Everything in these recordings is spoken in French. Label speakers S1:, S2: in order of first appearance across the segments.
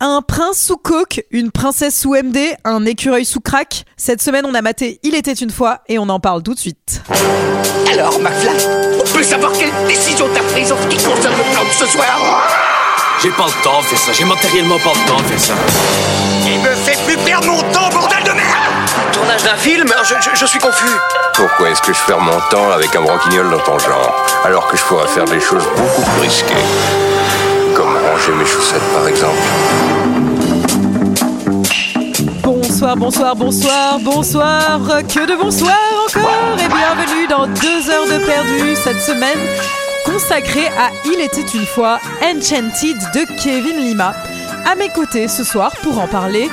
S1: Un prince sous coke, une princesse sous MD, un écureuil sous crack. Cette semaine, on a maté Il était une fois et on en parle tout de suite.
S2: Alors, McFly, on peut savoir quelle décision t'as prise en ce qui concerne le plan de ce soir
S3: J'ai pas le temps de faire ça, j'ai matériellement pas le temps de faire ça.
S2: Il me fait plus perdre mon temps, bordel de merde
S4: Tournage d'un film hein, je, je- je suis confus.
S5: Pourquoi est-ce que je perds mon temps avec un broquignol dans ton genre Alors que je pourrais faire des choses beaucoup plus risquées. Comme ranger mes chaussettes par exemple.
S1: Bonsoir, bonsoir, bonsoir, bonsoir, que de bonsoir encore et bienvenue dans deux heures de perdu cette semaine consacrée à Il était une fois Enchanted de Kevin Lima. À mes côtés ce soir pour en parler,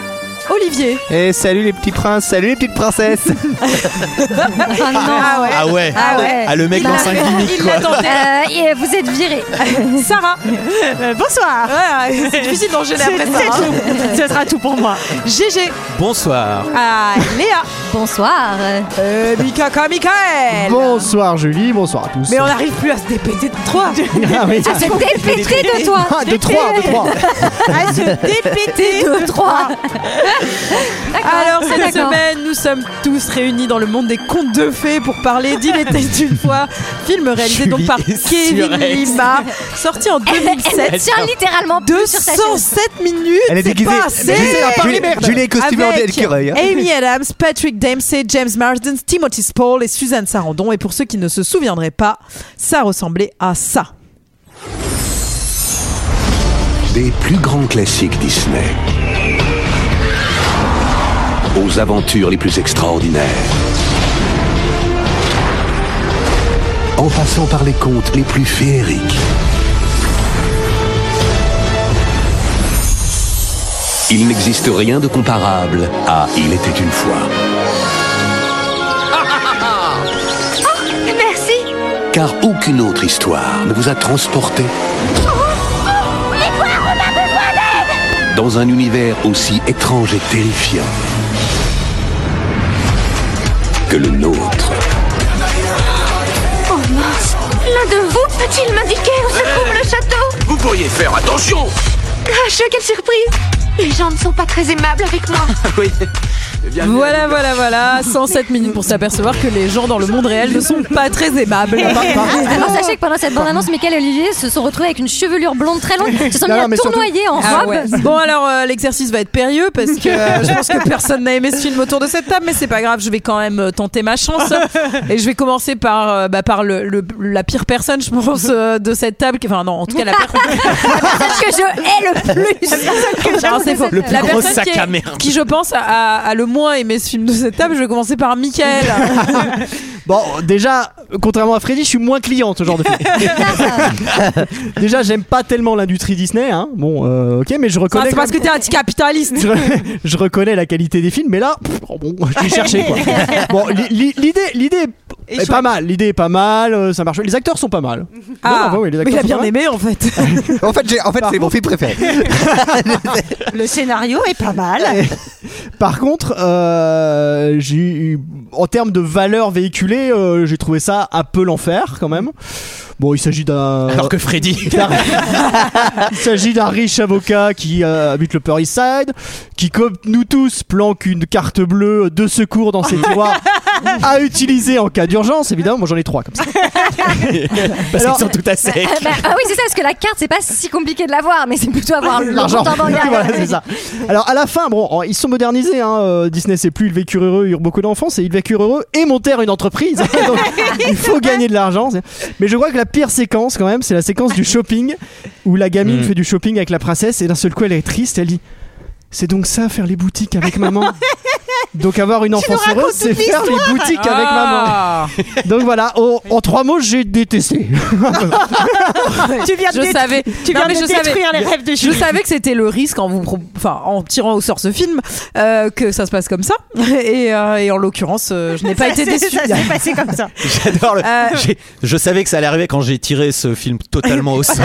S1: Olivier.
S6: Eh salut les petits princes, salut les petites princesses
S7: Ah non.
S1: ouais.
S8: Ah ouais
S7: Ah ouais.
S8: Ah le mec dans 5 minutes
S1: Il
S8: quoi
S1: l'attendait.
S7: Euh, et vous êtes viré.
S1: Sarah.
S9: Euh,
S1: bonsoir. c'est difficile d'enchaîner après ça. hein.
S9: Ce sera tout pour moi.
S1: GG.
S6: Bonsoir
S1: Ah, Léa.
S7: Bonsoir.
S1: Euh, Mikaka Mikael.
S9: Bonsoir Julie, bonsoir à tous.
S1: Mais on n'arrive plus à se dépêter de trois.
S9: Ah oui.
S7: Ah, c'est dépêté de toi.
S9: Ah, de 3, de 3.
S1: à se dépêter de trois. Alors
S7: Ah,
S1: cette
S7: d'accord.
S1: semaine, nous sommes tous réunis dans le monde des contes de fées pour parler d'Il était une fois, film réalisé donc
S8: Julie
S1: par
S8: est
S1: Kevin
S8: surex.
S1: Lima, sorti en
S7: Elle
S1: 2007.
S7: tient littéralement plus sur sa chaise.
S1: 207 minutes,
S6: Elle est
S1: c'est
S6: déguisée
S1: pas assez.
S6: Julie- Julie, Julie est costumée en
S1: Avec
S6: écureuil hein.
S1: Amy Adams, Patrick Dempsey, James Marsden, Timothy Spall et Suzanne Sarandon. Et pour ceux qui ne se souviendraient pas, ça ressemblait à ça.
S10: Des plus grands classiques Disney aux aventures les plus extraordinaires. En passant par les contes les plus féeriques. Il n'existe rien de comparable à Il était une fois.
S11: Oh,
S7: Merci.
S10: Car aucune autre histoire ne vous a transporté dans un univers aussi étrange et terrifiant que le nôtre.
S7: Oh mince. L'un de vous peut-il m'indiquer où se trouve le château
S3: Vous pourriez faire attention
S7: Gosh, quelle surprise. Les gens ne sont pas très aimables avec moi.
S3: Oui. Bien, bien.
S1: Voilà, voilà, voilà, 107 minutes pour s'apercevoir que les gens dans le monde réel ne sont pas très aimables.
S7: Ah, Alors sachez que pendant cette bande-annonce, Michael et Olivier se sont retrouvés avec une chevelure blonde très longue. Ils se sont mis à
S9: mais surtout-
S7: tournoyer en
S1: Ah
S7: robe. Eh
S1: ouais. Bon alors euh, l'exercice va être périlleux parce que euh, je pense que personne n'a aimé ce film autour de cette table mais c'est pas grave je vais quand même euh, tenter ma chance et je vais commencer par euh, bah, par le, le- la pire personne je pense euh, de cette table qui- enfin non en tout cas la, per-
S7: Parce que je hais le plus.
S1: Alors, c'est faux.
S7: Le
S1: La
S8: gros
S1: personne
S8: sac
S1: qui, est-
S8: à merde.
S1: qui, je pense a, a- a le moins aimé ce film de cette table je vais commencer par Michael euh,
S9: Bon, déjà, contrairement à Freddy, je suis moins cliente ce genre de film. déjà, j'aime pas tellement l'industrie Disney. Hein. Bon, euh, ok, mais je
S1: Enfin,
S9: reconnais.
S1: Ah, c'est
S9: quand
S1: parce que t'es anticapitaliste
S9: je, re- je reconnais la qualité des films, mais là, pff, oh bon, je vais chercher quoi. Bon, li- li- l'idée, l'idée
S1: Et
S9: est pas
S1: chouette.
S9: mal, l'idée est pas mal, euh, ça marche. Les acteurs sont pas mal.
S1: ah,
S9: non, bah oui, les
S1: mais il a
S9: acteurs
S1: bien
S9: sont
S1: aimé en fait
S6: En fait, j'ai- en fait c'est mon film préféré
S9: Le scénario est pas mal. Par contre, euh, j'ai eu- en termes de valeur véhiculée, euh, j'ai trouvé ça un peu l'enfer quand même. Bon, il s'agit d'un.
S8: Alors que Freddy
S9: d'un- il s'agit d'un riche avocat qui euh, habite le Upper East Side, qui, comme nous tous, planque une carte bleue de secours dans ses tiroirs à utiliser en cas d'urgence. Évidemment, moi j'en ai trois comme ça.
S8: Parce qu'ils sont tout à sec
S7: Bah, ah oui, c'est ça, parce que la carte, c'est pas si compliqué de l'avoir, mais c'est plutôt avoir le
S9: L'argent.
S7: compte en banque.
S9: Voilà, c'est ça. Alors à la fin, bon, en- ils se sont modernisés. Hein. euh, Disney, c'est plus ils vécurent heureux, eurent beaucoup d'enfants, c'est ils vécurent heureux et montèrent une entreprise. Donc, il faut gagner de l'argent. c'est- Mais je crois que la pire séquence, quand même, c'est la séquence du shopping où la gamine
S8: Mm.
S9: fait du shopping avec la princesse et d'un seul coup, elle est triste. Elle dit C'est donc ça, faire les boutiques avec maman Donc avoir une enfance heureuse, c'est faire les boutiques avec maman.
S1: Ah.
S9: Donc voilà, en- en trois mots, j'ai détesté.
S1: tu viens je savais tu viens je détruire les rêves de je savais que c'était le risque en vous pro- enfin en tirant au sort ce film euh, que ça se passe comme ça et, euh, et en l'occurrence euh, je n'ai pas été déçue
S8: J'adore le-
S1: Euh,
S8: j'ai- Je savais que ça allait arriver quand j'ai tiré ce film totalement au sort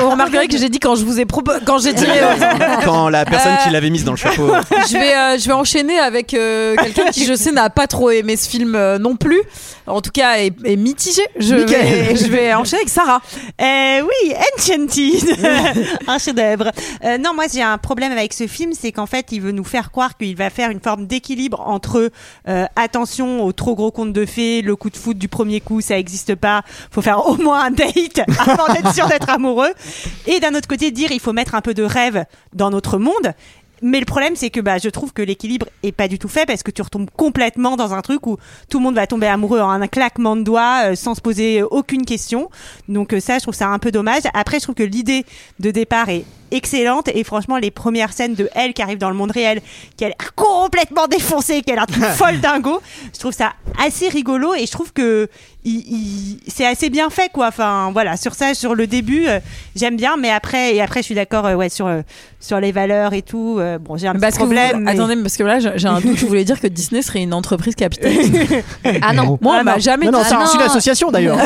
S1: vous remarquerez que j'ai dit quand je vous ai propo- quand j'ai dit euh,
S8: Quand la personne
S1: Euh.
S8: qui l'avait mise dans le chapeau
S1: je vais, euh, je vais enchaîner avec euh, quelqu'un qui, je sais, n'a pas trop aimé ce film euh, non plus. En tout cas, est, est mitigé. Je vais,
S12: Michael.
S1: je vais enchaîner avec Sarah.
S12: Euh, oui, Enchanted, un chef-d'œuvre. Euh, non, moi j'ai un problème avec ce film, c'est qu'en fait il veut nous faire croire qu'il va faire une forme d'équilibre entre euh, attention au trop gros conte de fées, le coup de foot du premier coup, ça existe pas, faut faire au moins un date avant d'être sûr d'être amoureux, et d'un autre côté dire il faut mettre un peu de rêve dans notre monde. Mais le problème, c'est que bah, je trouve que l'équilibre est pas du tout fait parce que tu retombes complètement dans un truc où tout le monde va tomber amoureux en un claquement de doigts euh, sans se poser aucune question. Donc euh, ça, je trouve ça un peu dommage. Après, je trouve que l'idée de départ est excellente et franchement les premières scènes de elle qui arrive dans le monde réel qui est complètement défoncée qui a l'air d'une folle dingo je trouve ça assez rigolo et je trouve que il- il- c'est assez bien fait quoi enfin voilà sur ça sur le début euh, j'aime bien mais après et après je suis d'accord euh, ouais sur euh, sur les valeurs et tout euh, bon j'ai un petit
S1: Parce que vous-
S12: problème mais-
S1: Attendez, parce que là, Ah, j'ai- j'ai un doute. Je voulais dire que Disney serait une entreprise capitaliste.
S12: Ah non.
S1: Moi,
S12: Ah
S1: on m'a
S12: non.
S1: jamais
S9: Non, non,
S1: dit-
S9: c'est
S1: Ah
S9: une association d'ailleurs.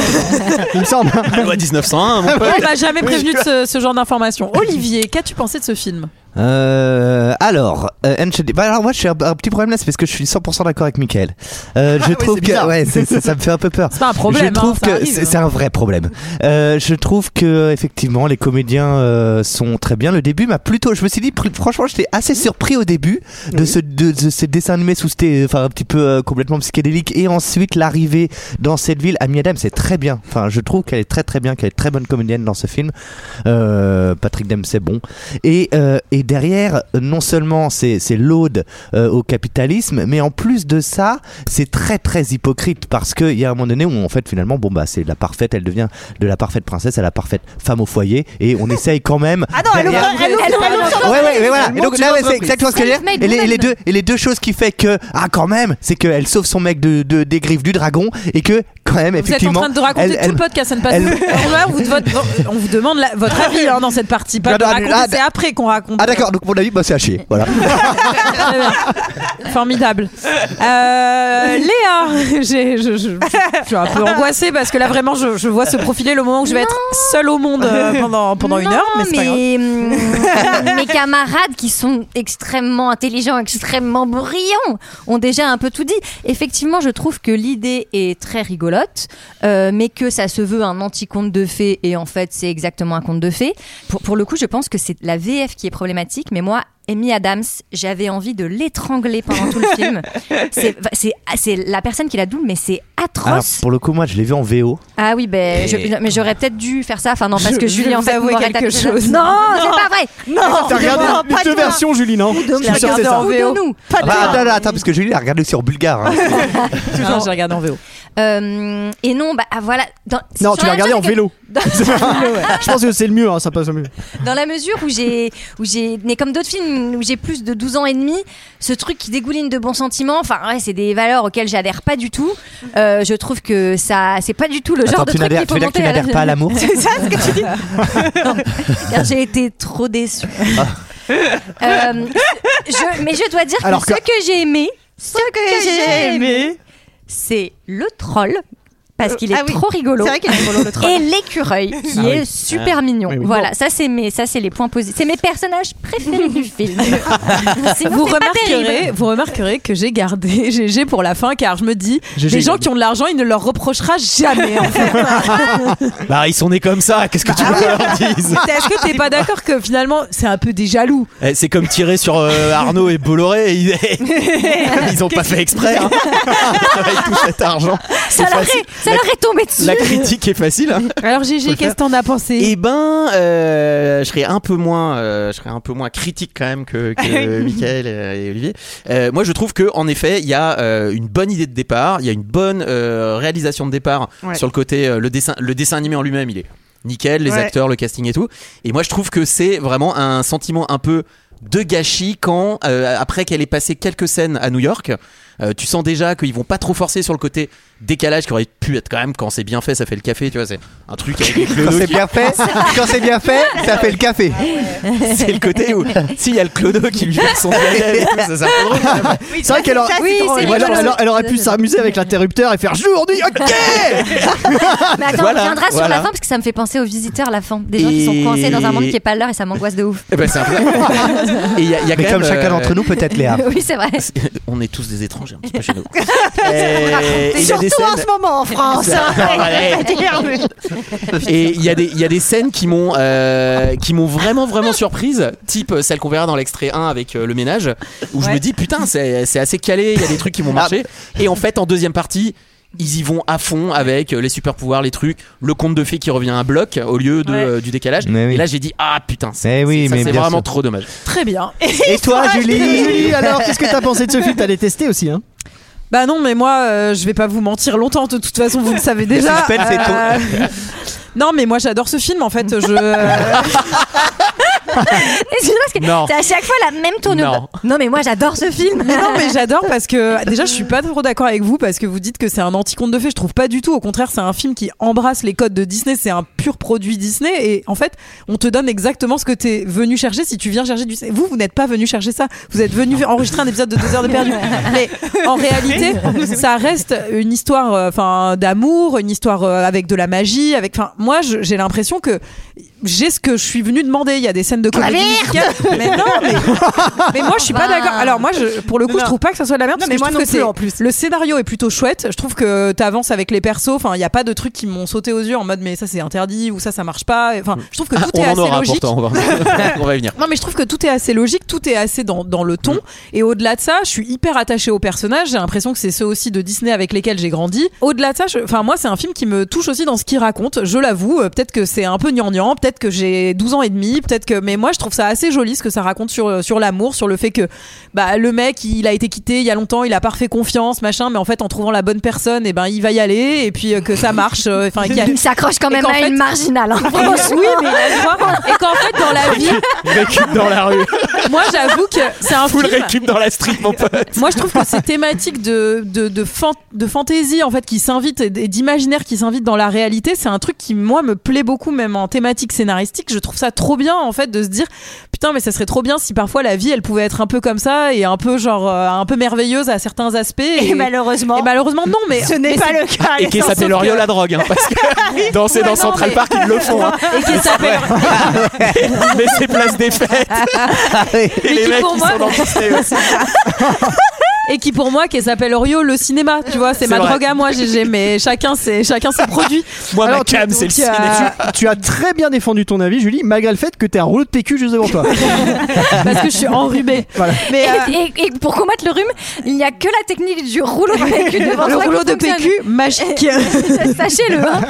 S9: Il me semble.
S8: La loi 1901, mon
S1: On
S8: pote.
S1: m'a jamais prévenu de ce, ce genre d'information. Olivier, qu'as-tu pensé de ce film
S6: Euh, alors, euh, Enchanted- bah alors moi j'ai un, un petit problème là, c'est parce que je suis 100% d'accord avec Michael. Euh, je
S1: Ah oui,
S6: trouve
S1: c'est
S6: que
S1: bizarre.
S6: ouais, c'est- ça, ça me fait un peu peur.
S1: C'est pas un problème,
S6: Je trouve
S1: hein, ça
S6: que
S1: arrive.
S6: c'est c'est un vrai problème. Euh, je trouve que effectivement les comédiens euh, sont très bien. Le début m'a plutôt, je me suis dit pr- franchement j'étais assez surpris au début de ce de, de ce dessin animé sous sté- enfin un petit peu euh, complètement psychédélique et ensuite l'arrivée dans cette ville. Amy Adams c'est très bien. Enfin je trouve qu'elle est très très bien, qu'elle est très bonne comédienne dans ce film. Euh, Patrick Dempsey c'est bon. Et, euh, et derrière, non seulement c'est c'est l'aude euh, au capitalisme, mais en plus de ça, c'est très très hypocrite parce qu'il y a un moment donné où en fait finalement, bon bah c'est la parfaite, elle devient de la parfaite princesse à la parfaite femme au foyer et on essaye quand même.
S12: Ah non, elle
S6: derrière-
S12: ouvre- elle ouvre- elle ouvre- elle ouvre-
S6: Ouais, ouais, mais voilà.
S12: Elle
S6: Et donc
S12: monte
S6: là,
S12: une
S6: ouais, c'est
S12: entreprise.
S6: exactement ce que je veux dire.
S12: Self-made
S6: Et les, et les deux,
S12: woman.
S6: et les deux choses qui fait que ah quand même, c'est qu'elle sauve son mec de, de- des griffes du dragon et que quand même
S1: Vous êtes en
S6: effectivement.
S1: train de raconter
S6: elle-
S1: tout
S6: elle-
S1: le podcast, ça ne passe
S6: elle-
S1: on, vous vote- on vous demande la- votre avis hein, dans cette partie. Pas de
S6: Non, non,
S1: raconter,
S6: ah,
S1: c'est après qu'on raconte.
S6: Ah d'accord, donc mon avis, bah c'est à chier. Voilà.
S1: Très bien. Formidable. Euh, Léa, j'ai- je, je- je- je suis un peu angoissée parce que là vraiment je, je vois se profiler le moment où je vais être seule au monde euh, pendant, pendant une
S13: Non,
S1: heure. Mais, c'est pas grave.
S13: mais hum, mes camarades qui sont extrêmement intelligents, extrêmement brillants, ont déjà un peu tout dit. Effectivement, je trouve que l'idée est très rigolote, euh, mais que ça se veut un anti-conte de fées, et en fait, c'est exactement un conte de fées. Pour, pour le coup, je pense que c'est la VF qui est problématique, mais moi, Amy Adams, j'avais envie de l'étrangler pendant tout le film. C'est- C'est c'est la personne qui la double, mais c'est atroce.
S6: Alors, pour le coup, moi, je l'ai vu en VO.
S13: Ah oui, ben,
S6: Et-
S13: je- mais j'aurais peut-être dû faire ça. Enfin, non, parce
S1: Je-
S13: que
S1: je
S13: Julie,
S1: vais
S13: en
S1: vous
S13: fait,
S1: avouer
S13: m'aurait
S1: quelque
S13: tapé-
S1: chose.
S13: Non,
S1: Non.
S13: c'est pas vrai.
S9: T'as regardé
S13: Excusez-moi,
S9: les
S13: pas
S9: deux
S13: de moi.
S9: versions, Julie, non
S13: Deux,
S9: Je suis sûr que c'est
S13: regardez
S9: ça.
S13: en VO. Nous, pas de
S6: Ah,
S13: toi.
S6: attends, attends, attends, parce que Julie, elle a regardé aussi en bulgare. hein.
S1: Non, je regarde en VO.
S13: Euh, et non, bah ah, voilà. Dans,
S9: Non,
S13: sur
S9: tu
S13: la
S9: l'as regardé en
S13: mesure que-
S9: vélo.
S13: Dans,
S9: Je pense que c'est le mieux, hein, ça passe au mieux.
S13: dans la mesure où j'ai, où j'ai, mais comme d'autres films où j'ai plus de 12 ans et demi, ce truc qui dégouline de bons sentiments, enfin ouais, c'est des valeurs auxquelles j'adhère pas du tout. Euh, je trouve que ça, c'est pas du tout le
S6: Attends,
S13: genre de
S6: tu
S13: truc
S6: n'adhères-
S13: qu'il
S6: tu veux
S13: faut
S6: dire que tu
S13: monter
S6: n'adhères pas à l'amour
S13: C'est ça ce que tu dis Car j'ai été trop déçue. Euh, je- mais je dois dire
S9: Alors
S13: que,
S9: que-
S13: ce que j'ai aimé, ce que, j'ai aimé, c'est le troll. Parce qu'il est
S12: Ah oui.
S13: trop rigolo.
S12: C'est vrai qu'il est rigolo, le troll.
S13: Et l'écureuil, qui
S12: Ah
S13: est
S12: oui.
S13: super
S12: Ah.
S13: mignon.
S12: Oui, oui.
S13: Voilà,
S12: Bon.
S13: ça c'est mes, ça c'est les points positifs. C'est mes personnages préférés du film. Sinon,
S1: vous
S13: c'est pas
S1: remarquerez,
S13: terrible.
S1: vous remarquerez que j'ai gardé GG pour la fin car je me dis,
S8: GG,
S1: les gens
S8: il a
S1: qui ont de l'argent, il ne leur reprochera jamais. en fait.
S8: Bah, ils sont nés comme ça, qu'est-ce que tu veux qu'on leur dise
S1: Est-ce que t'es pas d'accord que finalement c'est un peu des jaloux
S8: Eh, C'est comme tirer sur euh, Arnaud et Bolloré, ils, eh, ils ont pas fait exprès. hein. Avec tout cet argent.
S13: Ça leur est, ça leur est tombé dessus.
S8: La critique est facile. hein.
S1: Alors GG, qu'est-ce que t'en as pensé
S8: Eh ben, euh, je serais un peu moins, euh, je serais un peu moins critique quand même que, que Michael et, et Olivier. Euh, moi, je trouve que en effet, il y a euh, une bonne idée de départ, il y a une bonne euh, réalisation de départ
S12: Ouais.
S8: sur le côté euh, le dessin, le dessin animé en lui-même, il est nickel, les
S12: Ouais.
S8: acteurs, le casting et tout. Et moi, je trouve que c'est vraiment un sentiment un peu de gâchis quand euh, après qu'elle ait passé quelques scènes à New York. euh, tu sens déjà qu'ils vont pas trop forcer sur le côté décalage qui aurait pu être quand même quand c'est bien fait ça fait le café tu vois c'est un truc avec les
S6: Quand
S8: clodos
S6: c'est
S8: qui-
S6: bien fait, quand c'est bien fait, ça fait le café.
S8: c'est le côté où s'il y a le clodo qui lui verse son diadème et tout, ça, c'est un peu drôle.
S9: C'est vrai qu'elle aurait-
S13: ça, c'est Oui, drôle. c'est
S9: Ouais, alors-
S13: rigolo.
S9: alors- elle aurait pu s'amuser avec l'interrupteur et faire journée, ok
S13: Mais
S8: Voilà,
S13: attends, on reviendra sur
S8: voilà.
S13: la fin parce que ça me fait penser aux visiteurs la fin, des gens qui
S8: Et-
S13: sont coincés dans un monde qui est pas leur et ça m'angoisse de ouf.
S8: Eh ben, c'est un peu- Et il y a- il y a
S6: Mais
S8: quand
S6: comme
S8: même, euh,
S6: chacun d'entre nous, peut-être, Léa.
S13: Oui, c'est vrai.
S8: On est tous des étrangers un petit peu chez nous.
S12: Et
S8: Et il y a des
S12: Surtout en
S8: scènes-
S12: ce moment en France. hein.
S8: Non, allez. Et il y, a des- il y a des scènes qui m'ont euh, qui m'ont vraiment vraiment surprise, type euh, celle qu'on verra dans l'extrait 1 avec euh, le ménage, où je
S12: Ouais.
S8: me dis putain c'est c'est assez calé, il y a des trucs qui vont
S1: Ah.
S8: marcher. Et en fait en deuxième partie ils y vont à fond avec euh, les super pouvoirs, les trucs, le conte de fées qui revient à bloc au lieu de,
S12: Ouais.
S8: euh, du décalage.
S6: Mais oui. Eh
S8: Et là j'ai dit ah putain c'est
S6: oui,
S8: c'est- ça,
S6: mais
S8: c'est
S6: bien
S8: vraiment
S6: sûr.
S8: trop dommage.
S1: Très bien.
S6: Et toi, Julie
S9: Julie, alors qu'est-ce que t'as pensé de ce film T'as détesté aussi, hein
S1: Bah non, mais moi, euh, je vais pas vous mentir longtemps. De toute façon, vous le savez déjà.
S6: suspense est
S1: Euh, Non, mais moi, j'adore ce film. En fait, je.
S13: Excuse-moi, parce que
S1: Non.
S13: c'est à chaque fois la même tournure.
S1: Non.
S13: Non, mais moi j'adore ce film.
S1: Mais non, mais j'adore parce que déjà, je suis pas trop d'accord avec vous parce que vous dites que c'est un anti-conte de fées. Je trouve pas du tout. Au contraire, c'est un film qui embrasse les codes de Disney. C'est un pur produit Disney. Et en fait, on te donne exactement ce que t'es venu chercher si tu viens chercher du. Vous, vous n'êtes pas venu chercher ça. Vous êtes venu enregistrer un épisode de deux heures de perdu. Mais en réalité, ça reste une histoire, euh, enfin, d'amour, une histoire euh, avec de la magie. Avec, enfin, moi, je- j'ai l'impression que j'ai ce que je suis venu demander. Il y a des scènes de
S8: Oh,
S13: la
S1: comédie musicale.
S13: merde
S1: Mais non, mais, mais moi, je suis pas
S13: Enfin.
S1: d'accord. Alors moi, je, pour le coup, je trouve pas que ça soit de la merde.
S12: Non,
S1: parce
S12: mais
S1: que
S12: moi
S1: je trouve
S12: non
S1: que
S12: plus,
S1: c'est-
S12: en plus.
S1: Le scénario est plutôt chouette. Je trouve que t'avances avec les persos. Enfin, il y a pas de trucs qui m'ont sauté aux yeux en mode mais ça c'est interdit ou ça ça marche pas. Enfin, je trouve que tout
S8: Ah, on
S1: est
S8: en
S1: assez
S8: aura
S1: logique.
S8: pourtant, on va, on va y venir.
S1: Non mais je trouve que tout est assez logique, tout est assez dans, dans le ton et au-delà de ça, je suis hyper attachée aux personnages, j'ai l'impression que c'est ceux aussi de Disney avec lesquels j'ai grandi. Au-delà de ça, je- enfin moi c'est un film qui me touche aussi dans ce qu'il raconte, je l'avoue, Euh, peut-être que c'est un peu gnangnan, peut-être que j'ai 12 ans et demi, peut-être que mais moi je trouve ça assez joli ce que ça raconte sur euh, sur l'amour, sur le fait que bah le mec, il a été quitté il y a longtemps, il a pas refait confiance, machin, mais en fait en trouvant la bonne personne, et ben il va y aller et puis euh, que ça marche euh, enfin qu'il y a-
S13: Il s'accroche quand
S1: Et
S13: même
S1: qu'en
S13: à
S1: fait-
S13: une marginale. hein, franchement.
S1: oui, mais la foi. Et qu'en fait, dans la vie,
S8: Récup dans la rue,
S1: moi, j'avoue que c'est un
S8: full
S1: film.
S8: récup dans la street mon pote.
S1: Moi, je trouve que ces thématiques de, de, de, fan- de fantaisie, en fait, qui s'invitent, et d'imaginaire qui s'invite dans la réalité, c'est un truc qui, moi, me plaît beaucoup, même en thématique scénaristique. Je trouve ça trop bien, en fait, de se dire, putain, mais ça serait trop bien si parfois la vie, elle pouvait être un peu comme ça et un peu, genre, euh, un peu merveilleuse à certains aspects.
S12: Et malheureusement,
S1: et malheureusement, non, mais.
S12: ce n'est
S1: mais
S12: pas
S1: c'est-
S12: le cas.
S8: Et qui
S12: Alexandre,
S8: s'appelle
S12: sauf
S8: Oriol
S12: que-
S8: la drogue, hein, parce que danser
S1: Ah Ouais,
S8: dans
S1: non,
S8: Central
S1: mais-
S8: Park ils le font. hein.
S1: Et qui s'appelle. Ah
S8: mais c'est place des fêtes. Et
S1: Mais
S8: les
S1: qui,
S8: mecs,
S1: pour
S8: ils
S1: moi-
S8: sont dans Disney aussi.
S1: et qui pour moi qui s'appelle Orio le cinéma tu vois c'est
S8: C'est
S1: ma
S8: vrai.
S1: drogue à moi GG mais chacun ses chacun ses produits
S8: Moi, ma
S9: Alors, tu-
S8: cam, c'est le
S1: donc, euh,
S8: cinéma.
S9: Tu as très bien défendu ton avis, Julie, malgré le fait que t'es un rouleau de PQ juste devant toi.
S1: parce que je suis enrhumée
S9: Voilà.
S1: mais euh,
S13: Et, et- et pour combattre le rhume, il n'y a que la technique du rouleau de PQ devant
S1: le
S13: soi qui
S1: rouleau de
S13: fonctionne.
S1: PQ magique
S13: Sachez-le. hein.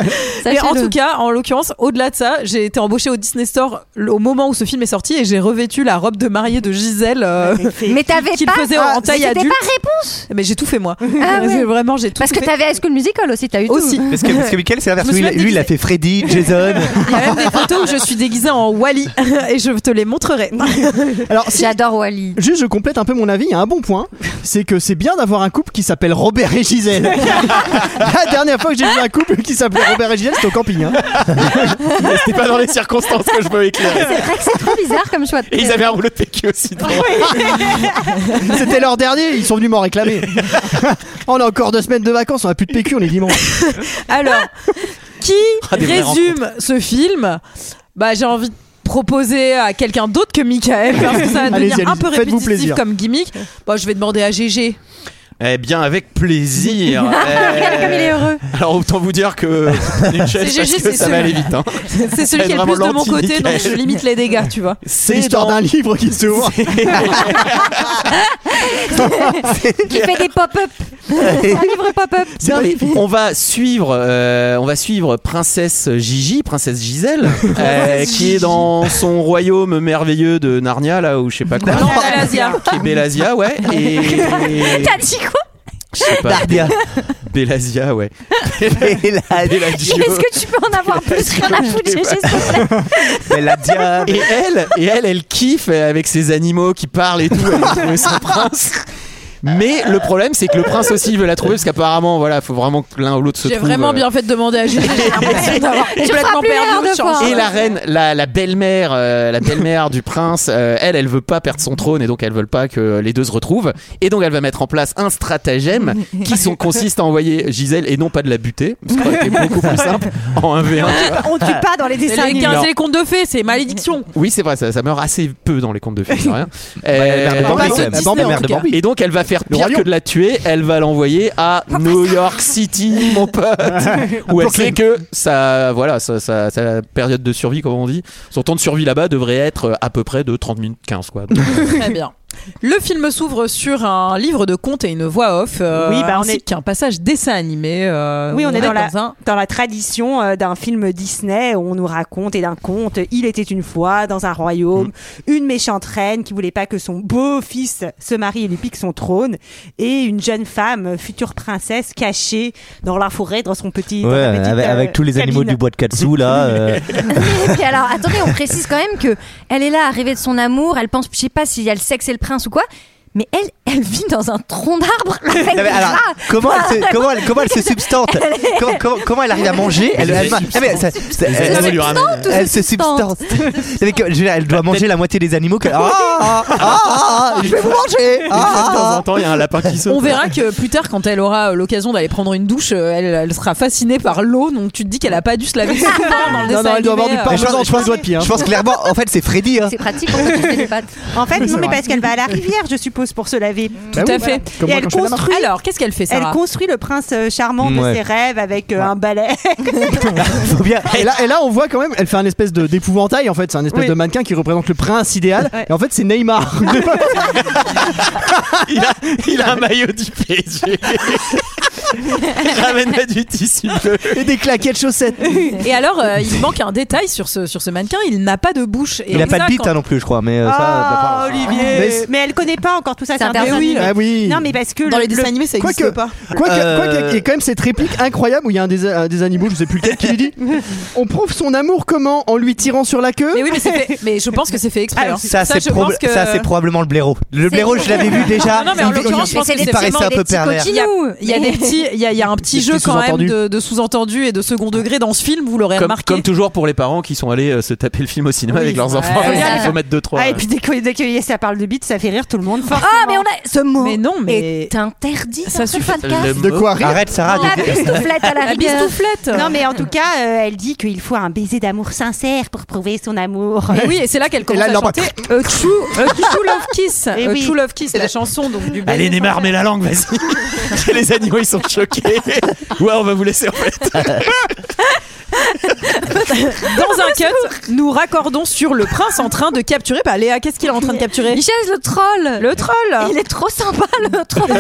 S1: mais en
S13: Sachez-le.
S1: tout cas en l'occurrence au-delà de ça j'ai été embauchée au Disney Store l- au moment où ce film est sorti et j'ai revêtu la robe de mariée de Gisèle euh,
S13: mais t'avais
S1: qu'il
S13: pas. Ah,
S1: faisait en taille
S13: c'était
S1: adulte.
S13: pas réponse.
S1: mais j'ai tout fait moi
S13: Ah ouais.
S1: J'ai- vraiment j'ai tout
S13: Parce que
S1: fait
S13: t'avais High School Musical aussi, t'as eu
S1: aussi
S13: tout.
S6: Parce que, parce que Michael, c'est l'inverse.
S1: Je me
S6: Lui, il a-
S1: souviens
S6: lui, il a fait Freddy, Jason.
S1: il y a même des photos où je suis déguisée en Wally et je te les montrerai
S9: Alors, si-
S13: J'adore Wally.
S9: Juste, je complète un peu mon avis. Il y a un bon point, c'est que c'est bien d'avoir un couple qui s'appelle Robert et Gisèle. La dernière fois que j'ai vu un couple qui s'appelait Robert et Gisèle, c'était au camping. hein.
S8: Mais C'était pas dans les circonstances que je peux éclairer.
S13: C'est vrai que c'est trop bizarre comme choix. de-
S8: Et ils avaient un rouleau de PQ aussi devant.
S9: C'était leur dernier. Ils sont venus m'en réclamer. on a encore deux semaines de vacances. On a plus de PQ. On est dimanche.
S1: Alors, qui
S8: Ah, des vraies
S1: résume ce film Bah, j'ai envie de proposer à quelqu'un d'autre que Michael parce que ça va
S9: Allez-y,
S1: devenir un
S9: allez-y,
S1: peu
S9: faites-vous
S1: répétitif
S9: plaisir.
S1: comme gimmick. Bah, je vais demander à GG.
S8: Eh bien, avec plaisir.
S1: Ah,
S8: Eh.
S13: Regarde comme il est heureux.
S8: Alors, autant vous dire que une chaise,
S1: C'est
S8: parce
S1: GG,
S8: que
S1: c'est
S8: ça
S1: sûr.
S8: va aller vite. hein.
S1: C'est celui
S8: Faites
S1: qui est le plus
S8: vraiment
S1: de mon côté donc
S8: l'anti-Michael.
S1: je limite les dégâts, tu vois.
S9: C'est l'histoire
S8: dans-
S9: d'un livre qui s'ouvre.
S13: Qui fait des pop-up. Un livre pop-up.
S8: C'est vrai, on va suivre, euh, on va suivre princesse Gigi, princesse Gisèle, euh, qui est dans son royaume merveilleux de Narnia là où je sais pas quoi.
S1: Non, Alasia.
S8: Qui est Belasia, ouais. Et
S13: T'as dit quoi
S8: je sais pas.
S6: Dardia.
S8: Bellasia, ouais.
S6: Et la-
S8: Bellagio.
S13: Est-ce que tu peux en avoir plus rien à foutre GG, s'il te plaît
S6: et la diable.
S8: Et elle, et elle, elle kiffe avec ses animaux qui parlent et tout. Elle a trouvé son prince. Mais le problème, c'est que le prince aussi veut la trouver parce qu'apparemment, voilà, faut vraiment que l'un ou l'autre se
S1: J'ai
S8: trouve. euh,
S1: vraiment bien fait de demander à Gégé. J'ai l'impression d'avoir
S13: Tu feras
S1: complètement
S13: plus l'air
S1: perdu
S13: de
S1: de chance.
S8: Et la reine, la, la belle-mère, euh, la belle-mère du prince, euh, elle, elle veut pas perdre son trône et donc elle veut pas que les deux se retrouvent. Et donc elle va mettre en place un stratagème qui sont, consiste à envoyer Gisèle et non pas de la buter, ce qui aurait été beaucoup plus simple en 1v1. tu vois.
S12: On tue pas dans les dessins
S1: Les
S12: animés.
S1: 15 et
S8: Non.
S1: les contes de fées, c'est malédiction.
S8: Oui, c'est vrai, ça, ça meurt assez peu dans les contes de films, c'est rien.
S6: Bah, mère de Bambi,
S8: Euh, par contre,
S6: quand même.
S8: Disney,
S6: Bambi,
S8: en
S6: mère de
S8: tout cas.
S6: Bambi.
S8: Et donc, elle va faire pire que de la tuer, elle va l'envoyer à New York City, mon pote, où elle sait que sa, voilà, sa, sa- sa période de survie, comme on dit, son temps de survie là-bas devrait être euh, à peu près de 30 minutes 15, quoi. Donc,
S1: Très bien. Le film s'ouvre sur un livre de contes et une voix off, euh,
S12: Oui, bah, on
S1: ainsi
S12: est-
S1: qu'un passage dessin animé. euh,
S12: Oui, on est dans la,
S1: un-
S12: dans la tradition euh, d'un film Disney où on nous raconte et d'un conte. Il était une fois dans un royaume, une méchante reine qui voulait pas que son beau-fils se marie et lui pique son trône, et une jeune femme, euh, future princesse, cachée dans la forêt, dans son petit. dans
S6: Ouais,
S12: sa petite,
S6: avec,
S12: euh,
S6: avec tous les animaux
S12: cabine.
S6: du bois de Katsu là. euh,
S13: Et puis alors, attendez, on précise quand même que elle est là, rêver de son amour. Elle pense, je sais pas s'il y a le sexe et le prince ou quoi. Mais elle, elle vit dans un tronc d'arbre avec
S6: Non, mais
S13: des
S6: alors,
S13: rats.
S6: comment, elle se, comment, elle, comment elle se substante
S13: Elle est-
S6: comment, comment- comment elle arrive à manger elle, elle-
S8: Elle
S6: Ah, mais ça- ça- elle-
S8: animaux lui ramènent.
S13: Substante ou
S6: elle se substante. Mais que- je veux dire, elle doit manger la moitié des animaux. qu'elle- Ah, ah, ah, ah, ah, je vais vous manger.
S8: de temps
S6: Ah,
S8: en temps, il y a un lapin qui saute.
S1: On verra que plus tard, quand elle aura euh, l'occasion d'aller prendre une douche, euh, elle, elle sera fascinée par l'eau. Donc tu te dis qu'elle a pas dû se laver souvent dans le
S9: Non,
S1: dessin
S9: non, elle doit avoir
S1: animé,
S9: du
S1: euh,
S6: Mais je
S9: parmesan
S6: pense-
S9: entre les doigts de pied. hein.
S6: ah. Je pense clairement, en fait, c'est Freddy. hein.
S13: C'est pratique pour faire des pattes.
S12: En fait,
S9: Oui,
S12: non,
S9: c'est
S12: mais
S9: vrai.
S12: parce qu'elle va à la rivière, je suppose, pour se laver.
S9: Bah
S1: Tout
S9: oui,
S1: à fait.
S9: Comme
S12: Et
S9: moi
S12: elle
S9: quand je fais la marche.
S12: construit.
S1: Alors, qu'est-ce qu'elle fait,
S12: Elle
S1: Sarah
S12: construit le prince euh, charmant de
S6: Ouais.
S12: ses rêves avec euh, un balai.
S6: Faut bien.
S9: Et là, et là, on voit quand même, elle fait un espèce de d'épouvantail en fait. C'est un espèce
S12: Oui.
S9: de mannequin qui représente le prince idéal.
S12: Ouais.
S9: Et en fait, c'est Neymar.
S8: Il a, il a un maillot du PSG. Ramène-moi du tissu bleu.
S9: et des claquettes chaussettes.
S1: Et alors, euh, il manque un détail sur ce, sur ce mannequin il n'a pas de bouche. Et
S6: Il a pas
S1: ça,
S6: de bite
S1: quand-
S6: hein, non plus, je crois. Mais euh,
S12: Ah,
S6: ça.
S12: Olivier
S9: Mais c'est-
S12: mais, elle connaît pas encore tout ça,
S13: C'est
S12: c'est un
S13: interdit.
S12: dessin
S13: Oui,
S12: animé.
S9: Ah oui.
S12: Non, mais parce que
S1: Eh Dans
S12: le-
S1: les dessins
S12: le-
S1: animés, ça
S9: Quoique-
S1: existe pas.
S9: Quoique,
S6: Euh,
S9: quoique, il y a quand même cette réplique incroyable où il y a un des, un des animaux, je sais plus lequel, qui lui dit On prouve son amour comment En lui tirant sur la queue
S1: Mais oui, mais, c'est fait- mais je pense que c'est fait exprès. hein.
S6: Ah, Ça, c'est
S1: je
S6: proba-
S1: pense que-
S6: ça, c'est probablement le blaireau. Le blaireau, je l'avais vu déjà.
S1: Non, non, mais en
S6: Il-
S1: l'occurrence, je
S6: il-
S1: pense que
S6: il
S1: c'est
S6: paraissait un peu pervers.
S1: Il y a, il y a des petits, il y a, il y a un petit
S9: Des
S1: jeu
S9: petits
S1: quand même
S9: sous-entendus.
S1: de, de sous-entendus et de second degré dans ce film, vous l'aurez
S8: Comme,
S1: remarqué.
S8: comme toujours pour les parents qui sont allés euh, se taper le film au cinéma avec leurs enfants,
S1: Ouais.
S8: il faut mettre deux trois.
S12: Ah, et puis dès que, dès que ça parle de bite, ça fait rire tout le monde. forcément.
S13: Ah, mais on a ce mot.
S1: Mais non, mais-
S13: est interdit.
S1: Ça
S13: dans ce
S1: suffit.
S13: podcast.
S8: Le
S9: De
S8: mot-
S9: quoi rire
S6: Arrête, Sarah.
S13: La
S6: de-
S13: bistouflette à la
S1: La
S13: rigueur.
S1: bistouflette.
S12: Ah, Non, mais en tout cas, euh, elle dit qu'il faut un baiser d'amour sincère pour prouver son amour.
S1: Et oui, et c'est là qu'elle commence
S9: là, elle
S1: à chanter
S9: l'embrasse.
S1: euh, True, euh, True Love Kiss.
S12: Et
S13: Eh
S1: Euh,
S12: oui.
S1: True Love Kiss, la chanson donc, du
S8: Allez Neymar, mets la langue, vas-y. les animaux, ils sont choqués. Ouais, on va vous laisser en fait.
S1: Dans un cut, nous raccordons sur le prince en train de capturer. Bah, Léa, qu'est-ce qu'il est en train de capturer
S13: Michel, le troll.
S1: Le troll
S13: Il est trop sympa, le troll.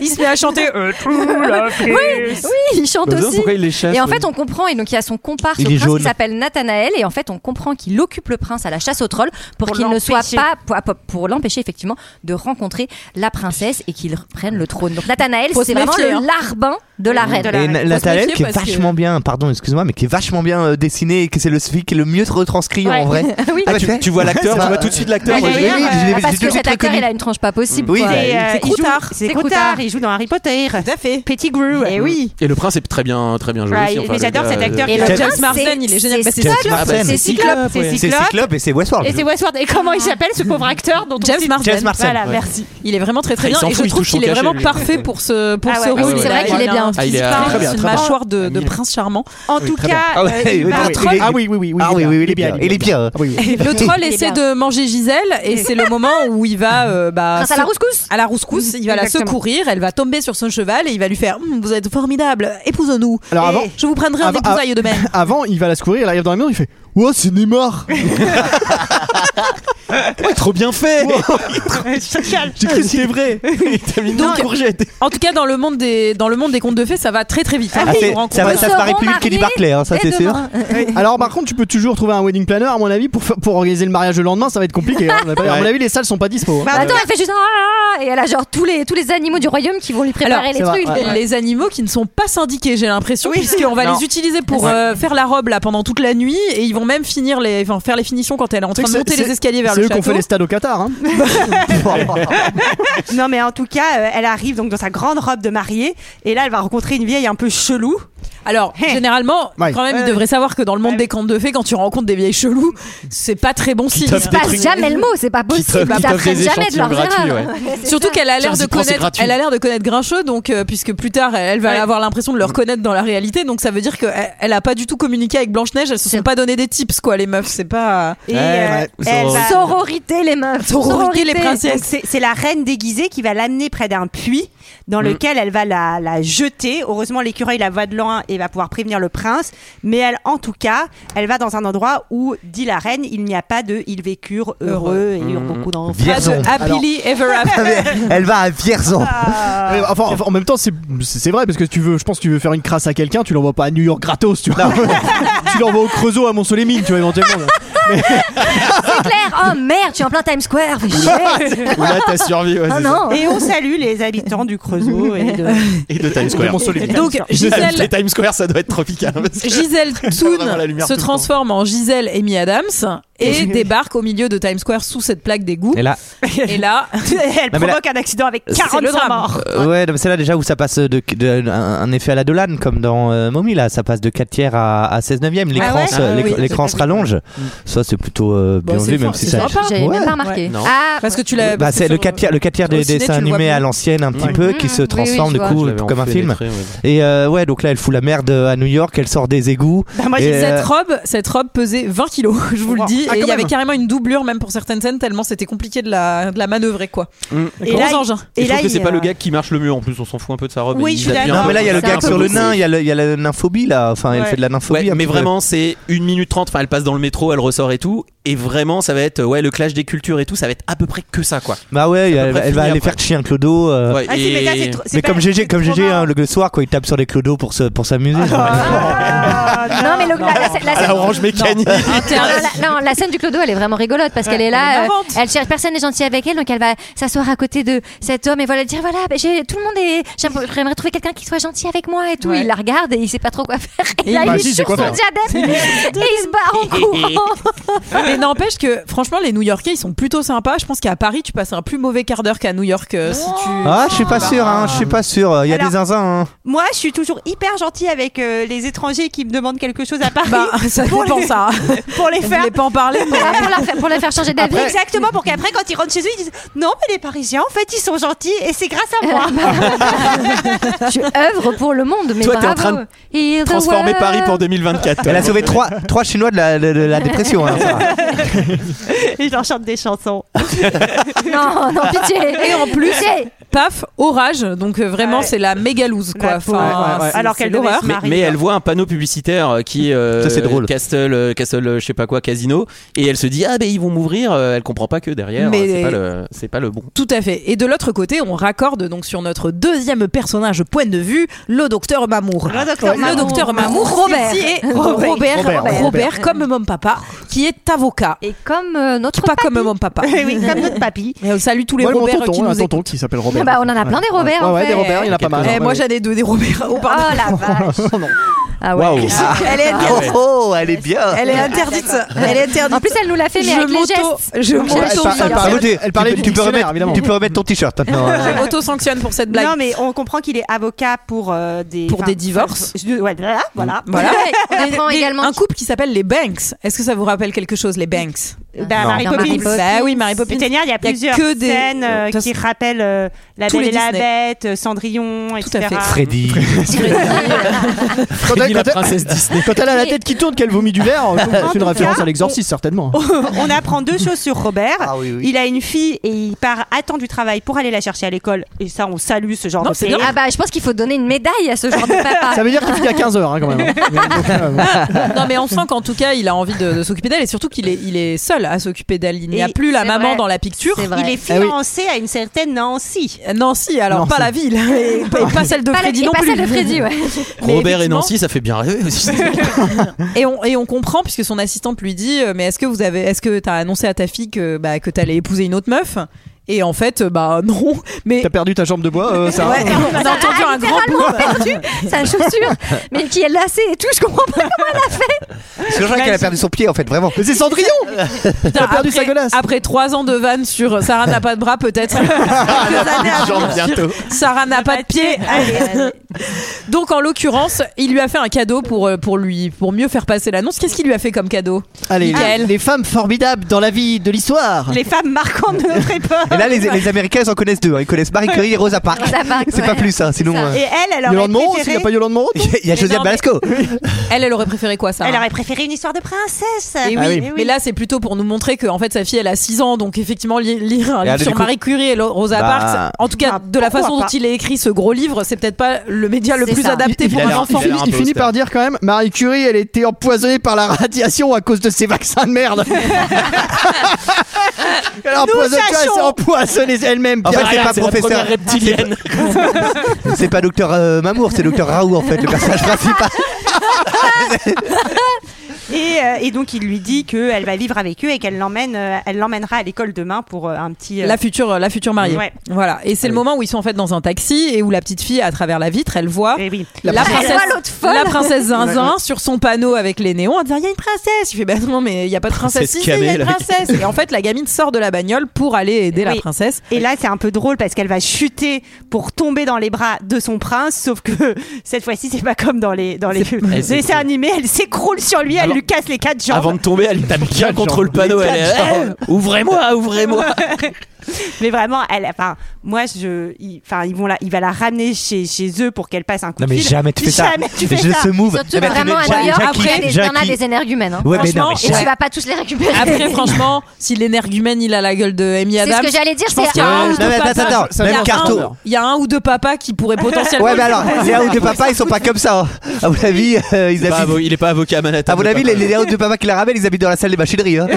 S1: Il se met à chanter euh, True Love Kiss.
S13: Oui,
S8: Bah,
S13: il chante aussi.
S8: il les chasse
S13: Et en fait, on comprend, et donc il y a son comparse,
S6: Il
S13: au
S6: est
S13: prince
S6: jaune.
S13: qui s'appelle Nathanaël, et en fait, on comprend qu'il occupe le prince à la chasse au troll pour,
S12: Pour
S13: qu'il ne soit
S12: l'empêcher.
S13: pas, pour, pour l'empêcher effectivement de rencontrer la princesse et qu'il reprenne le trône. Donc Nathanaël,
S1: Faut se
S13: c'est vraiment
S1: méfier,
S13: le
S1: hein.
S13: larbin de la reine.
S6: Et Na-
S1: Faut se
S6: Nathalie
S1: méfier
S6: qui est
S1: parce que-
S6: vachement bien, pardon, excuse-moi, mais qui est vachement bien euh, dessinée et que c'est le celui qui est le mieux retranscrit en vrai.
S13: oui.
S6: Ah,
S8: tu, tu vois l'acteur, tu vois tout de suite l'acteur.
S12: Ouais,
S8: moi, je
S12: ouais,
S8: l'ai
S12: ouais.
S8: vu.
S13: Ah, parce que cet acteur, il a une tranche pas possible.
S6: Oui,
S13: quoi.
S6: bah,
S12: Et, euh,
S1: c'est
S12: il joue-
S1: Croutard.
S12: C'est
S13: C'est
S12: Croutard,
S13: Croutard.
S12: il joue dans Harry Potter.
S1: Tout à fait. Eh
S12: Petit Gru. Et oui.
S8: Et le prince est très bien, très bien joué
S12: Ouais,
S8: aussi. enfin,
S12: mais
S8: le
S12: j'adore
S8: gars,
S12: cet
S8: euh,
S12: acteur.
S13: Et le
S1: James
S13: prince,
S1: Marsden,
S13: c'est-
S1: il est génial. Bah, c'est
S13: James
S1: Cyclope.
S13: Marsden,
S6: C'est
S13: c'est Cyclope.
S12: C'est
S6: c'est
S12: Cyclope.
S6: Cyclope et c'est Westworld.
S12: Et c'est Westworld. Et comment il s'appelle ce pauvre acteur dont on
S1: Ah. James
S12: cite-
S1: Marsden.
S6: James Marsden.
S12: Voilà,
S6: Ouais.
S12: merci.
S1: Il est vraiment très très
S8: Ah, il
S1: bien
S8: s'en
S1: et je
S8: fout, il
S1: trouve
S8: touche son
S1: qu'il est
S8: cachet,
S1: vraiment
S8: lui.
S1: parfait pour ce pour
S12: Ah
S1: ce
S12: ouais,
S1: rôle.
S8: ouais,
S13: C'est
S1: Il
S13: vrai
S1: a-
S13: qu'il
S1: il
S13: est
S1: a
S13: bien.
S1: un
S8: Ah, il est-
S1: physique
S8: très
S1: parfait,
S8: bien,
S1: une
S8: très bien.
S1: mâchoire de, de
S8: Ah,
S1: prince charmant.
S12: En tout
S6: très
S12: cas,
S6: bien. Ah ouais,
S12: euh, il
S6: oui,
S12: va-
S6: oui,
S12: Troll-
S6: il est-
S9: Ah oui, oui, oui.
S6: Ah oui, oui, oui, il est bien. Il est bien.
S9: Ah oui, oui.
S1: Le troll
S13: est
S1: essaie
S13: bien.
S1: de manger Gisèle et c'est le moment où il va euh, bah,
S13: Grâce à la
S1: se-
S13: rouscousse.
S1: à la rouscousse, il va
S12: Exactement.
S1: la secourir, elle va tomber sur son cheval et il va lui faire Hum, Vous êtes formidable, épouse-nous.
S9: Alors
S1: Et
S9: avant-
S1: Eh, je vous prendrai un
S9: avant-
S6: ah.
S1: épousaille demain.
S9: Avant, il va la secourir, il arrive dans la maison, il fait Ouah, c'est Neymar
S8: Ouais, trop bien fait.
S9: J'ai cru que c'était vrai
S1: Donc, en tout cas, dans le monde des dans le monde des contes de fées, ça va très très vite. hein,
S6: Ah,
S1: pour
S6: c'est-
S1: rencontrer-
S6: ça va, ça se
S13: Seront
S6: parie plus vite que du Barclay,
S13: mariés
S6: hein, ça
S13: dès
S6: c'est sûr.
S13: demain.
S9: Alors, par contre, tu peux toujours trouver un wedding planner, à mon avis, pour, fa- pour organiser le mariage le lendemain, ça va être compliqué. hein. À mon avis, les salles sont pas dispo. hein.
S13: Bah, attends, elle fait juste. Ah, ah, ah, Et elle a genre tous les, tous les animaux du royaume qui vont lui
S1: Alors,
S13: préparer les
S9: c'est vrai,
S13: trucs.
S9: ouais,
S1: les animaux qui ne sont pas syndiqués, j'ai l'impression, puisqu'on va
S8: Non.
S1: les utiliser pour
S8: Ouais.
S1: euh, faire la robe là pendant toute la nuit et ils vont même finir les, enfin, faire les finitions quand elle est en train
S9: Tu sais
S1: de
S9: que
S1: monter
S9: c'est-
S1: les escaliers vers
S9: C'est
S1: le
S9: eux qu'on
S1: château.
S9: fait les stade au Qatar. hein.
S12: non mais en tout cas, euh, elle arrive donc dans sa grande robe de mariée et là elle va rencontrer une vieille un peu chelou.
S1: Alors généralement,
S12: Ouais.
S1: quand même,
S12: Hein. Ouais.
S1: il devrait savoir que dans le monde des contes de fées, quand tu rencontres des vieilles cheloues, c'est pas très bon signe.
S13: Il se passe jamais le mot, c'est pas possible. Ils apprennent jamais de leurs erreurs.
S1: Surtout qu'elle a l'air
S13: Tiens,
S1: de
S13: c'est pour, c'est
S1: connaître,
S13: gratuit.
S1: elle a l'air de connaître Grincheux, donc euh, puisque plus tard elle va avoir l'impression de le reconnaître dans la réalité, donc ça veut dire qu'elle elle a pas du tout communiqué avec Blanche Neige, elles se sont pas donné des tips quoi, les meufs, c'est pas.
S12: Et, euh, elle va-
S13: Sororité les meufs.
S12: Sororité, les
S13: Donc,
S12: princesses. C'est- C'est la reine déguisée qui va l'amener près d'un puits dans
S13: Mm.
S12: lequel elle va la, la jeter. Heureusement, l'écureuil la voit de loin et va pouvoir prévenir le prince. Mais elle, en tout cas, elle va dans un endroit où, dit la reine, il n'y a pas de ils vécurent heureux et eurent beaucoup d'enfants.
S6: Vierzon.
S12: Mm. Pas de
S6: Alors-
S12: happily ever after.
S6: Elle va à Vierzon.
S9: Mais enfin, enfin, en même temps, c'est c'est- c'est vrai parce que tu veux, je pense, que tu veux faire une crasse à quelqu'un, tu l'envoies pas à New York gratos, tu vois. tu l'envoies au Creusot, à Mont-Soleil-Mine, tu vois éventuellement.
S13: C'est clair. Oh merde, je suis en plein Times Square. fais chier.
S9: Là, t'as survécu.
S13: Ah non.
S12: Et on salue les habitants du Creusot et de.
S8: Et de Times
S9: De
S8: Square.
S9: Mont-Soleil-Mine.
S1: Donc,
S8: De Times-
S1: Gisèle-
S8: les Times Square, ça doit être tropical. parce que-
S1: Gisèle
S8: Vraiment la
S1: Toon
S8: lumière
S1: se
S8: tout le temps.
S1: transforme en Gisèle Amy Adams et débarque au milieu de Times Square sous cette plaque d'égout.
S6: Et là-
S1: et là,
S12: elle
S6: Non, mais là-
S12: provoque un accident avec
S1: C'est
S12: 45
S1: le drame.
S12: morts.
S6: Euh, ouais, non, mais c'est là déjà où ça passe de, de- un un effet à la Dolan, comme dans euh, Mommy, là, ça passe de 4 tiers à, à 16 neuvième. L'écran
S13: Ah ouais
S6: se-
S13: Ah oui, Mm.
S6: l'écr-
S13: j'ai
S6: l'écran
S13: pas
S6: se
S13: vu.
S6: rallonge. Ça, c'est plutôt euh,
S8: Bah,
S6: bien vu, même si ça.
S13: J'avais
S6: Ouais.
S13: même pas remarqué.
S6: Non.
S13: Ah,
S1: parce que tu l'as.
S6: Bah,
S1: parce
S6: c'est
S1: que
S6: le
S1: sur-
S6: 4 tiers, le 4 tiers
S1: sur le
S6: des
S1: ciné,
S6: dessins
S1: tu le vois
S6: animés
S1: bien.
S6: à l'ancienne, un petit
S1: Ouais.
S6: peu, qui se
S13: oui,
S6: transforme
S13: je vois.
S6: du
S13: Je
S6: coup
S13: l'avais
S6: comme
S13: en
S6: un
S13: fait
S6: film.
S13: lettré, ouais.
S6: Et euh, ouais, donc là, elle fout la merde euh, à New York, elle sort des égouts.
S12: moi,
S6: Et,
S1: Et
S6: euh,
S1: cette robe, cette robe pesait 20 kilos, je vous le dis,
S9: Ah,
S1: et
S9: quand
S1: il y avait
S9: même.
S1: carrément une doublure même pour certaines scènes tellement c'était compliqué de la, de la manœuvrer quoi.
S8: Mm.
S12: Et
S1: Gros
S12: là, il-
S1: engin.
S8: Et,
S12: Et
S8: je trouve
S12: là,
S8: que c'est
S12: il,
S8: pas le
S12: euh,
S8: gars qui marche le mieux en plus, on s'en fout un peu de sa robe.
S12: Oui,
S8: et
S12: je
S8: il
S12: suis
S8: la
S12: d'accord.
S8: vient-
S6: Non, mais là, il y a le
S8: C'est un
S6: gag
S8: peu
S6: sur le
S8: poussé.
S6: nain, il y a le- il y a la nymphobie, là. Enfin, elle
S12: Ouais.
S6: fait de la
S8: Ouais,
S6: nymphobie. un
S8: mais
S6: petit peu.
S8: vraiment, c'est 1 minute 30, enfin, elle passe dans le métro, elle ressort et tout. Et vraiment, ça va être ouais, le clash des cultures et tout, ça va être à peu près que ça, quoi.
S6: Bah ouais, elle,
S8: près
S6: elle va
S8: fini
S6: aller
S8: après.
S6: faire chien Clodo. euh,
S8: Ouais,
S12: Ah, si, mais ça, c'est tr- c'est
S6: mais
S12: pas-
S6: comme GG,
S12: c'est
S6: comme
S12: trop
S6: GG,
S12: marrant.
S6: hein, le le soir, quand il tape sur les clodos pour se- pour s'amuser.
S1: Ah,
S13: Non, mais le- la, la- la- la-
S8: Ah, Mécanique.
S13: Non, la- non, la scène du Clodo, elle est vraiment rigolote parce qu'elle est là, euh, elle, cherche personne n'est gentil avec elle, donc elle va s'asseoir à côté de cet homme et voilà dire voilà, ben, j'ai tout le monde est, j'aimerais j'aimerais trouver quelqu'un qui soit gentil avec moi et tout.
S1: Ouais.
S13: Il la regarde et il sait pas trop quoi faire. Et
S1: Et
S13: là,
S1: il-
S13: il
S1: Bah,
S13: est
S1: si,
S13: sur
S1: c'est
S13: son
S1: quoi
S13: diadème et il se barre en courant.
S1: Mais n'empêche que franchement les New Yorkais ils sont plutôt sympas. Je pense qu'à Paris tu passes un plus mauvais quart d'heure qu'à New York euh, si tu.
S6: Ah, je suis pas sûr, hein, je suis pas sûr. Il y a
S12: Alors-
S6: des zinzins. hein.
S12: Moi, je suis toujours hyper gentille avec euh, les étrangers qui me demandent quelque chose à Paris.
S1: Bah, ça
S12: pour
S1: dépend
S12: les,
S1: ça.
S12: Pour les
S1: On
S12: faire.
S1: voulait pas en parler. mais-
S13: Ah, pour, la faire, pour la faire changer d'avis.
S12: Exactement, pour qu'après, quand ils rentrent chez eux, ils disent Non, mais les Parisiens, en fait, ils sont gentils et c'est grâce à moi.
S13: Bah, Tu œuvres pour le monde, mais
S8: Toi, t'es en
S13: bravo.
S8: train de
S13: Heal the
S8: Transformer
S13: world.
S8: Paris pour 2024. toi.
S6: Elle a sauvé trois, trois Chinois de la, de- de la dépression. hein, ça.
S12: Ils leur chantent des chansons.
S13: Non, non, pitié.
S1: Et en plus,
S13: Pitié.
S1: paf, orage. Donc euh, vraiment,
S12: Ouais.
S1: c'est la méga loose quoi.
S12: La pauvre.
S1: Enfin,
S12: Ouais, ouais, ouais.
S1: c'est-
S12: Alors
S1: c'est
S12: qu'elle devait
S1: l'horreur.
S12: se
S8: Mais,
S12: Marie,
S8: mais
S12: quoi.
S8: elle voit un panneau publicitaire euh, qui euh,
S6: Ça, c'est drôle.
S8: Castle, euh, Castle, euh, je sais pas quoi, Casino, et elle se dit ah ben ils vont m'ouvrir. euh, Elle comprend pas que derrière
S1: Mais-
S8: euh, c'est pas le c'est pas le bon.
S1: Tout à fait. Et de l'autre côté, on raccorde donc sur notre deuxième personnage point de vue, le docteur Mamour. Le
S12: docteur Mamour.
S1: Mamour,
S13: Robert.
S1: qui est
S13: Robert.
S1: Robert, Robert,
S9: Robert, Robert.
S1: comme mon papa, qui est avocat.
S13: Et comme euh, notre
S1: Pas
S13: papy.
S1: comme mon papa.
S12: Eh oui, comme notre papy.
S1: Et on salue tous les
S9: Moi, mon
S1: Robert qui
S9: tonton,
S1: nous
S9: un tonton
S1: écoutent.
S9: qui s'appelle Robert.
S13: Ah bah, on en a plein des Robert,
S9: Ouais,
S13: en
S9: ouais,
S13: fait.
S9: des Robert, il y en a pas mal. Oh,
S1: Eh,
S9: hein,
S1: moi
S9: ouais,
S1: j'en ai deux des Robert. Oh,
S13: Oh
S1: pardon.
S13: la vache. Ah ouais.
S6: Waouh.
S1: Elle est interdite.
S6: Oh, oh, elle est bien.
S1: Elle est interdite. Elle est interdite.
S13: En plus, elle nous l'a fait, mais
S1: Je
S13: avec les
S1: m'auto-
S13: gestes.
S1: je
S13: Donc,
S1: m'auto-
S13: elle
S1: elle
S13: suffit,
S1: parle
S13: hein.
S6: Par
S9: parlait-
S6: contre,
S9: elle parlait
S6: tu,
S9: du
S6: tu peux
S9: dictionnaire,
S6: remettre,
S9: évidemment.
S6: tu peux remettre ton t-shirt maintenant. hein.
S1: Je m'auto-sanctionne pour cette blague.
S12: Non, mais on comprend qu'il est avocat pour euh, des.
S1: Pour
S12: enfin,
S1: des divorces.
S12: je- ouais, voilà, voilà.
S1: Voilà.
S13: Ouais, Ah, on apprend
S1: Des-
S13: également
S1: un
S13: qu'il-
S1: couple qui s'appelle les Banks. Est-ce que ça vous rappelle quelque chose, les Banks
S12: Bah,
S6: Non.
S12: Marie
S13: Dans Mary
S12: Poppins.
S13: Poppins.
S1: Bah oui, Marie Poppins.
S12: C'est-à-dire, il y a plusieurs
S1: que des-
S12: scènes euh,
S1: De toute
S12: qui
S1: façon-
S12: rappellent euh, La
S1: Tous
S12: Belle
S1: les
S12: et la
S1: Disney.
S12: Bête, euh, Cendrillon,
S1: Tout à
S12: etc.
S1: fait.
S6: Freddy.
S9: Quand elle-
S8: Freddy, la
S9: quand elle-
S8: princesse Disney.
S9: Quand elle a la tête qui tourne, qu'elle vomit du verre,
S1: Oh,
S9: c'est une
S12: tout
S9: référence
S12: cas,
S9: à l'exorciste, certainement.
S12: on apprend deux choses sur Robert.
S6: Ah oui, oui.
S12: Il a une fille et il part à temps du travail pour aller la chercher à l'école. Et ça, on salue ce genre
S1: Non,
S12: de
S1: c'est
S12: père.
S13: Ah bah, je pense qu'il faut donner une médaille à ce genre de
S9: Ça
S13: papa.
S9: veut dire qu'il finit à 15h hein, quand même.
S1: Non, mais on sent qu'en tout cas, il a envie de, de s'occuper d'elle et surtout qu'il est, il est seul à s'occuper d'elle. Il n'y a
S12: Et
S1: plus la
S13: c'est
S1: maman
S13: vrai.
S1: dans la picture.
S13: C'est vrai.
S12: Il est
S9: Ah oui.
S12: fiancé à une certaine Nancy.
S1: Euh, Nancy, alors
S9: Nancy.
S1: pas la ville et, et pas celle de
S13: Pas la-
S1: Freddy
S13: et
S1: non
S13: pas
S1: plus.
S13: celle de Freddy, ouais.
S1: Mais
S8: Robert et
S1: effectivement-
S8: Nancy, ça fait bien rêver aussi.
S1: Et on, et on comprend puisque son assistante lui dit euh, mais est-ce que vous avez est-ce que t'as annoncé à ta fille que bah, que t'allais épouser une autre meuf Et en fait, euh, bah non. Mais
S9: t'as perdu ta jambe de bois, euh, Sarah
S1: Ouais, on a entendu un grand boum.
S13: perdu sa chaussure, mais qui est lassée et tout. Je comprends pas comment elle a fait.
S6: C'est vrai qu'elle a perdu son pied en fait, vraiment.
S9: Mais c'est Cendrillon
S1: Putain, après, après trois ans de vanne sur Sarah n'a pas de bras, peut-être. Quelques années à
S8: Genre
S1: venir sur
S8: bientôt.
S1: Sarah n'a pas de pied. Donc en l'occurrence, il lui a fait un cadeau pour, euh, pour lui pour mieux faire passer l'annonce. Qu'est-ce qu'il lui a fait comme cadeau
S9: Allez,
S1: Michael.
S9: les, les femmes formidables dans la vie de l'histoire.
S12: Les femmes marquantes de notre époque.
S6: Et là, les, les Américains, ils en connaissent deux. hein. Ils connaissent Marie Curie et Rosa Parks.
S12: Rosa Parks,
S6: c'est pas
S12: ouais.
S6: plus, hein, sinon. euh,
S12: Et elle, elle aurait
S9: Yolande Moreau,
S12: préféré...
S9: s'il n'y a pas Yolande Moreau
S6: Il y a Josiane Balasco.
S1: Elle, elle aurait préféré quoi ça
S12: Elle aurait préféré une histoire de princesse. Eh
S1: Et oui, mais là c'est plutôt pour nous montrer que en fait sa fille elle a 6 ans donc effectivement li- lire un
S12: Et elle
S1: livre
S12: a
S1: sur
S12: des
S1: Marie Curie et Lo- Rosa
S12: Bah,
S1: Parks en tout cas de la façon dont
S9: pas
S1: il a écrit ce gros livre c'est peut-être pas le média le
S9: C'est
S1: plus
S9: ça.
S1: adapté
S9: Il-
S1: pour
S9: il a
S1: un
S9: l'air-
S1: enfant
S9: Il, finit- il finit par dire quand même Marie Curie, elle était empoisonnée par la radiation à cause de ses vaccins de merde. elle a
S12: Nous
S9: empoisonné- elle s'est
S12: sachons.
S9: empoisonnée elle-même.
S6: En fait,
S9: Pierre.
S6: c'est pas professeur. C'est pas docteur euh, Mamour, c'est docteur Raoult en fait, le personnage principal.
S12: Et, euh, et donc il lui dit qu'elle va vivre avec eux et qu'elle l'emmène, euh, elle l'emmènera à l'école demain pour euh, un petit. euh,
S1: la future euh, la future mariée
S12: Ouais. Ah
S1: voilà et c'est le moment où ils sont en fait dans un taxi et où la petite fille à travers la vitre elle voit
S12: Eh
S1: la,
S12: Elle
S1: princesse
S12: voit l'autre folle.
S1: la princesse
S12: Ouais,
S1: zinzin
S12: ouais.
S1: sur son panneau avec les néons en disant il y a une princesse je fais bah non mais il y a pas de princesse
S12: Princesse
S1: ici il y a une
S12: Camel avec-
S1: princesse et en fait la gamine sort de la bagnole pour aller aider la
S12: Oui.
S1: princesse
S12: Et là, c'est un peu drôle parce qu'elle va chuter pour tomber dans les bras de son prince, sauf que cette fois-ci, c'est pas comme dans les dans les
S8: Elle
S12: dessins
S8: s'écroule.
S12: animés. Elle s'écroule sur lui, elle
S6: Ah
S12: lui casse les quatre jambes.
S8: Avant de tomber, elle tape bien contre le panneau. Elle est, Eh, ouvrez-moi, ouvrez-moi.
S12: Mais vraiment, elle, enfin, moi, je, il- enfin, ils vont la, il va la ramener chez, chez eux pour qu'elle passe un coup
S6: Non,
S12: de
S6: mais
S12: fil.
S6: jamais tu fais ça.
S12: Jamais tu fais
S6: Je
S12: ça.
S6: ce move.
S13: Surtout
S6: Eh ben,
S13: vraiment à
S6: Ja-
S13: New York,
S6: Jackie-
S13: il y a des- il y en a
S6: Jackie.
S13: des énergumènes. hein.
S6: Ouais, mais non, mais
S13: et
S6: Jackie-
S13: tu vas pas tous les récupérer.
S1: Après, franchement, si l'énergumène il a la gueule de Amy
S13: C'est ce
S1: Adams,
S13: que j'allais dire,
S1: je pense
S13: c'est
S1: qu'il y a
S13: un-
S1: un ou
S13: Non,
S1: deux
S13: mais attends,
S1: papas-
S6: attends,
S1: il y a
S6: même
S1: un-
S6: Carto.
S1: Il y a un ou deux papas qui pourraient potentiellement.
S6: Ouais, mais alors, les Léa de papa, ils sont pas comme ça. hein. À mon avis, euh, ils
S8: Il est pas
S6: habitent.
S8: avo- il est pas avocat à Manhattan.
S6: À mon
S8: le
S6: avis,
S8: papa.
S6: les Léa de papa qui la ramènent, ils habitent dans la salle des machineries. hein.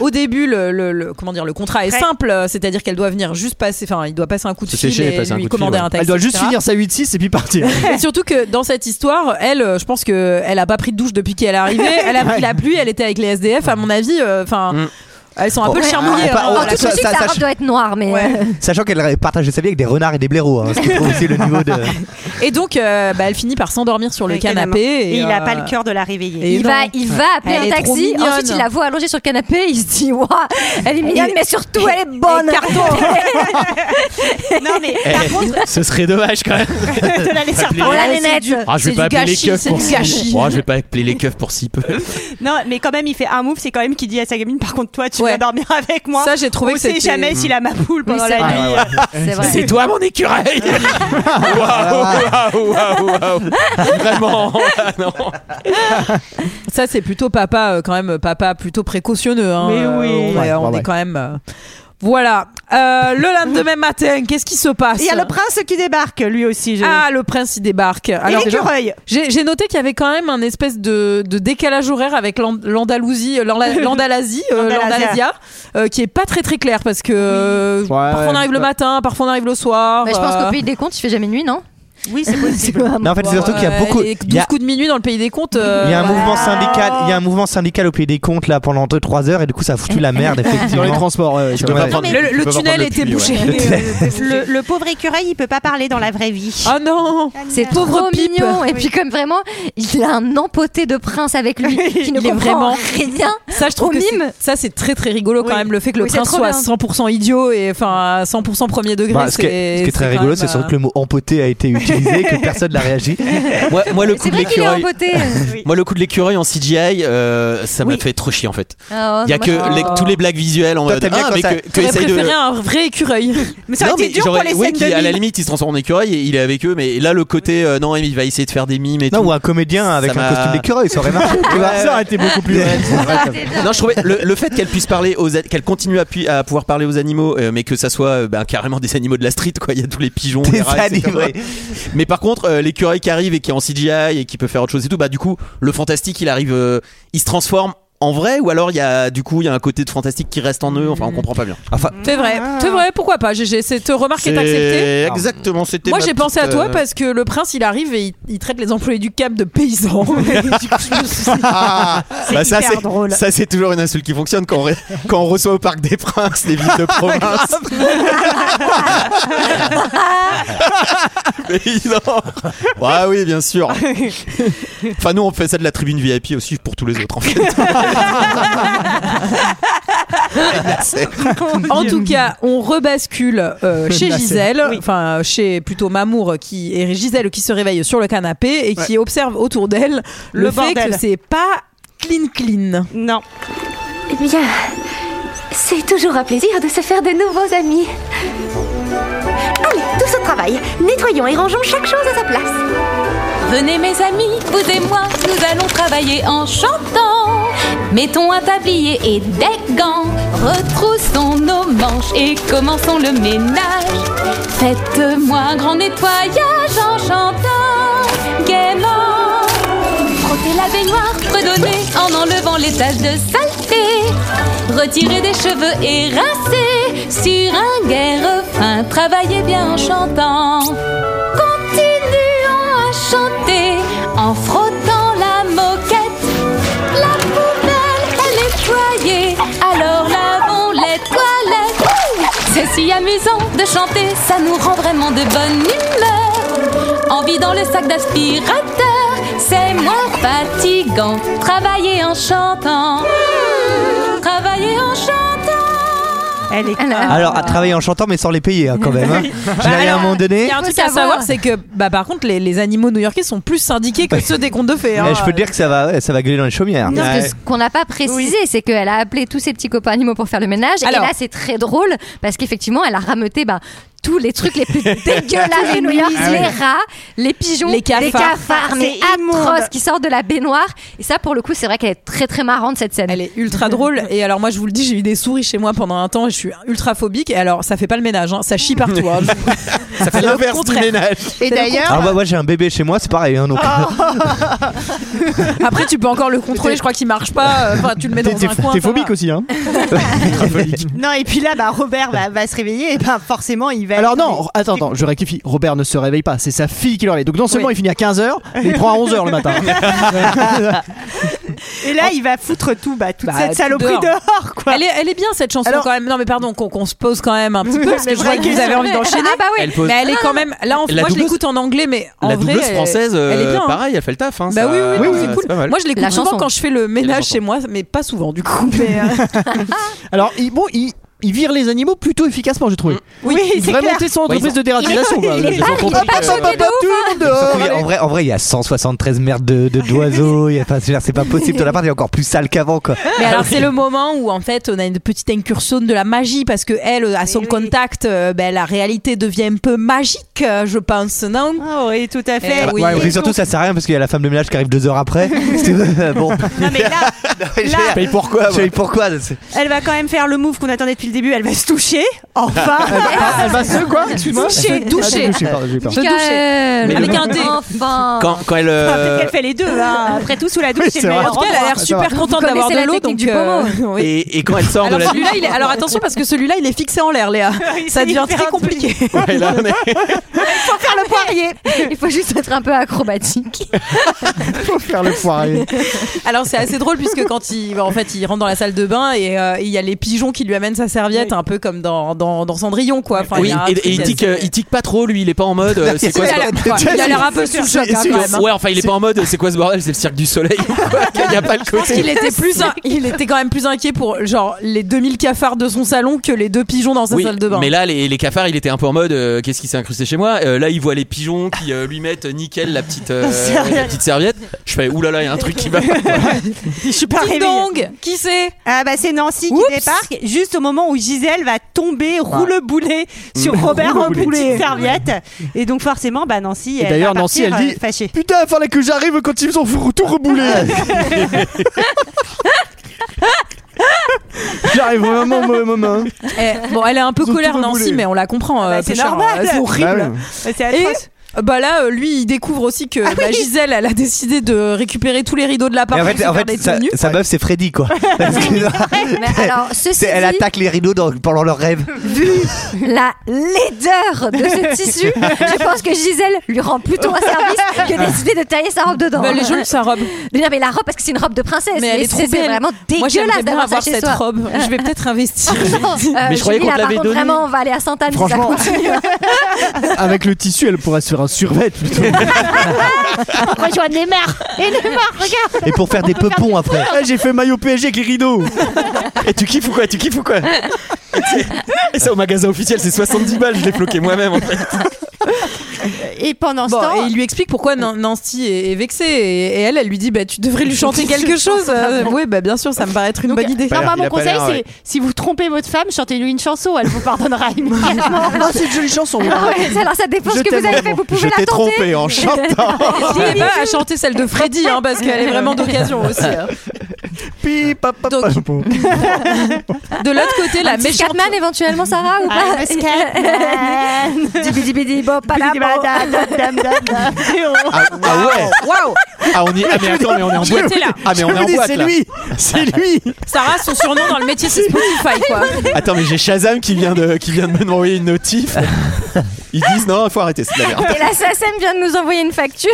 S1: Au début, le, le- le- comment dire, le contrat est simple, euh, c'est-à-dire qu'elle doit venir juste passer, enfin, il doit passer un coup de
S9: Se
S1: fil
S9: sécher et
S1: et
S9: passer un
S1: lui
S9: coup de
S1: commander
S9: fil, ouais.
S1: un taxi.
S9: Elle doit juste
S1: etc.
S9: finir sa 8-6 et puis partir.
S1: Et surtout que dans cette histoire, elle, euh, je pense que elle a pas pris de douche depuis qu'elle est arrivée. Elle a pris la pluie, elle était avec les SDF. À mon avis, euh, enfin, elles sont un peu
S6: Ouais,
S1: chermouillées.
S6: on pa-
S1: hein,
S6: on-
S1: voilà.
S6: En toute ça- logique, ça- sa ça- robe
S13: doit être noire, mais. euh.
S6: Sachant qu'elle partageait sa vie avec des renards et des blaireaux. hein, ce qui prouve aussi le niveau de.
S1: Et donc, euh, bah, elle finit par s'endormir sur le
S12: Avec la
S1: canapé.
S12: maman. Et il a pas le cœur de la
S1: et
S12: réveiller.
S13: il
S1: non.
S13: va, il va appeler
S1: Elle est
S13: un
S1: trop
S13: taxi.
S1: mignonne.
S13: Ensuite, il la voit allongée sur le canapé. Il se dit, waouh, elle est mignonne,
S12: Et-
S13: mais surtout, elle est bonne.
S12: non mais
S8: Eh,
S12: par contre,
S8: ce serait dommage quand même.
S12: de la laisser Oh,
S8: Appeler-
S12: repartir.
S8: Ah, je vais
S12: C'est
S8: pas
S12: du
S8: appeler
S12: gâchis,
S8: les keufs
S12: c'est
S8: pour
S12: du
S8: si
S12: gâchis.
S8: Oh, je vais pas appeler les keufs pour si peu.
S12: Non, mais quand même, il fait un move, c'est quand même qu'il dit à sa gamine, par contre, toi, tu vas dormir avec moi.
S1: Ça, j'ai trouvé
S12: On
S1: que
S12: sait
S1: c'était-
S12: jamais s'il a ma poule pendant
S1: c'est
S12: la
S1: vrai.
S12: nuit.
S1: Ouais,
S8: C'est toi mon écureuil. Waouh, waouh, waouh, waouh. Vraiment. ah, non.
S1: Ça, c'est plutôt papa, euh, quand même, papa plutôt précautionneux. hein.
S12: Mais oui.
S1: Euh, on est-
S12: Ouais,
S1: on
S12: ouais,
S1: est
S12: ouais.
S1: quand même. euh, Voilà. Euh, le lendemain matin, qu'est-ce qui se passe
S12: Il y a le prince qui débarque, lui aussi. je-
S1: Ah, le prince, il débarque.
S12: l'écureuil.
S1: J'ai j'ai noté qu'il y avait quand même un espèce de, de décalage horaire avec l'And- l'Andalousie, euh, l'Anda- l'Andalasie, euh,
S12: L'Andalasia.
S1: l'Andalasia, euh, qui est pas très très clair parce que euh, parfois on arrive le
S6: bah-
S1: matin, parfois on arrive le soir.
S13: Mais Bah, je pense qu'au
S1: euh,
S13: pays des comptes, il fait jamais nuit, non
S12: Oui, c'est possible.
S6: Non, en fait, c'est surtout qu'il y a
S1: euh,
S6: beaucoup. il
S1: et
S6: y
S1: 12
S6: a-
S1: coups de minuit dans le pays des comptes. euh,
S6: Il y a un
S1: voilà.
S6: mouvement syndical, il y a un mouvement syndical au Pays des Comptes là pendant 2-3 heures et du coup ça a foutu la merde effectivement.
S9: Dans les transports, ouais, ouais,
S6: Tu
S9: ça
S6: peux
S9: va.
S6: pas prendre-
S1: Le- le
S6: tu peux pas
S1: tunnel
S6: prendre le
S1: était
S6: puits,
S1: bouché.
S6: ouais.
S12: le, le pauvre écureuil, il peut pas parler dans la vraie vie.
S1: Oh non
S13: C'est trop
S1: Pauvre pipe.
S13: mignon. Et puis comme vraiment, il a un empoté de prince avec lui qui ne
S1: Il est
S13: comprend
S1: vraiment
S13: rien.
S1: Ça, je trouve
S13: au
S1: que c'est-
S13: mime.
S1: ça c'est très très rigolo quand même le fait que le
S13: Oui, c'est
S1: prince
S13: trop
S1: soit
S13: bien.
S1: 100% idiot et enfin à 100% premier degré.
S6: Bah, ce, qui est, ce qui est très
S1: quand
S6: rigolo,
S1: même,
S6: c'est surtout
S1: euh,
S6: que le mot empoté a été utilisé, que personne n'a réagi.
S8: Moi, moi, le coup
S13: C'est
S8: de
S13: vrai qu'il est
S8: l'écureuil.
S13: empoté.
S8: Moi, le coup de l'écureuil en CGI, euh, ça m'a fait trop chier en fait.
S13: Ah,
S8: Il y a
S13: moi,
S8: que
S13: je-
S8: les- tous les blagues visuelles en
S6: Toi,
S1: euh,
S8: mode
S6: t'aimes bien
S8: ah,
S6: quand
S8: mais
S6: ça-
S8: que, que
S1: J'aurais
S8: essaye de-
S1: préféré un vrai écureuil.
S12: Mais ça aurait
S8: Non,
S12: été
S8: mais
S12: dur pour
S8: j'aurais-
S12: les
S8: oui,
S12: scènes
S8: qui,
S12: de
S8: à la
S12: mime.
S8: limite il se transforme en écureuil et il est avec eux mais là le côté euh, non il va essayer de faire des mimes et
S6: Non,
S8: tout
S6: ou un comédien avec
S8: Ça
S6: un
S8: m'a-
S6: costume d'écureuil, ça aurait marché. tu vois.
S9: Ça aurait été beaucoup plus.
S8: non je trouvais le, le fait qu'elle puisse parler aux a- qu'elle continue à, pu- à pouvoir parler aux animaux euh, mais que ça soit euh, ben, carrément des animaux de la street quoi il y a tous les pigeons
S6: Des
S8: les rats, etc.
S6: animaux.
S8: mais par contre euh, l'écureuil qui arrive et qui est en CGI et qui peut faire autre chose et tout bah du coup le fantastique il arrive euh, il se transforme en vrai ou alors il y a du coup il y a un côté de fantastique qui reste en eux enfin on comprend pas bien enfin
S1: C'est vrai,
S12: Ah.
S1: c'est vrai, pourquoi pas GG, c'est te remarque est
S8: Ah.
S1: acceptée.
S8: exactement c'était
S1: Moi
S8: ma
S1: j'ai
S8: petite,
S1: pensé à toi
S8: euh,
S1: parce que le prince il arrive et il, il traite les employés du cap de paysans. Et du coup, je me suis dit,
S8: Ah, bah ça
S1: hyper
S8: c'est
S1: drôle.
S8: ça c'est toujours une insulte qui fonctionne quand on, ré- quand on reçoit au parc des Princes des villes de
S1: Ah,
S8: province. Mais non. Ah oui bien sûr. Enfin nous on fait ça de la tribune VIP aussi pour tous les autres en fait.
S1: en tout cas, on rebascule euh, chez
S12: Glacé.
S1: Gisèle, enfin chez plutôt Mamour qui et Gisèle qui se réveille sur le canapé et qui
S12: Ouais.
S1: observe autour d'elle le,
S12: Le
S1: fait
S12: bordel.
S1: que c'est pas clean clean.
S12: Non.
S11: Eh bien, c'est toujours un plaisir de se faire de nouveaux amis. Allez, tous au travail. Nettoyons et rangeons chaque chose à sa place.
S14: Venez mes amis, vous et moi, nous allons travailler en chantant. Mettons un tablier et des gants, retroussons nos manches et commençons le ménage. Faites-moi un grand nettoyage en chantant gaiement. Frottez la baignoire, redonnez en enlevant les taches de saleté. Retirez des cheveux et rincez sur un gai refrain. Travaillez bien en chantant. Continuons à chanter en frottant la moquette. La poubelle est nettoyée, alors lavons les toilettes. C'est si amusant de chanter, ça nous rend vraiment de bonne humeur. Envie dans le sac d'aspirateur, c'est moins fatigant. Travailler en chantant, travailler en chantant.
S12: Elle est
S1: Ah.
S6: Alors, à travailler en chantant, mais sans les payer hein, quand même. hein. Je l'avais à un moment
S1: Bah, Il
S6: donné.
S1: y a un truc à savoir, c'est que bah, par contre les, les animaux new-yorkais sont plus syndiqués que ceux des contes de fées. hein.
S6: Mais eh, je peux te dire que ça va, ouais, ça va gueuler dans les chaumières.
S13: Non, parce
S6: Ouais.
S13: que ce qu'on n'a pas précisé, c'est qu'elle a appelé tous ses petits copains animaux pour faire le ménage.
S1: Alors.
S13: et là, c'est très drôle parce qu'effectivement, elle a rameuté bah, tous les trucs les plus dégueulasses de New York
S1: Ah oui.
S13: les rats, les pigeons,
S1: Les cafards.
S13: des cafards, mais
S1: C'est immonde.
S13: atroces qui sortent de la baignoire. Et ça, pour le coup, c'est vrai qu'elle est très très marrante cette scène. Elle
S1: est ultra drôle. Et alors, moi, je vous le dis, j'ai eu des souris chez moi pendant un temps. et Je suis ultra phobique. Et alors, ça fait pas le ménage. hein, Ça chie partout. hein.
S6: Ça
S1: fait l'inverse du contraire. ménage. Et d'ailleurs- Oh.
S6: Ah, bah, moi, j'ai un bébé chez moi, c'est pareil. hein, donc.
S9: Ah.
S1: Après, tu peux encore le contrôler. Je crois qu'il marche pas. euh, Enfin, tu le mets dans un coin. ça va.
S9: aussi, hein
S12: Non, et puis là, bah, Robert va, va se réveiller et bah, forcément, il va.
S9: Alors non, attends, attends, je rectifie. Robert ne se réveille pas, c'est sa fille qui le réveille. Donc non seulement
S12: Oui.
S9: il finit à 15h, mais il prend à 11h le matin.
S12: Et là, il va foutre tout, bah, toute
S1: Bah,
S12: cette
S1: tout
S12: saloperie
S1: dehors.
S12: dehors. quoi.
S1: Elle est, elle est bien cette chanson
S12: Alors-
S1: quand même. Non mais pardon qu'on qu'on se pose quand même un petit peu parce que
S12: Mais
S1: je vois
S12: vraie
S1: que vous avez
S12: question.
S1: envie d'enchaîner.
S12: Ah bah oui.
S8: Elle pose-
S1: Mais elle est quand même là.
S8: La
S1: En, moi je
S8: doubleuse-
S1: l'écoute en anglais mais en
S8: la
S1: vrai.
S8: doubleuse
S1: elle-
S8: française
S1: elle, est
S8: euh,
S1: bien. hein.
S8: pareil elle fait le taf hein,
S1: Bah
S8: ça-
S1: oui, oui, non, c'est cool.
S8: pas mal.
S1: Moi je l'écoute souvent quand je fais le ménage chez moi, mais pas souvent du coup. Mais, euh,
S9: Alors il- bon, il, il vire les animaux plutôt efficacement, j'ai trouvé.
S1: Mm. Oui,
S9: il
S1: c'est
S9: devrait
S1: clair.
S9: monter son
S1: Ouais, ils
S9: entreprise
S1: ont-
S9: de déradination.
S1: il est-
S9: quoi.
S1: il est
S9: Ils ont
S1: pas- il est
S9: compris
S1: pas
S9: que-
S1: choqué de
S9: Hop, hop, hop, dehors,
S6: Sauf qu'il y a-
S9: allez.
S6: en vrai, en vrai, il y a 173 merdes de, de- d'oiseaux. il y a- Enfin, c'est- c'est pas possible. Ton appart est encore plus sale qu'avant, quoi.
S1: mais
S8: Ah
S1: alors c'est le moment où en fait on a une petite incursion de la magie parce que elle à son contact, euh, ben, la réalité devient un peu magique, euh, je pense, non Eh
S12: Oui, tout à
S6: Ah bah, ouais, et puis surtout, ça sert à rien parce qu'il y a la femme de ménage qui arrive deux heures après. C'est- euh, bon.
S12: là-
S6: paye pourquoi Je paye pourquoi c'est-
S12: Elle va quand même faire le move qu'on attendait depuis le début. Elle va se toucher. Enfin.
S9: Elle va- elle va se quoi Excuse-moi
S12: Toucher,
S9: Ah,
S12: toucher.
S9: toucher, pardon, j'ai eu peur.
S12: Se doucher.
S8: Mais
S12: Avec
S8: le-
S12: un dé.
S13: Enfin.
S8: quand, quand elle euh,
S12: Enfin, peut-être qu'elle fait les deux. hein. Après tout, sous la douche,
S8: Oui,
S12: c'est
S8: c'est
S12: le meilleur
S8: vrai. En tout cas,
S1: Elle a l'air
S12: endroit.
S1: super contente
S13: Vous
S1: d'avoir de
S13: connaissez la
S1: l'eau, donc. euh,
S13: technique du pommeau.
S1: oui.
S8: et, et quand elle sort
S1: Alors,
S8: de la
S1: celui-là, il est- alors attention parce que celui-là il est fixé en l'air Léa. Ça devient très compliqué.
S8: Ouais, là, on est-
S12: Il faut faire le poirier.
S13: Il faut juste être un peu acrobatique.
S9: faut faire le poirier.
S1: Alors c'est assez drôle puisque quand il en fait il rentre dans la salle de bain et euh, il y a les pigeons qui lui amènent sa serviette un peu comme dans, dans, dans Cendrillon quoi. Enfin,
S8: oui,
S1: y a un
S8: et,
S1: truc
S8: et il
S1: assez-
S8: tique, euh, il tique pas trop, lui, il est pas en mode. euh, c'est quoi
S1: Il a
S8: ce
S1: l'air-
S8: bordel
S1: ouais, il a l'air un peu sous le choc, hein, quand même, hein.
S8: Ouais, enfin, il est pas en mode. C'est quoi ce bordel C'est le cirque du soleil ou quoi Il y a pas le
S1: Je pense
S8: côté.
S1: qu'il était plus in- il était quand même plus inquiet pour genre les 2000 cafards de son salon que les deux pigeons dans sa
S8: Oui,
S1: salle de bain.
S8: mais là, les, les cafards, il était un peu en mode. euh, Qu'est-ce qui s'est incrusté chez moi Euh, Là, il voit les pigeons qui euh, lui mettent nickel la petite, euh,
S1: Sérieux
S8: la petite serviette. Je fais oulala, il y a un truc qui va. pas.
S12: Je suis pas
S1: Ding dong, qui c'est
S12: Ah bah c'est Nancy qui débarque juste au moment où Gisèle va tomber roule boulet sur
S9: Mmh.
S12: Robert en
S9: Roule-boulet.
S12: petite serviette et donc forcément bah Nancy
S9: Et
S12: elle
S9: d'ailleurs,
S12: va
S9: Nancy,
S12: partir,
S9: elle dit-
S12: euh, fâchée.
S9: Putain, fallait que j'arrive quand ils ont tout reboulé. J'arrive vraiment au mauvais moment.
S1: Eh, bon, elle est un peu
S9: Ils ont
S1: colère
S9: tout
S1: Nancy,
S9: reboulé.
S1: mais on la comprend.
S12: Ah bah,
S1: euh,
S12: c'est
S1: Péchard,
S12: normal.
S1: euh, C'est horrible.
S12: Bah oui. Bah, c'est atroce.
S1: Bah là, euh, lui, il découvre aussi
S8: Ah
S1: que bah, Gisèle, elle a décidé de récupérer tous les rideaux de l'appart.
S6: Mais en
S1: pour se
S6: fait, en
S1: faire
S6: fait
S1: des
S6: sa,
S1: tenues.
S6: sa meuf, c'est Freddy, quoi. Parce que-
S13: Mais alors, ceci
S6: C'est- elle
S13: dit-
S6: attaque les rideaux dans- pendant leur rêve.
S13: vu la laideur de ce tissu, je pense que Gisèle lui rend plutôt un service que
S9: Ah.
S13: décider de tailler sa robe dedans.
S1: Bah, elle est jolie, sa robe.
S13: Non, mais la robe, parce que c'est une robe de princesse.
S1: Mais elle est trop
S13: c'est c'est
S1: belle.
S13: vraiment
S1: Moi, j'aimerais
S13: dégueulasse
S1: bien
S13: d'avoir ça
S1: avoir
S13: chez
S1: cette
S13: soi.
S1: robe. Je vais peut-être investir.
S13: Euh,
S9: Mais je croyais
S13: Julie,
S9: qu'on te
S13: là, par
S9: l'avait
S13: contre,
S9: donnée.
S13: Vraiment, on va aller à Santane si ça
S9: Franchement.
S13: continue.
S9: Avec le tissu, elle pourrait se faire un survêt plutôt.
S12: euh,
S13: Rejoins Neymar. Et Neymar, regarde.
S6: Et pour faire des peupons après.
S9: Eh, J'ai fait maillot PSG avec les rideaux.
S8: Et tu kiffes ou quoi Tu kiffes ou quoi Et ça au magasin officiel c'est 70 balles, je l'ai floqué moi-même en fait.
S1: Et pendant ce temps. Et il lui explique pourquoi Nan- Nancy est, est vexée. Et, et elle, elle lui dit bah, Tu devrais lui chanter quelque chose.
S12: Euh,
S1: oui, bah, bien sûr, ça me paraît être une bonne idée.
S15: Non, moi, mon conseil, c'est si vous trompez votre femme, chantez-lui une chanson, elle vous pardonnera immédiatement.
S9: Non, c'est une jolie chanson.
S15: Ah ouais,
S13: alors, ça dépend ce que vous avez fait, vous pouvez
S15: Je
S13: la
S15: t'ai
S13: tenter.
S15: trompé en chantant.
S1: Je n'ai pas à chanter celle de Freddy, hein, parce qu'elle est vraiment d'occasion aussi. hein.
S9: Donc,
S1: De l'autre côté, la
S13: Un petit
S1: méchante.
S13: Scatman éventuellement, Sarah ou pas
S1: I'm a Scatman.
S13: Dibidibidibop, padabop.
S8: Ah, ah ouais
S1: Waouh
S8: Ah on y ah, mais attends mais on est en
S1: Je
S8: boîte
S1: me dis-
S8: Ah mais on
S1: je
S8: est
S1: me
S8: en
S1: dis,
S8: boîte
S1: c'est
S8: là.
S1: lui. C'est lui. Sarah, son surnom dans le métier, c'est Spotify, quoi.
S8: Attends mais j'ai Shazam qui vient de qui vient de m'envoyer une notif. Ils disent non, faut arrêter, c'est de la merde.
S13: Et la SACEM vient de nous envoyer une facture.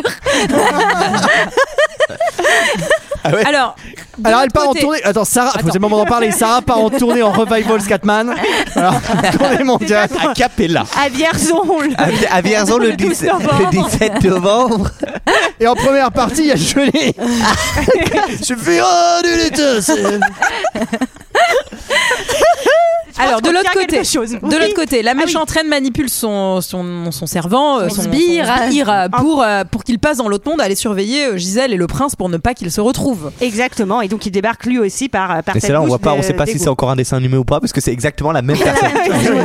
S8: Ah
S1: Alors,
S9: alors elle part en tournée. Attends, Sarah, faut- c'est le moment d'en parler. Sarah part en tournée en revival Scatman. Alors, tournée mondiale.
S8: A cappella.
S15: À Vierzon.
S6: À, à Vierzon le, 10 le 17 novembre.
S9: Et en première partie, il y a Jolie. Je fais oh, du laiteux, c'est-
S1: Alors de l'autre côté, de l'autre côté, la
S12: Ah oui.
S1: méchante reine manipule son son, son servant, euh,
S12: Son
S1: son
S12: sbire. Ah.
S1: son sbire, euh, pour euh, pour qu'il passe dans l'autre monde, aller surveiller euh, Gisèle et le prince pour ne pas qu'ils se retrouvent.
S12: Exactement. Et donc il débarque lui aussi par euh, par
S6: Et
S12: cette
S6: c'est là, on
S12: couche
S6: voit pas,
S12: de-
S6: on sait pas si
S12: d'égout.
S6: c'est encore un dessin animé ou pas, parce que c'est exactement la même personne.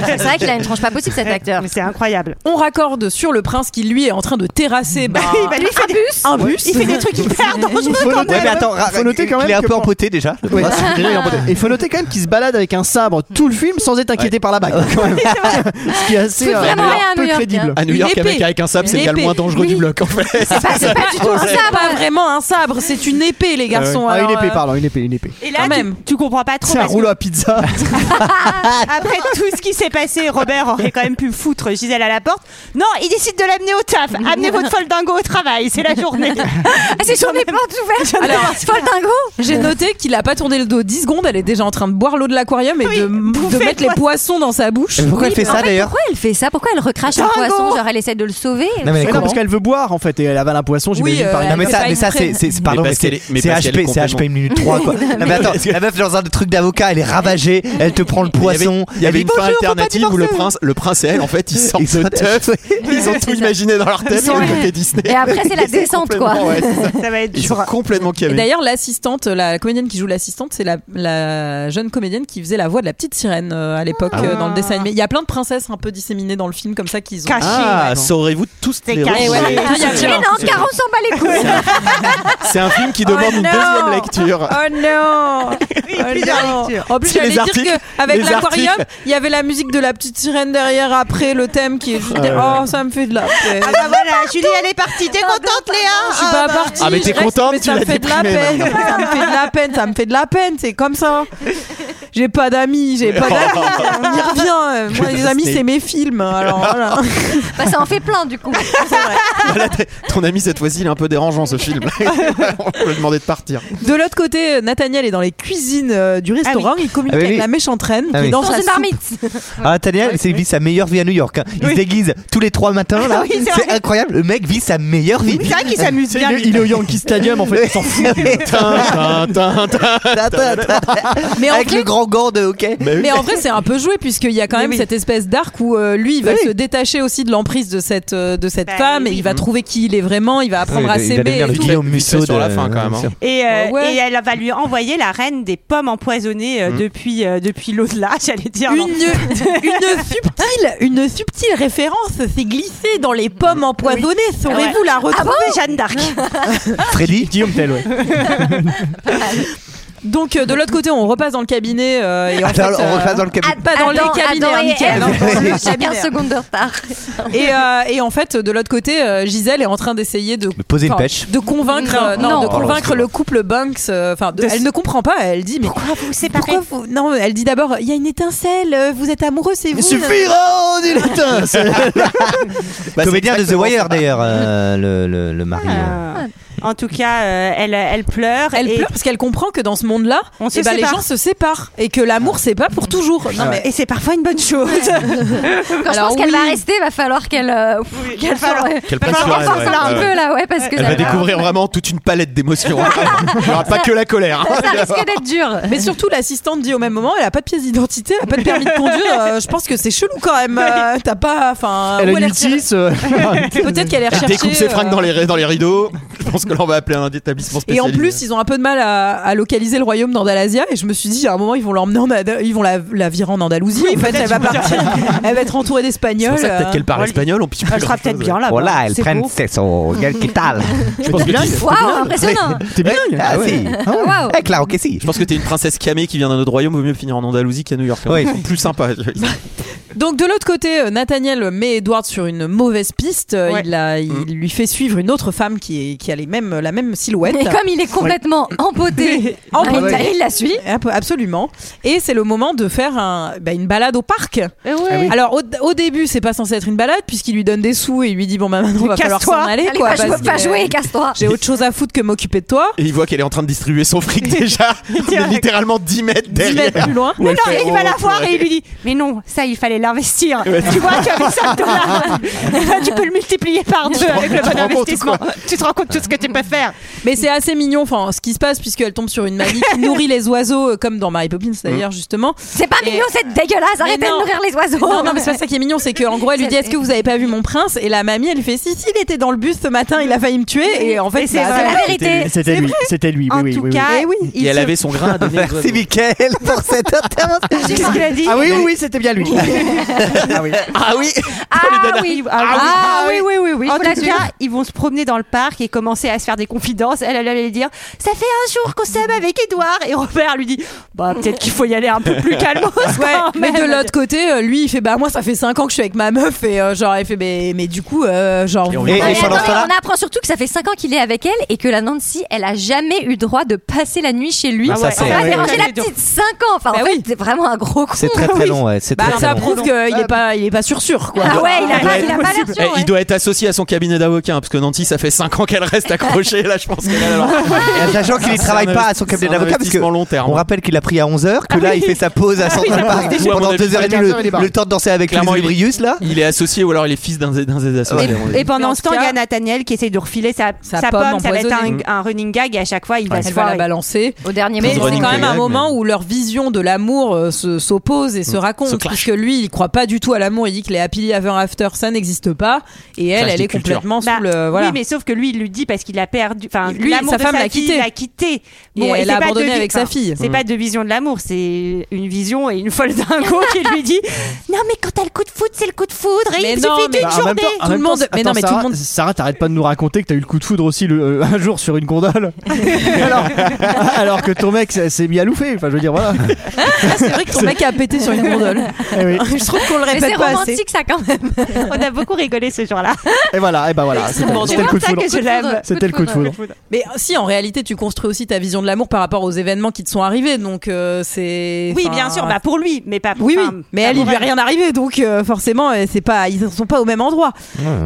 S13: C'est vrai qu'il a une tranche pas possible cet acteur.
S12: C'est incroyable.
S1: On raccorde sur le prince qui lui est en train de terrasser bah,
S12: Il va lui faire
S1: un bus.
S12: Il fait des trucs hyper dangereux
S9: Faut
S12: quand
S9: noter-
S12: même.
S9: Ouais, mais attends, ra-
S6: Faut noter quand même. Il est un
S9: que
S6: peu
S9: pour-
S6: empoté déjà. le
S9: Ouais,
S6: prince.
S9: déjà, il est empoté. Et il faut noter quand même qu'il se balade avec un sabre tout le film sans être inquiété par la bague. quand même. Ce qui est assez
S8: C'est
S9: euh,
S8: vraiment rien à
S9: peu
S8: New York,
S9: crédible.
S8: hein. À New Une York, épée. avec- avec un sabre, c'est le gars le Une moins épée. dangereux du Oui. bloc, en fait.
S1: C'est pas, c'est pas du tout un sabre, pas vraiment un sabre, c'est une épée les garçons.
S9: Ah,
S1: Alors,
S9: une épée,
S1: euh,
S9: pardon, une épée, une épée.
S12: Et là, même. Tu, comprends pas trop.
S9: C'est un
S12: parce que- Ah,
S9: rouleau à pizza.
S12: Après tout ce qui s'est passé, Robert aurait quand même pu foutre Gisèle à la porte. Non, il décide de l'amener au taf. Amenez votre folle dingo au travail, c'est la journée.
S13: Ah, c'est journée porte ouverte. Alors, folle dingo.
S1: J'ai noté qu'il a pas tourné le dos 10 secondes, elle est déjà en train de boire l'eau de l'aquarium et de, de
S13: bouffer
S1: mettre
S13: le
S1: les poissons dans sa bouche.
S6: Mais pourquoi elle fait
S13: mais en
S6: ça,
S13: fait,
S6: d'ailleurs
S13: Pourquoi elle fait ça Pourquoi elle recrache un
S1: Dingo
S13: poisson Genre elle essaie de le sauver
S9: Non, mais parce qu'elle veut boire en fait et elle avale un poisson, j'imagine.
S13: euh,
S9: par une
S6: Non, mais
S9: bague.
S6: ça, mais ça c'est, c'est- c'est- pardon, mais
S9: Mais parce qu'elle
S6: c'est,
S9: est- mais
S6: c'est
S9: parce qu'elle est
S6: HP, c'est HP une minute 3 quoi. Non, mais attends, la meuf dans un truc d'avocat, elle est ravagée, elle te prend le poisson.
S8: Il y avait
S6: elle
S8: une
S6: dit,
S8: fin
S6: Bonjour, papa,
S8: alternative où le
S6: divorcé.
S8: prince, le prince et elle, en fait, ils sortent
S6: Ils
S8: de
S6: sortent-
S8: teuf. Ils ont tout imaginé dans leur tête.
S1: Ils ont-
S8: le côté Disney.
S1: Et après, c'est la
S8: Ils sont
S1: descente,
S8: complètement-
S1: quoi.
S8: ouais, c'est
S12: Ça va être
S8: Ils sont complètement
S1: Et
S8: camés.
S1: d'ailleurs, l'assistante, la, la comédienne qui joue l'assistante, c'est la, la jeune comédienne qui faisait la voix de la petite sirène euh, à l'époque
S8: Ah.
S1: euh, dans le dessin animé. Il y a plein de princesses un peu disséminées dans le film comme ça qu'ils ont
S8: Ah, saurez-vous tous les
S1: caché.
S8: rôles
S1: Ouais, ouais.
S13: Ah, non, car on s'en bat les couilles.
S8: C'est un film qui demande une deuxième lecture.
S1: Oh non
S8: plusieurs
S1: Oh non
S8: lectures.
S1: En plus,
S8: C'est
S1: j'allais
S8: les
S1: dire
S8: articles-
S1: qu'avec
S8: les
S1: l'aquarium,
S8: articles.
S1: il y avait la musique de la petite sirène derrière après le thème qui est juste.
S8: Ah ouais.
S1: Oh, ça me fait de la peine. Ah bah
S12: Ah bah voilà, Julie, elle est partie. T'es contente, Léa bah.
S1: Je suis pas partie.
S8: Ah, mais t'es
S1: je reste,
S8: contente,
S1: mais
S8: tu
S1: ça me
S8: l'as
S1: fait de la
S8: déprimée,
S1: peine.
S8: maintenant.
S1: Ça me fait de la peine, ça me fait de la peine, c'est comme ça. J'ai pas d'amis, j'ai pas d'amis. On y revient. Moi, les amis, c'est mes films. Alors voilà.
S13: Bah, ça en fait plein du coup.
S8: Voilà, t'es- ton ami, cette fois-ci, il est un peu dérangeant ce film. On peut lui demander de partir.
S1: De l'autre côté, euh, Nathaniel est dans les cuisines euh, du restaurant. Il communique
S6: Ah oui.
S1: avec la méchante reine
S6: Ah
S1: qui
S6: oui.
S1: est dans
S6: Dans
S1: sa
S6: une
S1: soupe.
S6: Ah, Tania, c'est vit sa meilleure vie à New York. hein. Il se déguise tous les trois matins là.
S1: Ah oui, c'est
S6: c'est
S1: vrai.
S6: incroyable, le mec vit sa meilleure vie.
S1: C'est vrai qu'il s'amuse
S9: bien, lui. Il est au Yankee Stadium en fait, il s'en fout.
S8: Tin, tin, tin, tin.
S1: Mais en
S6: Avec
S1: vrai-
S6: le grand gant de hockey.
S1: Mais en vrai, c'est un peu joué puisqu'il y a quand même cette espèce d'arc où euh, lui, il va se détacher aussi de l'emprise de cette euh, de
S13: Bah
S1: cette femme et il
S6: Mmh.
S1: va trouver qui il est vraiment. Il va apprendre à s'aimer. et tout.
S8: Musso sur la
S6: de-
S8: fin quand même. hein.
S12: Et, euh,
S1: Ah ouais.
S12: et elle va lui envoyer la reine des pommes empoisonnées euh,
S8: Mm.
S12: depuis, euh, depuis l'au-delà, j'allais dire.
S1: Une,
S12: non.
S1: une subtile une subtile référence s'est glissée dans les pommes empoisonnées. Saurez-vous
S12: Ouais.
S1: la
S12: Ah bon
S1: retrouver Mmh.
S12: Jeanne d'Arc.
S6: Freddy
S9: Guillaume Tell, ouais.
S1: Donc euh, de l'autre côté, on repasse dans le cabinet. euh, et en
S6: Attends,
S1: fait,
S6: Ah, on
S1: euh,
S6: repasse dans le cabinet.
S1: Pas dans les cabinets, hein, Mickaël, hein, dans le cabinet.
S13: seconde de retard.
S1: Et, euh, et en fait, de l'autre côté, euh, Gisèle est en train d'essayer de,
S6: poser une
S1: enfin,
S6: pêche. Oh,
S1: de convaincre,
S6: Non.
S1: euh, non,
S6: Non.
S1: de
S6: Pardon,
S1: convaincre
S6: excuse-moi.
S1: le couple Banks. euh, Enfin, de-
S6: De
S1: elle
S6: s-
S1: ne comprend pas. Elle dit, mais pourquoi vous séparez Non, elle dit d'abord, il y a une étincelle. euh, Vous êtes amoureux, c'est vous.
S6: suffira, on dit l'éteint, c'est- Comédien de The
S12: exactement
S6: Wire
S12: ça.
S6: d'ailleurs, euh, le, le, le mari. euh.
S12: En tout cas, euh, elle, elle pleure.
S1: Elle pleure parce qu'elle comprend que dans ce monde-là,
S12: on se
S1: eh ben, les
S12: sépare.
S1: gens se séparent et que l'amour c'est pas pour toujours. Non,
S12: Ah ouais.
S1: mais-
S12: Et c'est parfois une bonne chose.
S13: Quand je pense qu'elle va rester, va falloir qu'elle euh, pff, qu'elle
S12: va falloir-
S13: soit-
S12: Qu'elle
S13: Bah, va
S12: passe
S13: falloir
S12: sur elle,
S13: forcer un
S12: ouais.
S13: peu là, ouais, parce que
S12: Elle
S13: ça
S12: va
S8: découvrir vraiment toute une palette d'émotions. hein. Il n'y aura pas que la colère. hein.
S1: Ça risque d'être dur. Mais surtout, l'assistante dit au même moment, elle a pas de pièce d'identité, elle a pas de permis de conduire. euh, je pense que c'est chelou quand même. euh, T'as pas, enfin,
S9: Elle
S1: où
S9: a une
S1: est retirée-
S9: multis, euh.
S1: Peut-être qu'elle est
S8: Elle
S1: recherchée.
S8: découpe ses fringues
S1: euh,
S8: dans les, dans les rideaux. Je pense que là, on va appeler un établissement
S1: Et en
S8: spécialisé.
S1: plus, ils ont un peu de mal à, à localiser le royaume d'Andalasia. Et je me suis dit, à un moment, ils vont l'emmener en Ada- ils vont la, la virer en Andalousie. en fait, elle va partir. elle va être entourée
S8: C'est
S1: d'Espagnols.
S8: pour ça que peut-être qu'elle parle
S1: euh,
S8: espagnol. On piche plus
S1: elle sera
S8: grand-chose,
S1: peut-être bien
S8: ouais.
S6: Oh
S1: là-bas. Voilà, el C'est beau. hein.
S6: princeso, quel que tal
S8: Je pense que tu-
S13: Waouh, impressionnant.
S9: T'es bien
S6: Ah,
S8: Ah ouais.
S6: si. Ah ouais.
S13: Waouh.
S6: Eh, claro que si.
S8: Je pense que t'es une princesse camée qui vient d'un autre royaume. Vaut mieux finir en Andalousie qu'à New York. hein.
S6: Ouais.
S8: Ils sont plus sympa.
S1: Donc de l'autre côté, euh, Nathaniel met Edward sur une mauvaise piste. Euh, Il, la- il
S8: Mm.
S1: lui fait suivre une autre femme qui, est- qui a les mêmes, la même silhouette.
S13: Mais comme il est complètement empoté,
S1: En beauté.
S13: bah, il la suit.
S1: Ah Ab- Absolument. Et c'est le moment de faire un- bah, une balade au parc.
S13: Ah oui.
S1: Alors au, au début, c'est pas censé être une balade puisqu'il lui donne des sous et il lui dit bon bah maintenant va falloir s'en
S13: Casse-toi.
S1: aller
S13: Allez,
S1: quoi.
S13: va jouer-
S1: parce
S13: va
S1: que-
S13: jouer, casse-toi.
S1: J'ai autre chose à foutre que m'occuper de toi.
S8: Et il voit qu'elle est en train de distribuer son fric déjà. mais littéralement 10 mètres
S1: 10
S8: derrière.
S1: mètres plus loin.
S8: Où
S12: Mais
S8: elle
S12: non,
S8: fait,
S12: il va
S8: oh,
S12: la voir
S8: ouais.
S12: et il lui dit Mais non, ça, il fallait l'investir.
S8: Ouais.
S12: tu vois, tu avais 5 dollars. tu peux le multiplier par
S8: Tu
S12: deux
S8: te rends-
S12: avec le
S8: tu te
S12: bon
S8: rends compte ou
S12: investissement.
S8: quoi
S12: Tu te rends compte de tout ce que tu peux faire.
S1: Mais c'est assez mignon, enfin, ce qui se passe, puisqu'elle tombe sur une mamie qui nourrit les oiseaux, euh, comme dans Mary Poppins
S8: Mm.
S1: d'ailleurs, justement.
S13: C'est pas mignon, c'est dégueulasse.
S1: Mais
S13: Arrêtez de
S1: non.
S13: nourrir les oiseaux.
S1: Non, non, mais c'est pas ça qui est mignon, c'est qu'en gros, elle lui dit
S13: C'est-
S1: Est-ce que vous avez pas vu mon prince Et la mamie, elle lui fait Si, si, il était dans le bus ce matin, il a failli me tuer. Et en fait,
S13: Et c'est
S1: bah,
S13: vrai.
S1: voilà.
S13: La vérité.
S9: C'était lui, c'était lui. oui, oui, oui, oui.
S12: cas,
S1: Eh oui,
S8: Et elle avait son grain à donner. aux
S6: Merci
S8: oiseaux.
S6: Mickaël pour cette intervention.
S12: Qu'est-ce qu'il a dit
S9: Ah oui, oui, oui, c'était bien lui. ah oui.
S8: Ah oui
S13: Ah oui, ah oui, oui, oui, oui.
S12: En
S13: faut la
S12: tout
S13: suivre.
S12: cas, ils vont se promener dans le parc et commencer à se faire des confidences. Elle, elle allait lui dire Ça fait un jour qu'on s'aime avec Edouard. Et Robert lui dit Bah, peut-être qu'il faut y aller un peu plus calmos. quand
S1: Ouais, mais de
S12: même.
S1: l'autre côté, euh, lui, il fait Bah, moi, ça fait 5 ans que je suis avec ma meuf. Et euh, genre, elle fait Mais, mais du coup, euh, genre.
S6: Et
S1: vous-
S6: on- et-
S13: Non, mais
S6: pendant
S13: attendez,
S6: ce temps-là-
S13: on apprend surtout que ça fait 5 ans qu'il est avec elle et que la Nancy, elle a jamais eu droit de passer la nuit chez lui.
S6: Ah, ça,
S13: ça
S6: c'est-
S13: va
S6: ouais,
S13: déranger
S12: ouais.
S13: la petite 5 ans. Enfin, en
S1: Bah
S13: fait,
S1: oui.
S13: c'est vraiment un gros con.
S6: C'est très très long, ouais. C'est
S1: Bah,
S6: très, très
S1: ça
S6: long.
S1: prouve qu'il est pas, il est pas sûr-sûr, quoi.
S13: Euh, Ah ouais, il a
S8: Ouais.
S13: pas, il a pas l'air
S8: Eh,
S13: sûr. ouais.
S8: Il doit être associé à son cabinet d'avocat hein, parce que Nancy, ça fait 5 ans qu'elle reste accrochée. Là, je pense qu'elle a leur-
S6: Et en sachant qu'il ne
S8: C'est
S6: travaille
S8: un
S6: pas à
S8: investi-
S6: son cabinet
S8: c'est un
S6: d'avocat parce que
S8: investissement long terme.
S6: on rappelle qu'il a pris à 11h,
S1: Ah
S6: que là Ah il fait sa pause à Central Park
S8: oui.
S6: pendant
S8: Ouais,
S6: 2h30
S9: ouais, ouais, ouais,
S6: le,
S9: ouais.
S6: le temps de danser avec
S8: Clairement,
S6: les
S8: il est-
S6: Brius là.
S8: Il est associé ou alors il est fils d'un d'un des
S13: Ah
S8: associés. on dit.
S12: Et pendant
S1: en
S12: ce
S1: tout
S12: temps, il y
S1: cas-
S12: a Nathaniel qui essaie de refiler sa,
S1: Sa
S12: sa,
S1: pomme
S12: pomme. Ça va être un,
S1: empoisonnée.
S12: un running gag et à chaque fois, il va
S1: Elle
S12: se
S1: va la
S12: foirer.
S1: balancer.
S13: Au dernier
S1: Mais
S13: moment.
S1: c'est
S8: Running
S1: Eh, quand même un
S8: gag,
S1: moment où leur vision de l'amour euh, se- s'oppose et se raconte.
S8: Hmm. se
S1: parce
S8: clash.
S1: que lui, il croit pas du tout à l'amour. Il dit que les happily ever after, ça n'existe pas. Et elle,
S8: Clash
S1: elle
S8: des
S1: est
S8: cultures.
S1: complètement
S12: Bah,
S1: sous le. Voilà.
S12: Oui, mais sauf que lui, il lui dit parce qu'il a perdu. Enfin,
S1: Lui,
S12: l'amour
S1: sa
S12: de
S1: femme
S12: sa
S1: l'a
S12: fille,
S1: quitté.
S12: il l'a quitté.
S1: Et elle
S12: c'est
S1: l'a
S12: pas de
S1: abandonné
S12: vi-
S1: avec sa
S12: enfin,
S1: fille.
S12: C'est
S1: Mm.
S12: pas de vision de l'amour, c'est une vision et une folle dingo qui lui dit Non, mais quand t'as le coup de foudre, c'est le coup de foudre et
S1: Mais
S12: il
S1: non,
S12: suffit
S1: mais-
S12: d'une
S1: Bah,
S9: en
S12: journée.
S9: même temps- en
S1: Tout
S9: même
S1: le
S9: temps,
S1: monde- mais non,
S9: attends,
S1: mais tout le
S9: Sarah,
S1: monde-
S9: Sarah, t'arrêtes pas de nous raconter que t'as eu le coup de foudre aussi le, euh, un jour sur une gondole. alors, alors que ton mec s'est s'est mis à louffer. Enfin, je veux dire, voilà.
S1: Ah, c'est vrai que ton mec a pété sur une gondole.
S9: Et, oui.
S1: Je trouve qu'on le
S13: Mais c'est
S1: répète pas assez.
S13: romantique ça quand même.
S12: On a beaucoup rigolé ce jour-là.
S9: Et voilà, et ben voilà. C'était
S1: Extrêmement
S9: c'était le
S1: drôle,
S9: coup de
S12: ça
S9: foudre.
S12: que je l'aime.
S9: C'était le coup de foudre.
S1: Mais si, en réalité, tu construis aussi ta vision de l'amour par rapport aux événements qui te sont arrivés. Donc, euh, c'est.
S12: Oui,
S1: enfin,
S12: bien sûr, bah pour lui, mais pas pour
S1: Oui, oui,
S12: enfin,
S1: mais
S12: pas
S1: elle, il
S12: pour
S1: lui est rien arrivé, donc euh, forcément, euh, c'est pas, ils ne sont pas au même endroit.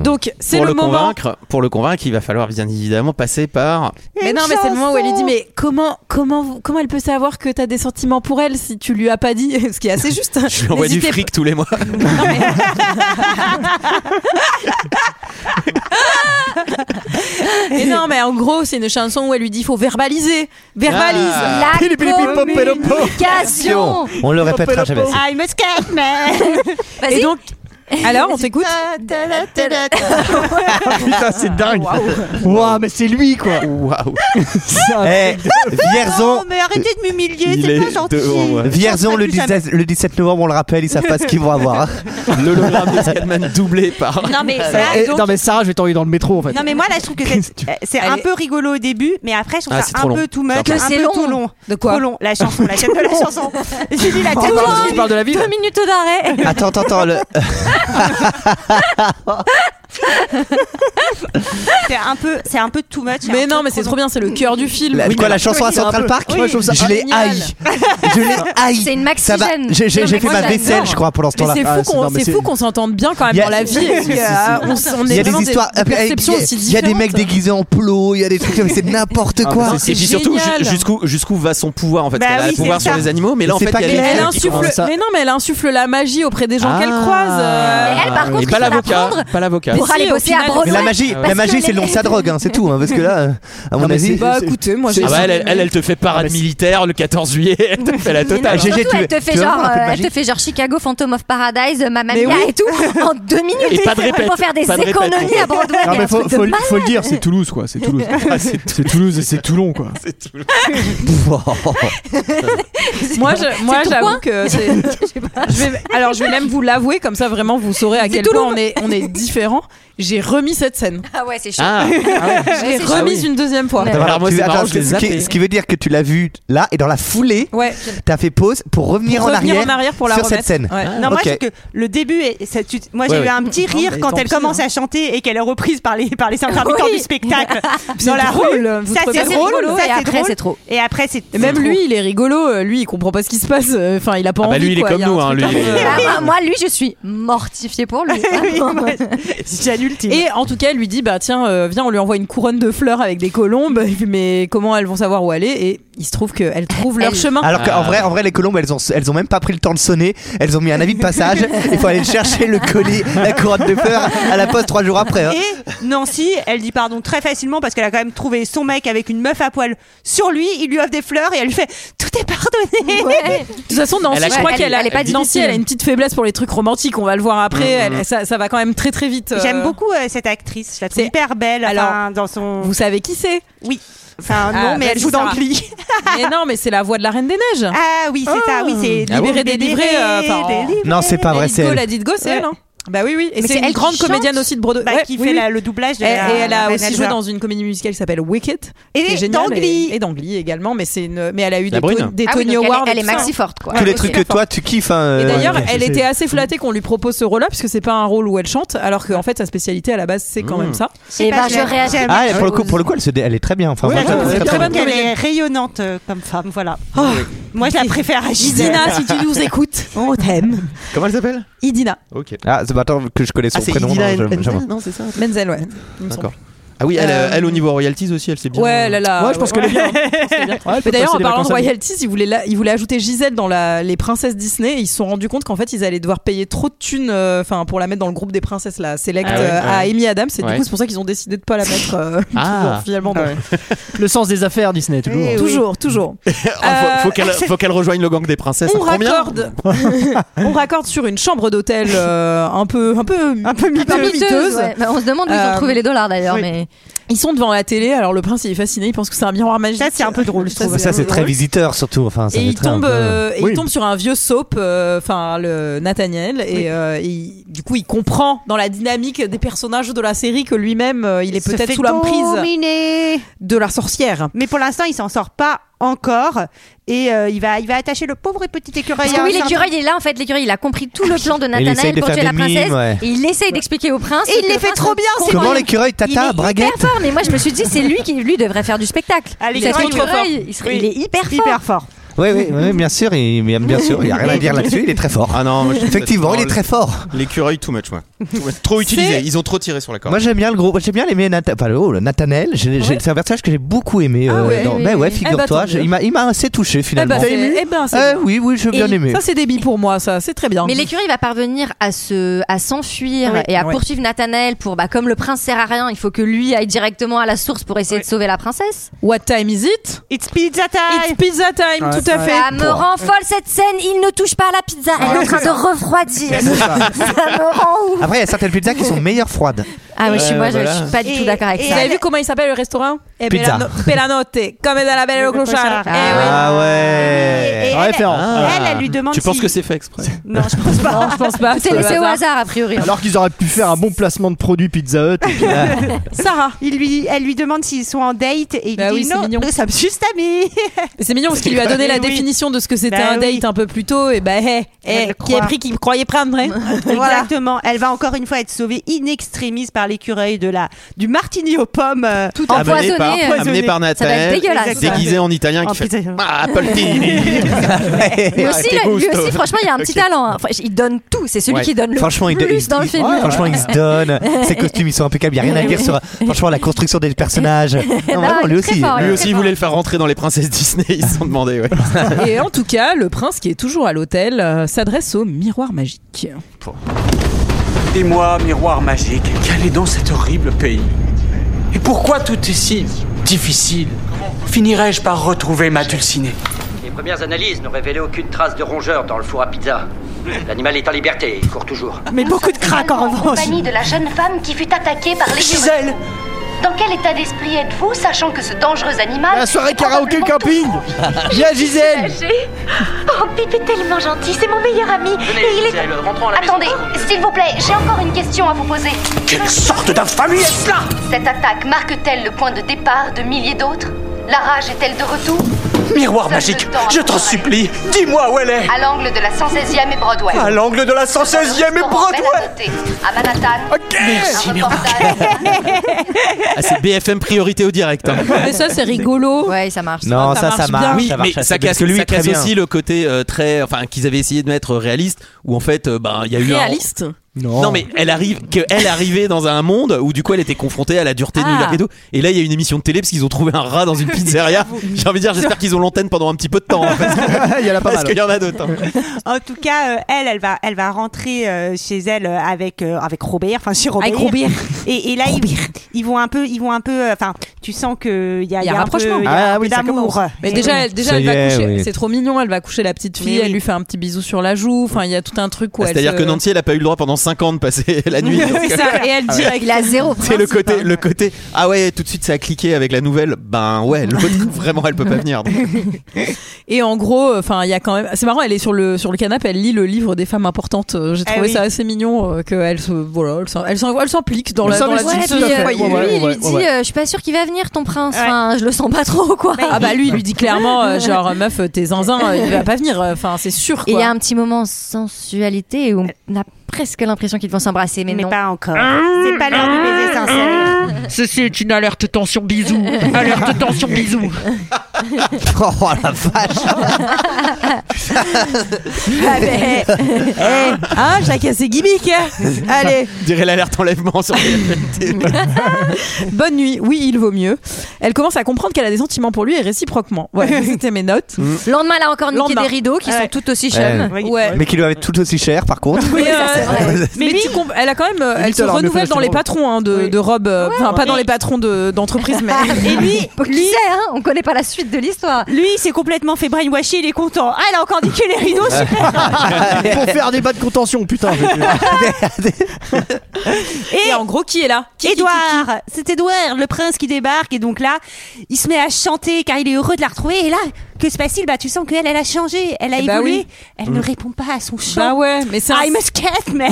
S1: Donc, c'est
S8: Pour
S1: le,
S8: le,
S1: moment.
S8: convaincre, pour le convaincre, il va falloir bien évidemment passer par.
S1: Mais
S12: Une
S1: non, mais c'est le moment où elle lui dit
S12: chanson.
S1: Mais comment, comment, vous- comment elle peut savoir que t'as des sentiments pour elle si tu lui as pas dit Ce qui est assez juste. hein.
S8: Je lui envoie du
S1: N'hésitez
S8: fric tous les mois.
S1: pas. Mais non, mais en gros, c'est une chanson où elle lui dit Faut verbaliser, verbalise.
S8: Ah.
S1: Ah,
S13: La
S9: Pili, pili, pili, pop, pelo, pop.
S13: communication.
S6: On le répétera jamais. assez.
S12: I'm a scat, man.
S13: Vas-y.
S1: Et donc, Alors, on t'écoute
S9: Putain, c'est dingue. Waouh, mais c'est lui quoi.
S8: Waouh.
S6: Eh, Vierzon.
S12: Non, mais arrêtez de m'humilier,
S6: Il
S12: c'est pas
S6: est
S8: Ah,
S12: gentil.
S6: devant moi. Vierzon,
S12: Je
S6: le
S12: ferai plus jamais.
S6: 17, le 17 novembre, on le rappelle, ils savent pas ce qu'ils vont avoir.
S8: L'hologramme de Scatman doublé par.
S12: Non, mais
S9: Ça-
S12: là,
S9: eh,
S12: donc-
S9: non mais Sarah, je vais t'envoyer dans le métro en fait.
S12: Non mais moi là je trouve que c'est euh, c'est un peu rigolo au début mais après je trouve
S9: Ah, c'est
S12: ça un
S9: trop long.
S12: peu too much,
S9: Que
S12: un
S9: c'est
S12: peu
S9: long.
S12: trop long.
S1: De quoi Oh.
S12: Trop long la chanson, la chaîne de la chanson. J'ai dit la
S9: Oh,
S12: chaîne
S9: pardon, tu parles de la ville Deux
S12: minutes d'arrêt.
S6: Attends, attends, attends. Le...
S12: c'est un peu c'est un peu too much.
S1: Mais non, mais c'est trop bien, c'est le cœur du film.
S6: La- quoi, la chanson à Central Park
S1: Oui.
S6: Moi, je trouve ça- Je l'ai
S1: Génial.
S6: haï. Je l'ai haï.
S1: C'est une
S6: Ça va.
S1: maxigène.
S6: J'ai j'ai-
S1: Non,
S6: j'ai
S1: mais
S6: fait
S1: moi,
S6: ma
S1: j'adore.
S6: vaisselle, je crois, pendant ce
S1: Mais
S6: temps-là.
S1: c'est fou
S6: Ah,
S1: qu'on-
S6: non, mais
S1: c'est fou qu'on s'entende bien quand même
S6: Il y a-
S1: dans la vie. euh,
S6: Si, si, si, si.
S1: On s- on
S6: Il y
S1: est
S6: a des
S1: vraiment
S6: histoires. euh,
S1: des perceptions
S6: il y a-
S1: aussi
S6: Il y a des mecs déguisés en polo, il y a des trucs, mais c'est n'importe
S8: Ah,
S6: quoi.
S8: mais c'est- et puis surtout ju- jusqu'où jusqu'où va son pouvoir en fait
S1: Bah
S8: Elle a
S1: oui,
S8: le pouvoir
S1: c'est
S8: sur
S1: ça.
S8: les animaux, mais là en
S6: C'est
S8: fait
S6: pas
S8: il y a
S1: Mais
S8: les
S1: elle
S8: animaux qui
S1: insuffle,
S8: commencent à-
S1: mais non, mais elle insuffle la magie auprès des gens
S8: Ah.
S1: qu'elle croise. euh.
S13: Mais elle, par contre,
S8: Et pas
S13: il faut la
S8: l'avocat,
S13: prendre
S8: pas l'avocat.
S13: pour aller
S1: si, au
S13: bosser à
S1: final,
S13: Broadway.
S6: Mais la magie,
S13: parce
S6: la
S13: que
S6: magie, c'est
S13: les-
S6: le nom de sa drogue, hein, c'est tout, hein, parce que là, euh, à mon
S8: mais
S6: avis.
S8: c'est- Bah, c'est-
S1: écoutez, moi,
S8: Ah bah, elle, elle, elle te fait parade militaire le 14 juillet, elle te fait la totale.
S13: Surtout, elle te fait genre, euh, elle te fait genre Chicago, Phantom of Paradise, euh, Mamma
S1: Mais
S13: Mia
S1: oui.
S13: et tout en deux minutes.
S8: Et pas de répète,
S13: Pour faire des
S8: pas de répète.
S13: économies à Broadway.
S9: Non,
S13: mais
S9: mais
S13: un
S9: faut,
S13: truc de
S9: faut-
S13: malade.
S9: faut le dire, c'est Toulouse quoi, c'est Toulouse. c'est Toulouse et c'est Toulon quoi. C'est Toulouse.
S8: bah,
S1: Moi, je, moi,
S13: C'est ton
S1: j'avoue
S13: coin
S1: que c'est. je vais- alors, je vais même vous l'avouer, comme ça, vraiment, vous saurez à quel point on est, on est différents. J'ai remis cette scène.
S13: Ah ouais, c'est chaud.
S8: Ah, ah ouais. Ah
S1: Je l'ai
S13: Ouais, c'est chaud.
S1: remise une deuxième fois.
S6: Attends,
S8: Alors, moi,
S6: tu-
S8: c'est
S6: attends,
S8: marrant, je
S6: ce,
S8: l'ai
S6: qui-
S8: zappé.
S6: ce qui veut dire que tu l'as vu là et dans la foulée,
S1: Ouais.
S6: t'as fait pause pour revenir,
S1: Pour
S6: en,
S1: revenir
S6: arrière
S1: en arrière pour la
S6: sur
S1: remettre.
S6: cette scène.
S1: Ouais.
S12: Non, moi
S6: Ok.
S12: je trouve que le début, est, ça, tu- moi j'ai
S6: Ouais,
S12: eu
S6: ouais.
S12: un petit
S1: Non,
S12: rire
S1: mais
S12: quand
S1: tant
S12: elle
S1: pis, hein.
S12: commence à chanter et qu'elle est reprise par les, par les intermittents
S13: Oui.
S12: du spectacle
S1: C'est
S12: dans la
S1: drôle,
S12: rue.
S1: vous
S12: Ça
S1: trouvez
S12: c'est
S1: pas
S12: drôle,
S1: drôle
S12: ça
S1: Et
S12: c'est
S1: après,
S12: drôle.
S1: c'est trop.
S12: Et après c'est
S1: Et Même
S12: c'est
S1: lui,
S12: trop.
S1: il est rigolo. euh, Lui, il comprend pas ce qui se passe. euh, Enfin, il a pas
S8: Ah bah,
S1: envie.
S8: lui, il est
S1: quoi,
S8: comme
S1: y a un
S8: nous, hein,
S1: truc
S8: lui,
S1: un
S8: il
S1: peu-
S8: est-
S13: Ah, moi- Moi, lui, je suis mortifiée pour lui. Vraiment.
S12: J'annule
S1: Et en tout cas, elle lui dit bah tiens, euh, viens, on lui envoie une couronne de fleurs avec des colombes. Il fait, Mais comment elles vont savoir où aller Et il se trouve qu'elles trouvent leur chemin.
S6: Alors
S13: Ah,
S6: qu'en vrai, en vrai, les colombes, elles ont, elles ont même pas pris le temps de sonner. Elles ont mis un avis de passage. Il faut aller chercher le colis, la couronne de fleurs à la poste trois jours après. hein.
S12: Et Nancy, elle dit pardon très facilement parce qu'elle a quand même trouvé son mec avec une meuf à poil sur lui. Il lui offre des fleurs et elle lui fait tout est pardonné.
S1: De toute façon, Nancy,
S8: Elle a-
S1: je crois
S8: elle-
S1: qu'elle
S8: elle est
S1: a,
S8: pas
S1: Nancy,
S8: difficile.
S1: elle a une petite faiblesse pour les trucs romantiques. On va le voir après.
S8: Mhm.
S1: Elle- ça, ça va quand même très très vite. euh.
S12: J'aime beaucoup euh, cette actrice. Je la trouve hyper belle.
S1: Alors,
S12: enfin, dans son.
S1: Vous savez qui c'est
S12: Oui. Enfin, non,
S1: Ah,
S12: mais elle
S1: vas-y,
S12: joue dans
S1: Sarah.
S12: Glee.
S1: Mais non, mais c'est la voix de la Reine des Neiges.
S12: Ah oui, c'est ça. Oui, c'est
S1: Ah Libérée, délivrée. euh, enfin, en-
S6: Non, c'est pas vrai,
S1: Edith
S6: c'est
S1: Go,
S6: elle.
S1: la dite Go, c'est elle. hein. Bah oui, oui. Et
S12: Mais
S1: c'est
S12: c'est
S1: une
S12: elle qui
S1: grande
S12: chante
S1: comédienne aussi de Broadway.
S12: Bah,
S1: Ouais,
S12: qui
S1: oui,
S12: fait
S1: oui.
S12: la- le doublage de
S1: Et,
S12: la-
S1: et elle a
S12: la
S1: aussi
S12: manager.
S1: joué dans une comédie musicale qui s'appelle Wicked.
S12: Et
S1: qui est
S12: dans
S1: géniale,
S12: Glee.
S1: Et, et dans Glee également, mais, c'est une, mais elle a eu
S8: La
S1: des,
S8: brune.
S1: Tony- des
S13: Ah oui,
S1: Tony
S13: donc elle est-
S1: Awards.
S13: elle est
S1: tout ça.
S13: maxi forte, quoi.
S6: que les trucs que toi, tu kiffes. hein,
S1: Ah, Et
S6: euh,
S1: d'ailleurs,
S6: ouais,
S1: elle
S6: je sais.
S1: était assez flattée qu'on lui propose ce rôle-là, puisque c'est pas un rôle où elle chante, alors qu'en fait, sa spécialité à la base, c'est quand
S6: Mmh.
S1: même ça.
S13: Eh
S12: pas,
S13: ben, je
S12: j'aime-
S13: réagis.
S12: j'aime.
S6: Ah, et pour le coup, pour le coup, elle, se dé- elle est très bien. Enfin,
S1: Ouais,
S6: moi, je la
S1: ouais,
S6: trouve
S1: ouais,
S6: très,
S1: très
S6: très
S1: bonne
S6: bien.
S12: Elle est rayonnante euh, comme femme, voilà. Moi, je la préfère à Gisèle.
S1: Idina, Oh. si tu nous écoutes, on t'aime.
S8: Comment elle s'appelle
S1: Oh, Idina.
S8: Ok.
S6: Ah, c'est maintenant que je connais son
S8: Ah, c'est
S6: prénom. non,
S8: Idina
S6: je-
S8: Menzel,
S6: j'avoue.
S8: non, c'est ça
S1: Menzel, ouais. il me semble.
S8: D'accord. Ah oui, elle,
S1: Euh,
S8: elle, au niveau royalties aussi, elle s'est bien.
S1: Ouais, là, là.
S9: Ouais, je pense qu'elle est bien.
S1: je pense qu'elle est bien. hein.
S9: elle peut
S1: Mais d'ailleurs,
S9: passer
S1: en
S9: des
S1: parlant de
S9: vacances à
S1: royalties, ils voulaient, la- ils voulaient ajouter Gisèle dans la- les princesses Disney. Et ils se sont rendus compte qu'en fait, ils allaient devoir payer trop de thunes euh, enfin, pour la mettre dans le groupe des princesses là, Select
S8: Ah ouais,
S1: euh, à
S8: ouais.
S1: Amy Adams. Et
S8: Ouais.
S1: du coup, c'est pour ça qu'ils ont décidé de pas la mettre euh,
S8: Ah.
S1: toujours, finalement. dans-
S9: Le sens des affaires Disney toujours.
S12: Eh oui.
S1: Toujours, toujours.
S8: Ah, faut faut qu'elle
S1: Euh,
S8: faut qu'elle rejoigne le gang des princesses.
S1: on
S8: ça prend bien.
S1: raccorde, on raccorde sur une chambre d'hôtel euh, un peu, un peu, un peu
S13: Un peu miteuse, ouais. Bah, On se demande où ils ont
S1: Euh,
S13: trouvé les dollars d'ailleurs,
S1: oui.
S13: mais.
S1: Ils sont devant la télé. Alors le prince il est fasciné, il pense que c'est un miroir magique.
S12: Ça, c'est un peu drôle, je
S1: Ça,
S12: trouve.
S1: c'est
S6: Ça,
S1: un
S6: c'est
S1: peu
S6: très
S1: drôle.
S6: visiteur, surtout. Enfin, ça
S1: Et
S6: fait
S1: il
S6: très un
S1: tombe,
S6: peu-
S1: euh, et
S6: Oui.
S1: il tombe sur un vieux soap, euh, enfin le Nathaniel, et euh, il- du coup il comprend dans la dynamique des personnages de la série que lui-même euh, il est
S12: se
S1: peut-être
S12: fait
S1: sous l'emprise
S12: dominer.
S1: de la sorcière.
S12: Mais pour l'instant, il s'en sort pas encore. Et euh, il, va, il va attacher le pauvre petit écureuil.
S13: Parce que
S12: à
S13: oui,
S12: un
S13: l'écureuil il est là en fait. L'écureuil il a compris tout le plan de
S6: il essaye
S13: Nathanaël
S6: de
S13: pour
S6: faire
S13: tuer la
S6: des mimes,
S13: princesse.
S6: ouais.
S13: Et il essaye d'expliquer au prince.
S12: Et il les
S13: que le
S12: fait
S13: prince
S12: trop bien, c'est
S13: comprend
S6: Comment
S13: rien.
S6: l'écureuil,
S13: Il est
S6: Tata,
S13: hyper
S6: braguette
S13: fort, mais moi je me suis dit c'est lui qui lui devrait faire du spectacle.
S12: Ah,
S13: Cet
S12: l'écureuil, il est
S13: écureuil,
S12: fort.
S13: il, serait-
S12: Oui.
S13: il est hyper fort.
S12: Hyper fort.
S6: Oui, oui, oui, bien sûr, il, bien, bien sûr, il n'y a rien à dire là-dessus, il est très fort.
S8: Ah non, moi, je-
S6: Effectivement, il est très fort.
S8: L'écureuil, too much, moi. Trop utilisé, ils ont trop tiré sur la corde.
S6: Moi j'aime bien le gros, j'aime bien les Nathan, enfin, le, oh, le Nathanael. J'ai- j'ai- C'est un personnage que j'ai beaucoup aimé. euh,
S1: Ah ouais.
S6: dans-
S1: Oui,
S6: mais
S1: oui,
S6: ouais,
S1: oui.
S6: figure-toi,
S1: Eh ben,
S6: je- il m'a- il m'a assez touché
S1: Eh
S6: finalement.
S1: ben, c'est- eh ben, c'est
S6: Ah, Eh
S1: bien.
S6: oui, oui, j'ai bien
S1: Et
S6: aimé.
S1: Ça, c'est des billes pour moi, ça. C'est très bien.
S13: Mais l'écurie va parvenir à se, à s'enfuir
S1: Oui.
S13: et à
S1: Oui.
S13: poursuivre Nathanaël pour, bah, comme le prince sert à rien, il faut que lui aille directement à la source pour essayer de sauver la princesse.
S1: What time is it
S12: It's pizza time.
S1: It's pizza time,
S13: Ouais,
S1: tout à
S13: ouais.
S1: fait.
S13: Ça Ah, me rend folle cette scène. Il ne touche pas à la pizza. Elle est en train de refroidir.
S6: C'est ça.
S13: me rend ouf.
S6: Après, il y a certaines pizzas qui sont meilleures froides.
S13: Oh. Ah oui, je
S8: Euh,
S13: suis- moi,
S16: Euh,
S13: je- je suis pas du
S1: Et-
S13: tout d'accord avec
S1: et
S13: ça.
S1: Vous avez vu comment il s'appelle le restaurant Eh,
S6: Pizza.
S1: Pelano- Pelanote, comme dans la Belle et le Clochard. Eh oui.
S6: Ah ouais.
S1: et elle- Référence. elle, elle lui demande
S8: Tu penses
S1: si-
S8: que c'est fait exprès
S12: Non,
S13: Ah.
S12: je pense
S1: pas. Eh, je pense pas.
S13: C'est laissé au hasard, a priori.
S9: Alors qu'ils auraient pu faire un bon placement de produit Pizza Hut. et puis, euh,
S1: Sarah.
S12: Il lui, elle lui demande s'ils sont en date et il
S1: Bah
S12: dit
S1: oui, c'est
S12: non,
S1: mignon.
S12: nous sommes juste amis.
S1: Mais c'est mignon parce qu'il lui a donné la
S12: Oui.
S1: définition de ce que c'était
S12: Bah
S1: un date
S12: oui.
S1: un peu plus tôt. Et ben, hé,
S12: Elle
S1: hé,
S12: le
S1: qui est
S12: croit.
S1: pris, qui croyait prendre. hein Voilà.
S12: Exactement. Elle va encore une fois être sauvée in extremis par l'écureuil de la du martini aux pommes euh,
S13: Tout à fait.
S8: Amené par,
S13: Empoisonné.
S8: amené par
S13: Ça va être
S8: Nathalie,
S13: dégueulasse.
S8: déguisé en italien
S12: En
S8: qui fait
S12: pizza.
S8: Ah, Appletini
S13: Lui aussi,
S8: Che
S13: là, lui
S8: gusto.
S13: aussi, franchement, il y a un petit
S8: Ok.
S13: talent. hein. Enfin, il donne tout. C'est celui
S6: Ouais.
S13: qui donne le
S6: franchement, il-
S13: plus
S6: il-
S13: dans le
S6: il-
S13: film.
S6: Franchement, il se donne. Ses costumes, ils sont impeccables. Il n'y a rien à dire sur franchement, la construction des personnages. Non, vraiment, lui aussi. euh,
S8: Lui aussi voulait le faire rentrer dans les princesses Disney, ils se sont demandés, ouais.
S1: Et en tout cas, le prince qui est toujours à l'hôtel euh, s'adresse au miroir magique.
S3: Dis-moi, miroir magique, quel est donc cet horrible pays Et pourquoi tout est si difficile Finirai-je par retrouver ma dulcinée
S17: Les premières analyses n'ont révélé aucune trace de rongeur dans le four à pizza. L'animal est en liberté, il court toujours.
S12: Mais beaucoup de craques en revanche.
S11: compagnie de la jeune femme qui fut attaquée par les
S12: Gisèle
S11: Dans quel état d'esprit êtes-vous, sachant que ce dangereux animal.
S9: La soirée karaoké camping Viens Gisèle
S11: Oh, Pip est tellement gentil, c'est mon meilleur ami. Et il est. Attendez, s'il vous plaît, j'ai encore une question à vous poser.
S2: Quelle sorte d'infamie est-ce là
S11: Cette attaque marque-t-elle le point de départ de milliers d'autres La rage est-elle de retour
S2: Miroir
S11: Seul
S2: magique,
S11: le temps
S2: je t'en
S11: apprendra.
S2: supplie, dis-moi où elle est
S13: Ah,
S11: À l'angle de la 116e et Broadway.
S2: À l'angle de la 116e et
S13: Ah,
S11: Restaurant
S2: Broadway.
S11: Bel à Côté, À Manhattan.
S2: Merci,
S11: Un
S2: Miroir.
S11: reportage.
S8: Ah, c'est BFM priorité au direct. hein.
S1: Mais ça, c'est rigolo.
S13: Ouais, ça marche.
S6: Non, ça, ça marche.
S8: Oui,
S6: ça marche
S8: mais
S6: assez
S8: ça
S6: bien, parce
S8: casse,
S6: que lui,
S8: ça
S6: très
S8: casse
S6: bien.
S8: aussi le côté euh, très, enfin, qu'ils avaient essayé de mettre réaliste, où en fait, euh, ben, il y a eu un-
S1: Réaliste
S8: Non. mais elle arrive, qu'elle arrivait dans un monde où du coup elle était confrontée à la dureté de
S1: Ah.
S8: New York et tout. Et là, il y a une émission de télé parce qu'ils ont trouvé un rat dans une pizzeria. J'ai envie de dire, j'espère qu'ils ont l'antenne pendant un petit peu de temps. hein, parce que-
S9: Il y en a pas
S8: parce
S9: mal.
S8: qu'il y en a d'autres. hein.
S12: En tout cas, euh, elle, elle va, elle va rentrer euh, chez elle euh, avec euh, avec Robert, enfin chez Robert.
S1: Avec Robert.
S12: Et, et là, ils, ils vont un peu, ils vont un peu, euh, enfin, tu sens que il y a,
S1: Il y a
S12: un
S1: un rapprochement.
S12: peu- il y
S8: Ah
S12: a un peu
S1: d'amour.
S12: d'amour.
S1: Mais déjà, elle, déjà,
S6: Ça
S1: elle
S6: y
S1: va
S6: est,
S1: coucher.
S6: oui.
S1: C'est trop mignon. Elle va coucher la petite fille.
S12: Mais
S1: Elle lui fait un petit bisou sur la joue. Enfin, il y a tout un truc où elle.
S8: Ah, Bah, C'est-à-dire
S1: se-
S8: que Nancy, elle a pas eu le droit pendant 5 ans de passer la nuit. donc-
S1: Oui, ça. Et elle
S8: Ah ouais.
S1: dit avec
S13: Il a zéro
S8: C'est le
S13: principe, hein.
S8: côté, le côté. Ah ouais, tout de suite ça a cliqué avec la nouvelle. Ben ouais, l'autre vraiment elle peut pas venir. donc.
S1: Et en gros, enfin, il y a quand même. C'est marrant. Elle est sur le sur le canapé. Elle lit le livre des femmes importantes. Euh, J'ai
S12: Ah
S1: trouvé
S12: oui.
S1: ça assez mignon euh, qu'elle se voilà, elle s'en- elle s'en- elle s'implique dans
S9: Elle
S1: la dans la
S9: s'investit,
S1: vie
S13: Ouais,
S1: de
S13: puis,
S1: ce
S13: euh,
S1: foyer.
S13: lui,
S9: ouais,
S13: il
S9: ouais,
S13: lui dit
S9: ouais.
S13: euh, Je suis pas sûre qu'il va venir ton prince. Enfin, je le sens pas trop, quoi.
S1: Ah bah lui, il lui dit clairement, euh, genre meuf, euh, t'es zinzin, euh, il va pas venir. Enfin, c'est sûr.
S13: Et il y
S1: Quoi.
S13: a un petit moment sensualité où on a presque l'impression qu'ils vont s'embrasser, mais,
S12: Mais
S13: non.
S12: pas encore. C'est pas l'heure du baiser sincère.
S18: Ceci est une alerte tension bisous. Alerte tension bisous.
S6: Oh la vache
S1: Ah, mais, eh, eh, hein, chacun ses gimmicks. hein. Allez.
S8: On Dirait l'alerte enlèvement sur les
S1: Bonne nuit, oui, il vaut mieux. Elle commence à comprendre qu'elle a des sentiments pour lui et réciproquement. Voilà, c'était mes notes.
S16: Mm.
S13: Le lendemain, elle a encore niqué
S1: Lendemain.
S13: des rideaux qui sont tout aussi chums.
S1: Ouais.
S6: Mais qui doit être tout aussi cher par contre.
S1: Mais, euh, mais tu comp- elle a quand même, euh, elle
S6: Limite,
S1: se
S6: elle aurait mieux fait
S1: renouvelle dans
S6: d'acheter
S1: les
S6: une robe.
S1: patrons hein, de, de robes, euh, enfin pas dans les patrons de- d'entreprise, mais
S12: Ah, Et lui,
S13: Qui sait, hein On connaît pas la suite de l'histoire.
S12: lui, il s'est complètement fait brainwasher. Il est content. Ah, elle a encore dit que les rideaux. super.
S9: Pour faire des bas de contention, putain.
S1: Et, en gros, qui est là Qui- qui- qui-
S12: Édouard, c'est Édouard, le prince qui débarque et donc là, il se met à chanter car il est heureux de la retrouver et là, que se passe-t-il Bah tu sens qu'elle, elle a changé, elle a
S1: Eh
S12: évolué,
S1: bah oui.
S12: elle ne répond pas à son chant.
S1: Bah ouais, mais c'est un-
S12: I'm a scat man.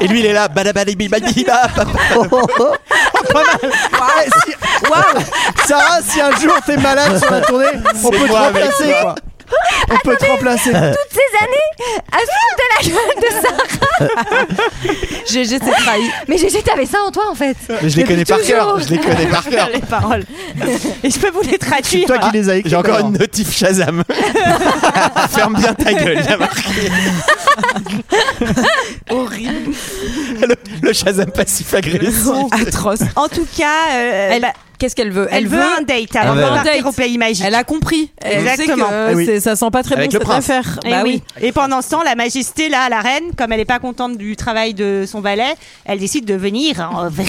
S8: Et lui il est là. badabadibibabiba, papa.
S9: Waouh Sarah, si un jour t'es malade sur la tournée, on
S8: C'est
S9: peut te
S8: moi avec
S9: remplacer
S8: toi.
S9: quoi. On peut te remplacer.
S13: Toutes ces années à se foutre de la gueule de Sarah.
S1: GG s'est trahi.
S13: Mais GG, t'avais ça en toi, en fait.
S8: Mais je les connais par cœur. Je les connais par cœur.
S12: les paroles. Et je peux vous les
S9: C'est
S12: traduire.
S9: toi qui les as écrits.
S8: J'ai encore
S9: d'ailleurs.
S8: une notif Shazam. Ferme bien ta gueule, il y a marqué.
S1: horrible.
S8: le, le Shazam passif agressif.
S1: Atroce.
S12: En tout cas, euh, bah,
S1: elle, qu'est-ce qu'elle veut
S12: elle veut un date avant
S1: elle
S12: de
S1: veut un
S12: partir
S1: date.
S12: au pays magique.
S1: Elle a compris. Elle sait
S12: Exactement.
S1: que, euh,
S8: Ah
S1: c'est- ça sent pas très bon cette affaire.
S12: Eh
S1: Bah
S12: oui. Et pendant ce temps, la majesté, là, la reine, comme elle est pas contente du travail de son valet, elle décide de venir en vrai.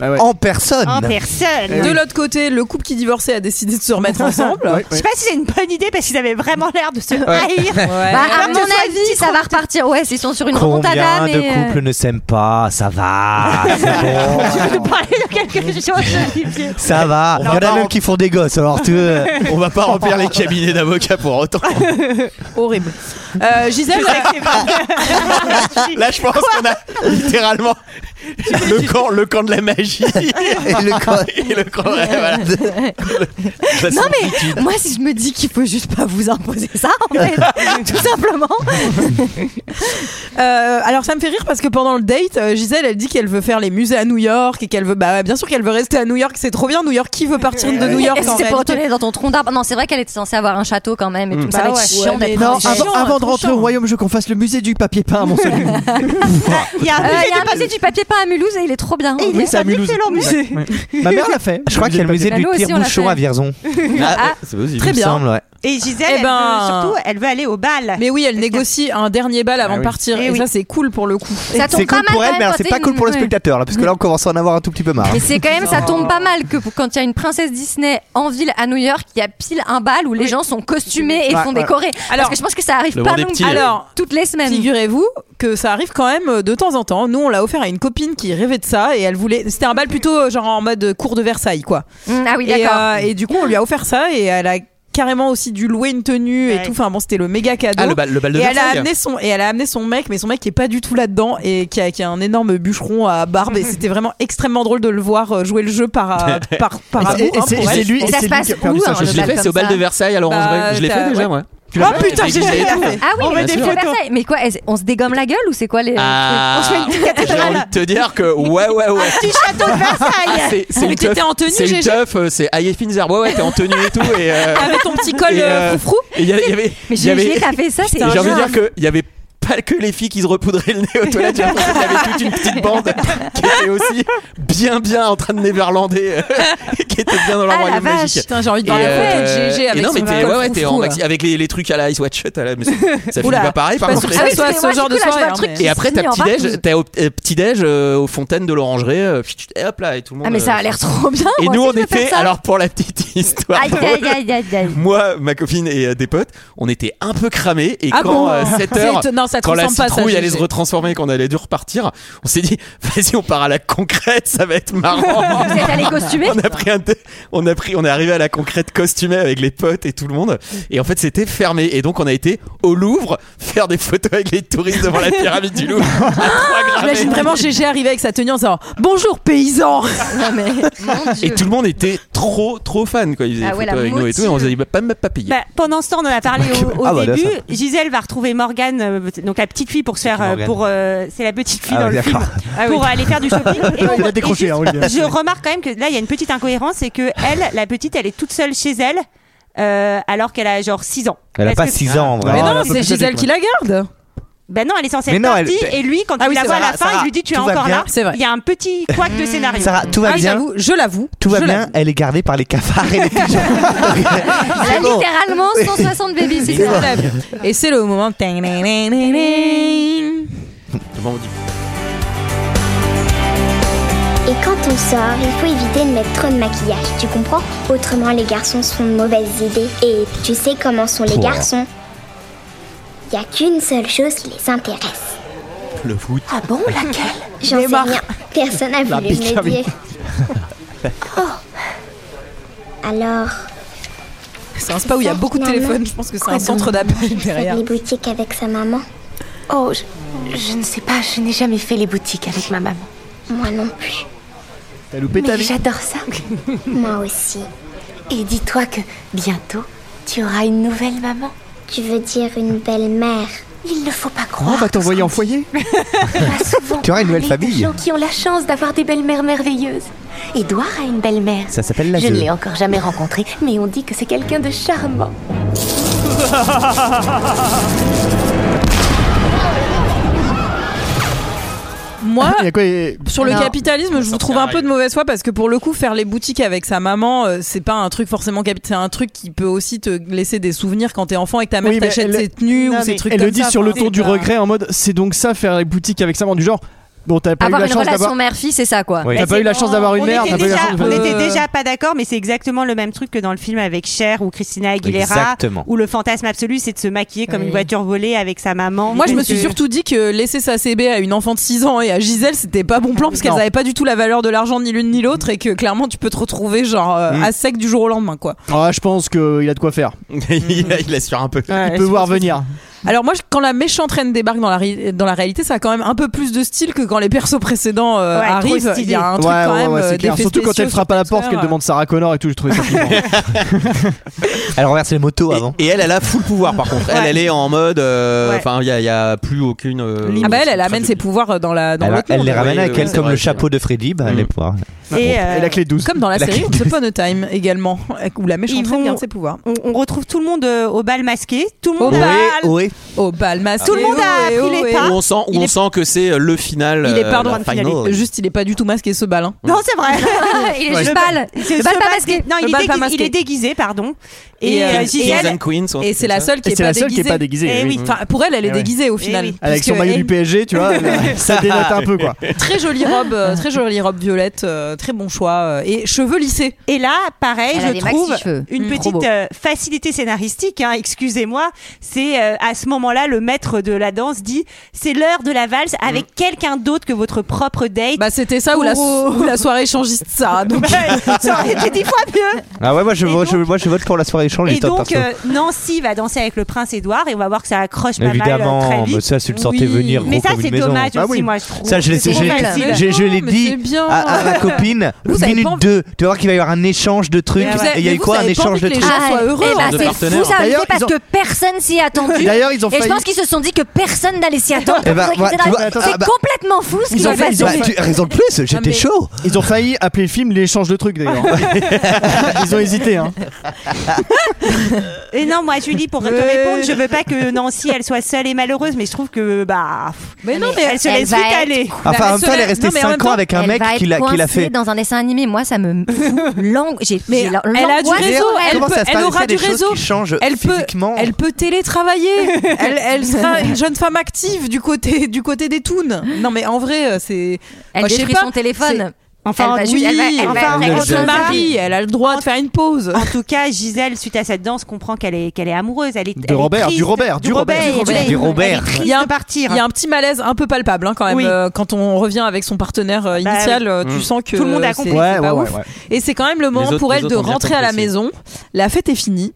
S8: Ah
S6: En personne.
S12: En personne.
S1: De l'autre côté, le couple qui divorçait a décidé de se remettre ensemble.
S12: Je sais pas si c'est une bonne idée parce qu'ils avaient vraiment l'air de se
S1: Ouais.
S12: haïr.
S1: Ouais.
S13: Bah, à
S12: Alors que
S13: mon
S12: ce soit une
S13: avis, ça va repartir. Ouais, ils sont sur une
S6: Combien
S13: remontada, mais.
S6: de
S13: euh,
S6: couples ne s'aiment pas Ça va, c'est bon,
S12: Tu veux nous parler de quelque chose Olivier
S6: ça va. Il y en a même qui font des gosses, alors tu veux-
S16: On va pas remplir les cabinets d'avocats pour autant.
S1: Horrible. Euh, Gisèle,
S16: Là, je pense qu'on a littéralement le camp, le camp de la magie.
S6: Et le camp-
S16: Et le camp, ouais, voilà. La
S13: Non
S16: similitude.
S13: mais moi si je me dis qu'il faut juste pas vous imposer ça en fait tout simplement
S1: Euh, alors ça me fait rire parce que pendant le date, euh, Gisèle elle dit qu'elle veut faire les musées à New York et qu'elle veut bah bien sûr qu'elle veut rester à New York, c'est trop bien New York, qui veut partir de New York
S13: Euh, Est-ce que
S1: en
S13: c'est pour
S1: réalité
S13: retourner dans ton tronc d'arbre non c'est vrai qu'elle était censée avoir un château quand même et tout
S1: Mm.
S13: ça
S1: Bah
S13: va être
S1: ouais.
S13: chiant
S1: Ouais, mais
S13: d'être
S1: non,
S13: dans
S1: avant-
S13: chiant,
S9: Avant
S13: hein,
S9: de rentrer au royaume, je veux qu'on fasse le musée du papier peint, mon salut.
S13: Euh, Il y a un, musée, du papier... peint à Mulhouse et il est trop bien.
S9: il Oui, est c'est à Mulhouse.
S13: excellent musée.
S9: Ma mère l'a fait.
S6: Je crois qu'il y a le musée
S13: Bah,
S6: du
S13: nous aussi, on l'a
S6: tire-bouchon
S13: fait.
S6: à Vierzon.
S13: Ah,
S1: Ah,
S6: c'est possible.
S1: très
S6: Il me
S1: bien.
S6: semble, ouais.
S12: Et Gisèle,
S1: Eh
S12: elle
S1: ben-
S12: veut, surtout, elle veut aller au bal.
S1: Mais oui, elle négocie un dernier bal avant
S6: Ah oui.
S1: de partir
S12: Eh
S1: et
S12: oui.
S1: ça c'est cool pour le coup.
S6: C'est cool pour elle, mais alors, c'est pas cool pour le
S13: ouais.
S6: spectateur, là, parce que là, on commence à en avoir un tout petit peu marre.
S13: Mais c'est quand même, ça tombe
S6: Oh.
S13: pas mal que pour- quand il y a une princesse Disney en ville à New York, il y a pile un bal où les gens sont costumés et
S1: Ouais,
S13: sont
S1: ouais.
S13: décorés. Alors,
S1: Alors-
S13: Parce que je pense que ça arrive
S1: Le
S13: pas
S1: monde est
S13: non
S1: petit,
S13: plus
S1: Alors,
S13: toutes les semaines.
S1: Figurez-vous que ça arrive quand même euh, de temps en temps. Nous, on l'a offert à une copine qui rêvait de ça et elle voulait. C'était un bal plutôt euh, genre en mode cours de Versailles, quoi.
S13: Mm, ah oui,
S1: Et,
S13: d'accord.
S1: euh, Et, du coup, on lui a offert ça et elle a carrément aussi dû louer une tenue et
S13: Ouais.
S1: tout. Enfin bon, c'était le méga cadeau.
S8: Ah, le bal- le bal de
S1: et elle a
S8: Versailles.
S1: amené son et elle a amené son mec, mais son mec qui est pas du tout là-dedans et qui a, qui a un énorme bûcheron à barbe. et c'était vraiment extrêmement drôle de le voir euh, jouer le jeu par euh, par par
S8: Et-
S1: amour,
S8: et
S1: hein,
S8: c'est-
S1: pour
S8: c'est
S1: elle.
S8: lui- Et ça c'est se lui passe qui a perdu où, sa un chaussure. bal Je l'ai fait, c'est au
S13: comme
S8: bal
S13: ça
S8: de Versailles, alors, en vrai, je l'ai
S1: Bah, t'as-
S8: fait déjà,
S1: ouais.
S8: moi. Tu l'as
S1: Oh
S8: fait
S1: putain,
S8: Mais
S1: j'ai
S8: je l'ai
S1: fait.
S8: fait.
S13: Ah oui,
S1: On met
S13: mais
S1: des
S13: c'est
S1: photos.
S13: Versailles. Mais quoi elle- On se dégomme la gueule ou c'est quoi les.
S8: Ah, j'ai envie de te dire que ouais, ouais, ouais.
S12: Du château de Versailles.
S8: Ah, c'est- c'est
S1: Mais
S8: une
S1: t'étais
S8: teuf-
S1: en tenue,
S8: C'est une
S1: GG.
S8: teuf, euh, c'est Aïe Finzer. Ouais, ouais, t'es en tenue et tout. Et, euh,
S1: Avec ton petit col,
S8: et,
S1: euh, froufrou.
S8: et il y avait- il y avait.
S13: Mais
S8: il y
S13: j'ai-
S8: avait-
S13: j'ai t'as fait ça, c'est
S8: J'ai envie de
S13: énorme.
S8: dire qu'il y avait pas que les filles qui se repoudraient le nez aux toilettes. J'ai l'impression qu'il y avait toute une petite bande qui était aussi bien, bien en train de néverlander, euh, qui était bien dans leur
S1: Ah, la
S8: royaume
S1: vache.
S8: magique.
S1: Putain, j'ai envie de voir
S8: Et,
S1: la photo de
S8: euh,
S1: GG
S8: et
S1: avec
S8: non, mais
S1: son
S8: t'es-
S1: col
S8: ouais, ouais, t'es en
S1: froufrou,
S8: maxi-
S1: là.
S8: avec les les trucs à la Ice Watch. t'as la- mais Ça ça finit
S1: Oula,
S8: pas pareil,
S1: je suis
S8: par
S1: pas
S8: contre.
S1: sûre que ça
S13: Ah oui,
S1: soit
S13: parce que
S1: ce
S13: moi,
S1: genre
S13: du
S1: de
S13: coup, là, je vois
S1: soirée.
S13: le
S1: hein,
S13: truc
S1: mais-
S13: qui
S8: Et après, t'as
S13: finit en
S8: petit déj,
S13: partouze.
S8: t'as au- euh, petit déj euh, aux fontaines de l'orangerie, euh, pfft, et hop là et tout le monde.
S13: Ah, mais ça
S8: euh,
S13: a l'air trop bien.
S8: Et
S13: moi
S8: nous,
S13: aussi,
S8: on
S13: je veux faire
S8: était
S13: ça.
S8: alors pour la petite histoire.
S13: Aïe, aïe, aïe, aïe, aïe.
S8: Moi, ma copine et euh, des potes, on était un peu cramés et
S1: Ah
S8: quand
S1: bon
S8: euh,
S1: C'est
S8: 7h
S1: étonnant, ça te
S8: quand la
S1: ressemble pas, ça,
S8: citrouille
S1: Gégé.
S8: allait se retransformer et qu'on allait dû repartir, on s'est dit vas-y, on part à la concrète, ça va être marrant.
S13: Vous êtes allés costumer
S8: On a pris un thé- on a pris on est arrivé à la concrète costumée avec les potes et tout le monde et en fait, c'était fermé et donc on a été au Louvre faire des photos avec les touristes devant la pyramide du Louvre. à trois grammes et
S1: J'imagine
S8: demi.
S1: Ah, vraiment GG arriver avec sa tenue en disant Bonjour paysans
S13: Non, mais. Mon Dieu.
S8: Et tout le monde était trop trop fan quoi. Ils faisaient
S12: Ah
S8: des
S12: ouais,
S8: photos
S12: la
S8: avec nous et tout. Et
S12: motive.
S8: on se dit bah, pas même pas payé.
S12: Bah, pendant ce temps, on en a parlé au, au
S8: Ah, voilà,
S12: début.
S8: ça.
S12: Gisèle va retrouver Morgane, euh, donc la petite fille pour se faire,
S8: qui,
S12: euh,
S8: Morgane
S12: pour euh, c'est la petite fille
S8: Ah
S12: dans
S8: oui,
S12: le film,
S8: d'accord.
S1: Ah oui.
S12: pour aller faire du shopping.
S9: Il a
S12: et
S9: décroché,
S12: juste,
S9: hein, Olivier.
S12: Je remarque quand même que là, il y a une petite incohérence, c'est que elle, la petite, elle est toute seule chez elle, euh, alors qu'elle a genre 6 ans.
S6: Elle a
S12: Parce
S6: pas
S12: que-
S6: 6 ans, en vrai.
S1: Mais non, c'est Gisèle qui la garde
S12: Ben non, elle est censée
S6: Mais
S12: être
S6: non, elle-
S12: partie. Et lui, quand
S1: Ah
S12: il
S1: oui,
S12: la
S1: c'est
S12: voit à
S1: vrai,
S12: la fin,
S1: Sarah,
S12: il lui dit tu es
S1: tout va
S12: encore
S1: bien.
S12: là.
S1: C'est vrai. Mmh.
S12: Il y a un petit couac de scénario.
S6: Sarah, tout va
S1: Ah,
S6: bien.
S1: j'avoue, Je l'avoue.
S6: Tout va
S1: je
S6: bien,
S1: l'avoue.
S6: elle est gardée par les cafards et les pigeons.
S13: Elle a Ah, littéralement 160 bébés, c'est
S1: Je
S13: ça.
S1: l'avoue. Et c'est le moment. Ding, ding, ding, ding, ding.
S19: Et quand on sort, il faut éviter de mettre trop de maquillage, tu comprends Autrement, les garçons sont de mauvaises idées. Et tu sais comment sont les
S10: Pouah.
S19: garçons Il n'y a qu'une seule chose qui les intéresse.
S10: Le foot.
S19: Ah bon, laquelle J'en
S10: Les
S19: sais
S10: marques.
S19: rien. Personne n'a
S10: La
S19: voulu me le
S10: pyramide.
S19: dire. Oh Alors...
S1: C'est un spa où il y a beaucoup de
S19: Finalement,
S1: téléphones. Je pense que c'est
S19: quoi
S1: un
S19: donc
S1: centre d'appel
S19: Vous faites
S1: derrière.
S19: les boutiques avec sa maman Oh, je, ne sais pas, je n'ai jamais fait les boutiques avec ma maman. Moi non plus.
S9: T'as loupé ta
S19: Mais
S9: vie.
S19: j'adore ça. Moi aussi. Et dis-toi que bientôt, tu auras une nouvelle maman. Tu veux dire une belle-mère Il ne faut pas
S9: Oh,
S19: croire.
S9: on va t'envoyer en foyer.
S19: Pas souvent.
S6: Tu auras une nouvelle
S19: parler de
S6: famille.
S19: gens qui ont la chance d'avoir des belles-mères merveilleuses. Édouard a une belle-mère.
S6: Ça s'appelle la
S19: Je
S6: zeu.
S19: ne l'ai encore jamais rencontrée, mais on dit que c'est quelqu'un de charmant.
S1: Moi,
S9: Ah, Il y a quoi, il y a-
S1: Sur le
S9: Alors-
S1: capitalisme, je vous trouve un peu de mauvaise foi parce que pour le coup, faire les boutiques avec sa maman, euh, c'est pas un truc forcément capital. C'est un truc qui peut aussi te laisser des souvenirs quand t'es enfant et que ta mère
S9: Oui, mais
S1: t'achète
S9: elle-
S1: ses tenues
S9: Non,
S1: ou ses
S9: mais
S1: trucs
S9: Elle
S1: comme
S9: le dit
S1: ça.
S9: sur le
S1: Enfin,
S9: ton du
S1: c'est pas-
S9: regret en mode c'est donc ça faire les boutiques avec sa maman du genre. Bon, t'as pas eu
S13: Avoir
S9: la
S13: une
S9: chance
S13: relation
S9: d'avoir.
S13: mère-fille, c'est ça quoi.
S9: Oui. T'as pas eu la chance d'avoir une
S12: On
S9: mère,
S12: était
S9: t'as pas eu la
S12: déjà-
S9: chance de-
S12: On était
S9: Euh.
S12: déjà pas d'accord, mais c'est exactement le même truc que dans le film avec Cher ou Christina Aguilera,
S1: Exactement.
S12: où le fantasme absolu c'est de se maquiller comme
S1: Oui.
S12: une voiture volée avec sa maman. euh,
S1: Moi, je me
S12: Parce
S1: suis
S12: que-
S1: surtout dit que laisser sa CB à une enfant de 6 ans et à Gisèle, c'était pas bon plan parce qu'elles
S12: Non.
S1: avaient pas du tout la valeur de l'argent ni l'une ni l'autre et que clairement, tu peux te retrouver genre euh,
S9: Mm.
S1: à sec du jour au lendemain, quoi.
S9: Ah, je pense qu'il a de quoi faire.
S8: il, assure un peu.
S9: il peut voir venir.
S1: Alors moi, je- quand la méchante reine débarque dans la, ré- dans la réalité, ça a quand même un peu plus de style que quand les persos précédents euh,
S9: Ouais, trop
S1: arrivent.
S9: stylé.
S1: Il y a un truc
S9: Ouais,
S1: quand
S9: ouais,
S1: même.
S9: ouais,
S1: euh,
S9: c'est clair.
S1: d'effets
S9: Surtout quand
S1: spéciaux
S9: elle frappe à la
S1: sur
S9: porte, qu'elle
S1: Twitter.
S9: demande Sarah Connor et tout, je trouvais ça flippant.
S6: Elle renverse les motos avant.
S8: Et elle, elle a full pouvoir par contre. Elle,
S1: Ouais.
S8: elle est en mode. euh,
S1: Ouais.
S8: Enfin, il y a- il y a, plus aucune. euh,
S1: Ah bah elle, elle amène ses
S12: euh,
S1: pouvoirs dans la dans
S6: Elle,
S1: l'autre
S6: elle
S1: monde.
S6: les ramène
S8: Oui,
S6: avec
S8: oui,
S6: elle,
S8: c'est
S6: comme
S8: vrai,
S6: le
S8: c'est
S6: chapeau de Freddy, bah, elle les pouvoirs.
S12: Et, euh, Et la clé
S9: douce.
S1: Comme dans la,
S6: La
S1: série
S6: clé
S1: Once Upon a Time également, où la méchante
S12: Ils
S1: reine
S12: vont-
S1: garde ses pouvoirs.
S12: On, on retrouve tout le monde euh, au bal masqué, tout le
S1: Au bal,
S12: monde a-
S1: au bal masqué.
S8: Eh
S12: Tout le monde
S8: oh,
S12: a
S1: ohé,
S12: appris
S1: ohé.
S12: l'état.
S8: Où on sent, où
S1: Il
S8: on
S1: est-
S8: sent que c'est euh, le final.
S1: Il est
S8: euh,
S1: pardon,
S8: la final.
S1: juste il est pas du tout masqué ce bal. hein.
S12: Non, c'est vrai.
S13: Il est juste
S12: Le
S13: pâle.
S12: c'est- ce
S13: Le pâle pas
S12: bal
S13: masqué.
S12: dé- Non, il,
S13: Le
S12: est
S13: bal pas
S12: déguisé- il
S13: masqué.
S12: est déguisé, pardon.
S1: Et,
S12: Et, euh,
S1: Kings-
S12: Gisèle-
S1: Kings and
S8: Queens, un
S1: Et
S8: truc
S1: c'est
S8: comme
S1: la
S8: ça.
S1: seule qui
S9: Et
S1: est
S9: c'est
S1: pas
S9: la seule qui est
S1: déguisée.
S9: pas déguisée,
S1: Eh
S9: oui.
S1: oui. Enfin, pour elle, elle est
S9: Eh ouais.
S1: déguisée au final.
S9: Avec son
S1: puisque
S9: maillot
S1: elle-
S9: du PSG, tu vois, euh, ça dénote un peu quoi.
S1: Très jolie robe, euh, très jolie robe violette, euh, très bon choix euh, et cheveux lissés.
S12: Et là, pareil,
S1: Elle a des
S12: je trouve
S1: maxi-cheveux.
S12: une
S1: Mm. Trop beau.
S12: petite euh, facilité scénaristique, hein, excusez-moi. C'est euh, à ce moment-là, le maître de la danse dit c'est l'heure de la valse avec quelqu'un d'autre que votre propre date.
S1: Bah, c'était ça ou la, ou la soirée échangiste ça. Donc...
S12: ça aurait été dix fois mieux.
S6: Ah ouais, moi je, vote, je- moi, je vote pour la soirée échange.
S12: Et
S6: Oh, les top,
S12: donc,
S6: perso.
S12: euh, Nancy va danser avec le prince Édouard et on va voir que ça accroche pas
S6: Évidemment,
S12: mal euh, très vite.
S6: mais ça, tu le sentais venir,
S12: Mais
S6: gros
S12: ça,
S6: comme
S12: c'est
S6: une maison.
S12: dommage
S6: Ah
S12: aussi,
S6: oui.
S12: moi, je trouve.
S6: Ça, je l'ai,
S12: C'est
S6: je,
S12: trop
S6: l'ai-
S12: facile.
S6: je- je l'ai
S1: Mais
S6: dit
S1: c'est bien.
S6: à, à ma copine,
S1: Vous avez
S6: minute
S1: pas envie-
S6: 2, tu vas voir qu'il va y avoir un échange de trucs.
S1: Mais vous avez-
S6: Et il y a
S1: mais
S6: eu
S1: vous
S6: quoi Un
S1: avez pas
S6: échange
S1: envie
S6: de
S1: que les
S6: trucs
S1: gens soient heureux. hein,
S13: Eh ben,
S6: De
S13: c'est
S6: partenaires.
S13: fou, ça arrivé
S6: D'ailleurs,
S13: parce
S6: ils ont-
S13: que personne s'y attendait.
S6: D'ailleurs, ils ont
S13: Et je
S6: failli-
S13: pense qu'ils se sont dit que personne n'allait s'y attendre.
S6: Eh ben,
S13: C'est pour ça qu'ils
S6: bah,
S13: étaient
S6: tu
S13: là,
S6: vois,
S13: c'est
S6: ah bah,
S13: complètement fou ce qu'ils ont fait.
S6: Bah, tu- raison de plus, j'étais mais- chaud.
S9: Ils ont failli appeler le film l'échange de trucs d'ailleurs. ils ont hésité. Hein.
S12: Et non, moi, Julie, pour te répondre, je veux pas que Nancy, elle soit seule et malheureuse, mais je trouve que, bah.
S1: Mais
S12: non, mais elle se laisse vite aller.
S6: Enfin, en même temps, elle est restée 5 ans avec un
S13: Elle
S6: mec
S13: va
S6: qui l'a
S13: être
S6: qui l'a
S13: coincée
S6: fait.
S13: dans un dessin animé. Moi, ça me fout l'ang- J'ai
S1: Mais
S13: j'ai la-
S1: elle a du
S13: l'angoisse.
S1: réseau, elle,
S6: Comment
S1: peut-
S6: ça se
S1: elle
S6: passe Il y
S1: aura
S6: a
S1: du
S6: des choses
S1: réseau.
S6: qui changent
S1: elle peut, elle peut télétravailler. elle, elle sera une jeune femme active du côté, du côté des toons. Non, mais en vrai, euh, c'est.
S13: Elle
S1: Moi, je sais
S13: détruit
S1: pas,
S13: son téléphone.
S1: c'est- Enfin,
S13: Elle va
S1: oui,
S13: juste- elle va- elle va-
S1: enfin,
S13: elle va-
S1: on se
S13: elle va-
S1: marie, elle a le droit de faire une pause.
S12: En tout cas, Gisèle, suite à cette danse, comprend qu'elle est, qu'elle est amoureuse. Elle est,
S9: De
S12: elle est
S9: Robert,
S12: triste.
S9: du Robert, du Robert,
S12: et
S9: du
S12: elle
S9: Robert.
S12: est-
S9: Du
S12: elle est
S9: Robert.
S12: triste
S1: Il y a un-
S12: de partir.
S1: Il y a un petit malaise un peu palpable hein, quand même
S12: Oui.
S1: euh, quand on revient avec son partenaire euh,
S12: Bah,
S1: initial.
S12: oui.
S1: euh, Tu
S12: Mm.
S1: sens que
S12: Tout le monde a
S1: c'est-
S12: compris.
S1: c'est
S12: Ouais,
S1: pas
S12: ouais,
S1: ouf.
S12: ouais, ouais.
S1: Et c'est quand même le moment
S8: autres-
S1: pour
S8: les
S1: elle de
S8: autres ont bien
S1: rentrer à la
S8: compris.
S1: maison. La fête est finie.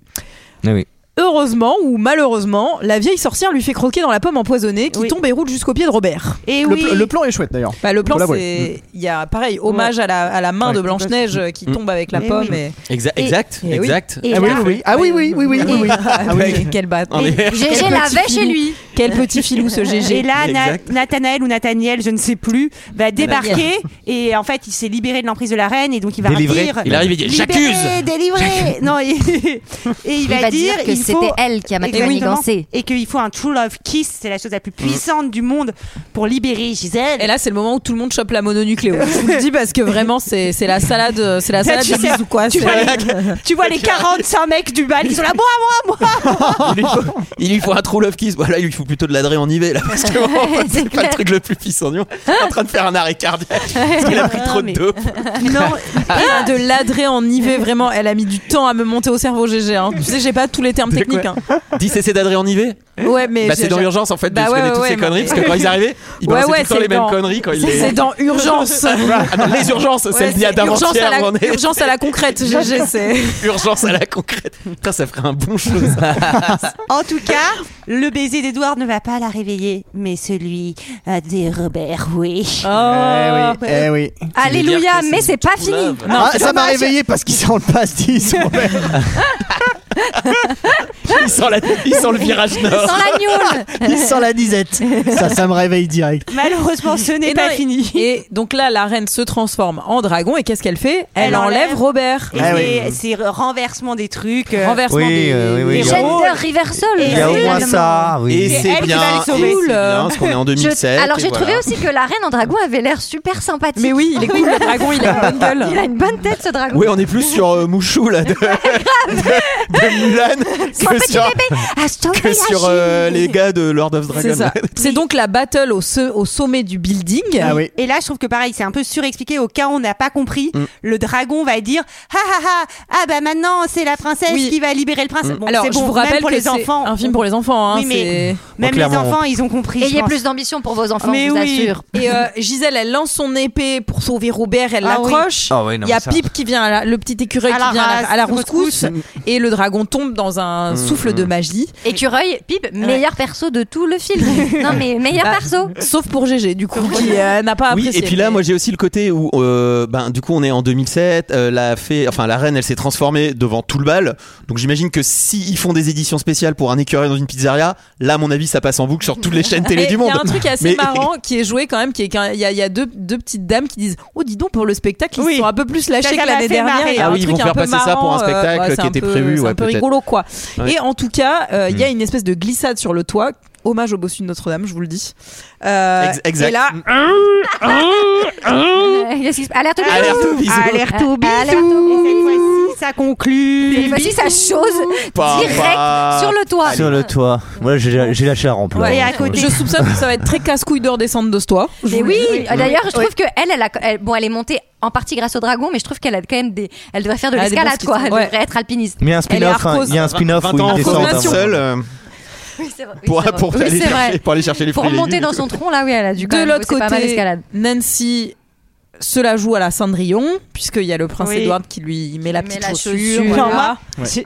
S6: oui.
S1: Heureusement ou malheureusement, la vieille sorcière lui fait croquer dans la pomme empoisonnée qui tombe et roule jusqu'au pied de Robert.
S12: Et
S9: Le, pl- le plan est chouette d'ailleurs.
S1: Bah, le plan,
S9: Faut l'avouer.
S8: Mm.
S1: c'est. Il y a pareil, hommage à, la, à la main de Blanche-Neige euh, qui tombe avec la
S8: Eh
S1: pomme.
S8: oui.
S1: Et...
S8: Exa-
S1: Et-
S8: exact,
S1: et oui.
S8: exact.
S1: Et
S9: Mm. Ah oui,
S1: là-
S9: oui, oui. Ah oui, oui, oui, oui, oui, oui. Ah oui.
S1: Quel bâtard.
S8: On est-
S13: GG
S12: Quel
S13: l'avait
S12: petit
S13: chez
S12: filou.
S13: lui.
S1: Quel petit filou ce GG.
S12: Et là, Na-
S1: Exact.
S12: Nathanaël ou Nathaniel, je ne sais plus, va débarquer et en fait, il s'est libéré de l'emprise de la reine et donc il va
S8: Délivré.
S12: dire
S8: Il arrive, il dit,
S12: Libéré,
S8: J'accuse.
S12: délivré. Non, et, et il,
S13: Il
S12: va,
S13: va
S12: dire,
S13: dire que
S12: il
S13: c'était
S12: faut-
S13: elle qui a
S12: Exactement.
S13: manigancé.
S12: et qu'il faut un true love kiss, c'est la chose la plus puissante du monde pour libérer Gisèle.
S1: Et là, c'est le moment où tout le monde chope la mononucléo. Je vous le dis parce que vraiment, c'est c'est la salade, c'est la
S12: Là,
S1: salade
S12: tu,
S1: de
S12: sais-
S1: bisous, quoi.
S12: tu
S1: C'est-
S12: vois les, tu vois les 45 mecs du bal, ils sont là, moi, moi, moi
S8: Il lui, faut, il lui faut un true love kiss. Voilà, il lui faut plutôt de la drée en IV là, parce que vraiment,
S12: C'est
S8: c'est pas le
S12: clair.
S8: truc le plus puissant. du monde. Il est en train de faire un arrêt cardiaque parce qu'il a pris trop de dope.
S1: Non, et de l'adré en IV, vraiment, elle a mis du temps à me monter au cerveau GG. hein. Tu sais, j'ai pas tous les termes techniques. hein.
S8: 10 essais d'adrée en IV
S1: Ouais, mais
S8: Bah,
S1: j'ai-
S8: c'est dans
S1: j'ai-
S8: l'urgence en fait de
S1: Bah ouais,
S8: donner
S1: ouais,
S8: toutes ces
S1: ouais,
S8: conneries
S1: non.
S8: parce que quand ils arrivaient, ils
S1: Ouais,
S8: balançaient
S1: ouais,
S8: tout le temps les
S1: c'est
S8: mêmes
S1: dans-
S8: conneries quand ils
S1: C'est dans urgence.
S8: Ah non, les urgences,
S1: Ouais,
S8: celle d'il y a
S1: c'est urgence à
S8: d'avant-hier,
S1: la-
S8: on en est-
S1: Urgence à la concrète, GG, c'est.
S8: Urgence à la concrète. Putain, ça ferait un bon show.
S12: En tout cas, le baiser d'Edouard ne va pas la réveiller, mais celui euh, des Robert, oui.
S1: Oh.
S9: Eh oui, eh oui.
S13: Alléluia, mais c'est pas fini.
S9: Ah, ça m'a réveillé parce qu'ils sont en le passe 10. Robert.
S16: Il sent, la- il sent le virage nord.
S9: Il sent la disette. Ça, ça me réveille direct.
S12: Malheureusement, ce n'est pas
S1: fini. Et donc là, la reine se transforme en dragon et qu'est-ce qu'elle fait Elle,
S12: Elle
S1: enlève,
S12: enlève.
S1: Robert.
S12: Et
S6: Ah
S12: c'est- c'est renversement des trucs. euh,
S1: Renversement
S6: Oui,
S1: des,
S6: euh, oui, oui,
S1: des
S6: il y a-
S1: rôles.
S13: Gender reversal.
S6: Il y a au moins ça. Oui.
S16: Et c'est bien, et c'est
S13: Cool.
S16: bien, parce qu'on est en
S13: Je-
S16: 2007.
S13: alors
S16: et
S13: j'ai trouvé
S16: voilà.
S13: aussi que la reine en dragon avait l'air super sympathique.
S1: Mais oui, il est cool, le dragon, il a une bonne gueule.
S13: Il a une bonne tête ce dragon.
S16: Oui, on est plus sur euh, Mouchou là de, de- de Mulan
S13: Son
S16: que
S13: petit
S16: sur,
S13: bébé. Astoria
S16: que sur euh, les gars de Lord of Dragon.
S1: C'est ça. C'est donc la battle au, se- au sommet du building.
S9: Ah
S12: Et là, je trouve que pareil, c'est un peu surexpliqué au cas où on n'a pas compris.
S9: Mm.
S12: Le dragon va dire ha ha ha ah bah maintenant c'est la princesse qui va libérer le
S9: Mm.
S12: prince. Bon,
S1: Alors,
S12: c'est
S1: je
S12: bon,
S1: vous
S12: même
S1: rappelle
S12: pour
S1: que
S12: les
S1: c'est
S12: enfants.
S1: un film pour les enfants. hein,
S12: Oui, mais
S1: c'est-
S12: même les enfants, ils ont compris. je
S13: Ayez
S12: pense.
S13: plus d'ambition pour vos enfants,
S12: Mais
S13: je vous
S12: oui.
S13: assure.
S1: Et euh, Gisèle, elle lance son épée pour sauver Robert, elle
S12: Ah oui.
S1: l'accroche.
S6: Ah oui, non,
S1: Il y a
S6: mais ça-
S1: Pipe qui vient, à la- le petit écureuil
S12: À
S1: qui
S12: la
S1: vient à la,
S12: race-
S1: à la
S12: rescousse.
S1: rescousse. Et le dragon tombe dans un
S13: Mm,
S1: souffle de magie.
S13: Écureuil, Pipe, meilleur perso de tout le film. non mais meilleur
S1: Bah,
S13: perso.
S1: Sauf pour GG, du coup, qui euh, n'a pas
S8: Oui,
S1: apprécié.
S8: et puis là, moi, j'ai aussi le côté où, euh, ben, du coup, on est en 2007. euh, la fée, enfin, la reine, elle s'est transformée devant tout le bal. Donc, j'imagine que si ils font des éditions spéciales pour un écureuil dans une pizzeria, là, à mon avis, ça passe en boucle sur toutes les chaînes télé
S1: Et
S8: du monde.
S1: Il y a un truc assez
S8: Mais-
S1: marrant qui est joué quand même, qui est qu'il y a, il y a deux, deux petites dames qui disent Oh, dis donc, pour le spectacle, ils sont un peu plus
S12: Ça,
S1: lâchés
S12: ça
S1: que
S12: m'a
S1: l'année
S12: fait
S1: dernière.
S12: marrer. hein.
S1: Il y a
S8: Ah
S1: un
S8: oui, ils
S1: truc
S8: vont
S1: un
S8: faire
S1: peu
S8: passer ça pour un
S1: marrant, euh,
S8: spectacle
S1: ouais,
S8: qui
S1: c'est un
S8: était
S1: peu-
S8: prévu,
S1: C'est
S8: ouais,
S1: un peu
S8: peut-être.
S1: rigolo, quoi.
S8: Ouais.
S1: Et en tout cas, euh, il y a
S8: Mm.
S1: une espèce de glissade sur le toit. Hommage au bossu de Notre-Dame, je vous le dis. Euh,
S8: Ex- exact. Hmm.
S1: Et là,
S13: Euh, qu'est-ce qui se- Alerte au bisou. Ah,
S8: Alerte au bisou.
S12: Alerte au bisou.
S13: Alerte au
S12: Et cette fois-ci, ça conclut.
S13: Cette fois-ci, ça chose
S6: Pa,
S13: direct
S6: pa.
S13: sur le toit.
S6: Sur le toit. Moi, j'ai j'ai lâché la rampe. là.
S1: Ouais.
S6: Ouais.
S1: Je soupçonne que ça va être très casse-couille de redescendre de ce toit. Je
S13: Mais
S1: vous-
S13: oui, d'ailleurs, je trouve que elle, elle, a, elle- bon, elle est montée en partie grâce au dragon, mais je trouve qu'elle a quand même des, elle devrait faire de
S1: Elle a des
S13: l'escalade,
S1: bons
S13: quoi. Elle
S1: skis. Ouais.
S13: devrait être alpiniste.
S6: Mais il y a un spin-off, hein, il y a un spin-off où
S8: 20 ans en
S6: ils descendent.
S8: promenade
S6: hein.
S8: seule, euh,
S13: Oui, c'est vrai. Oui,
S8: pour,
S13: c'est vrai.
S8: pour,
S13: Oui,
S8: aller
S13: c'est vrai.
S8: chercher, pour aller chercher les
S13: Pour
S8: fruits et
S13: remonter
S8: légumes.
S13: dans son tronc, là, oui, elle a dû quand
S1: De
S13: même
S1: l'autre
S13: bosser pas mal
S1: côté,
S13: l'escalade.
S1: Nancy se la joue à la Cendrillon, puisqu'il y a le prince
S12: Oui.
S1: Edward qui lui met la
S13: met
S1: petite
S13: la
S1: chaussure.
S13: chaussure,
S1: voilà.
S12: voilà. J'ai-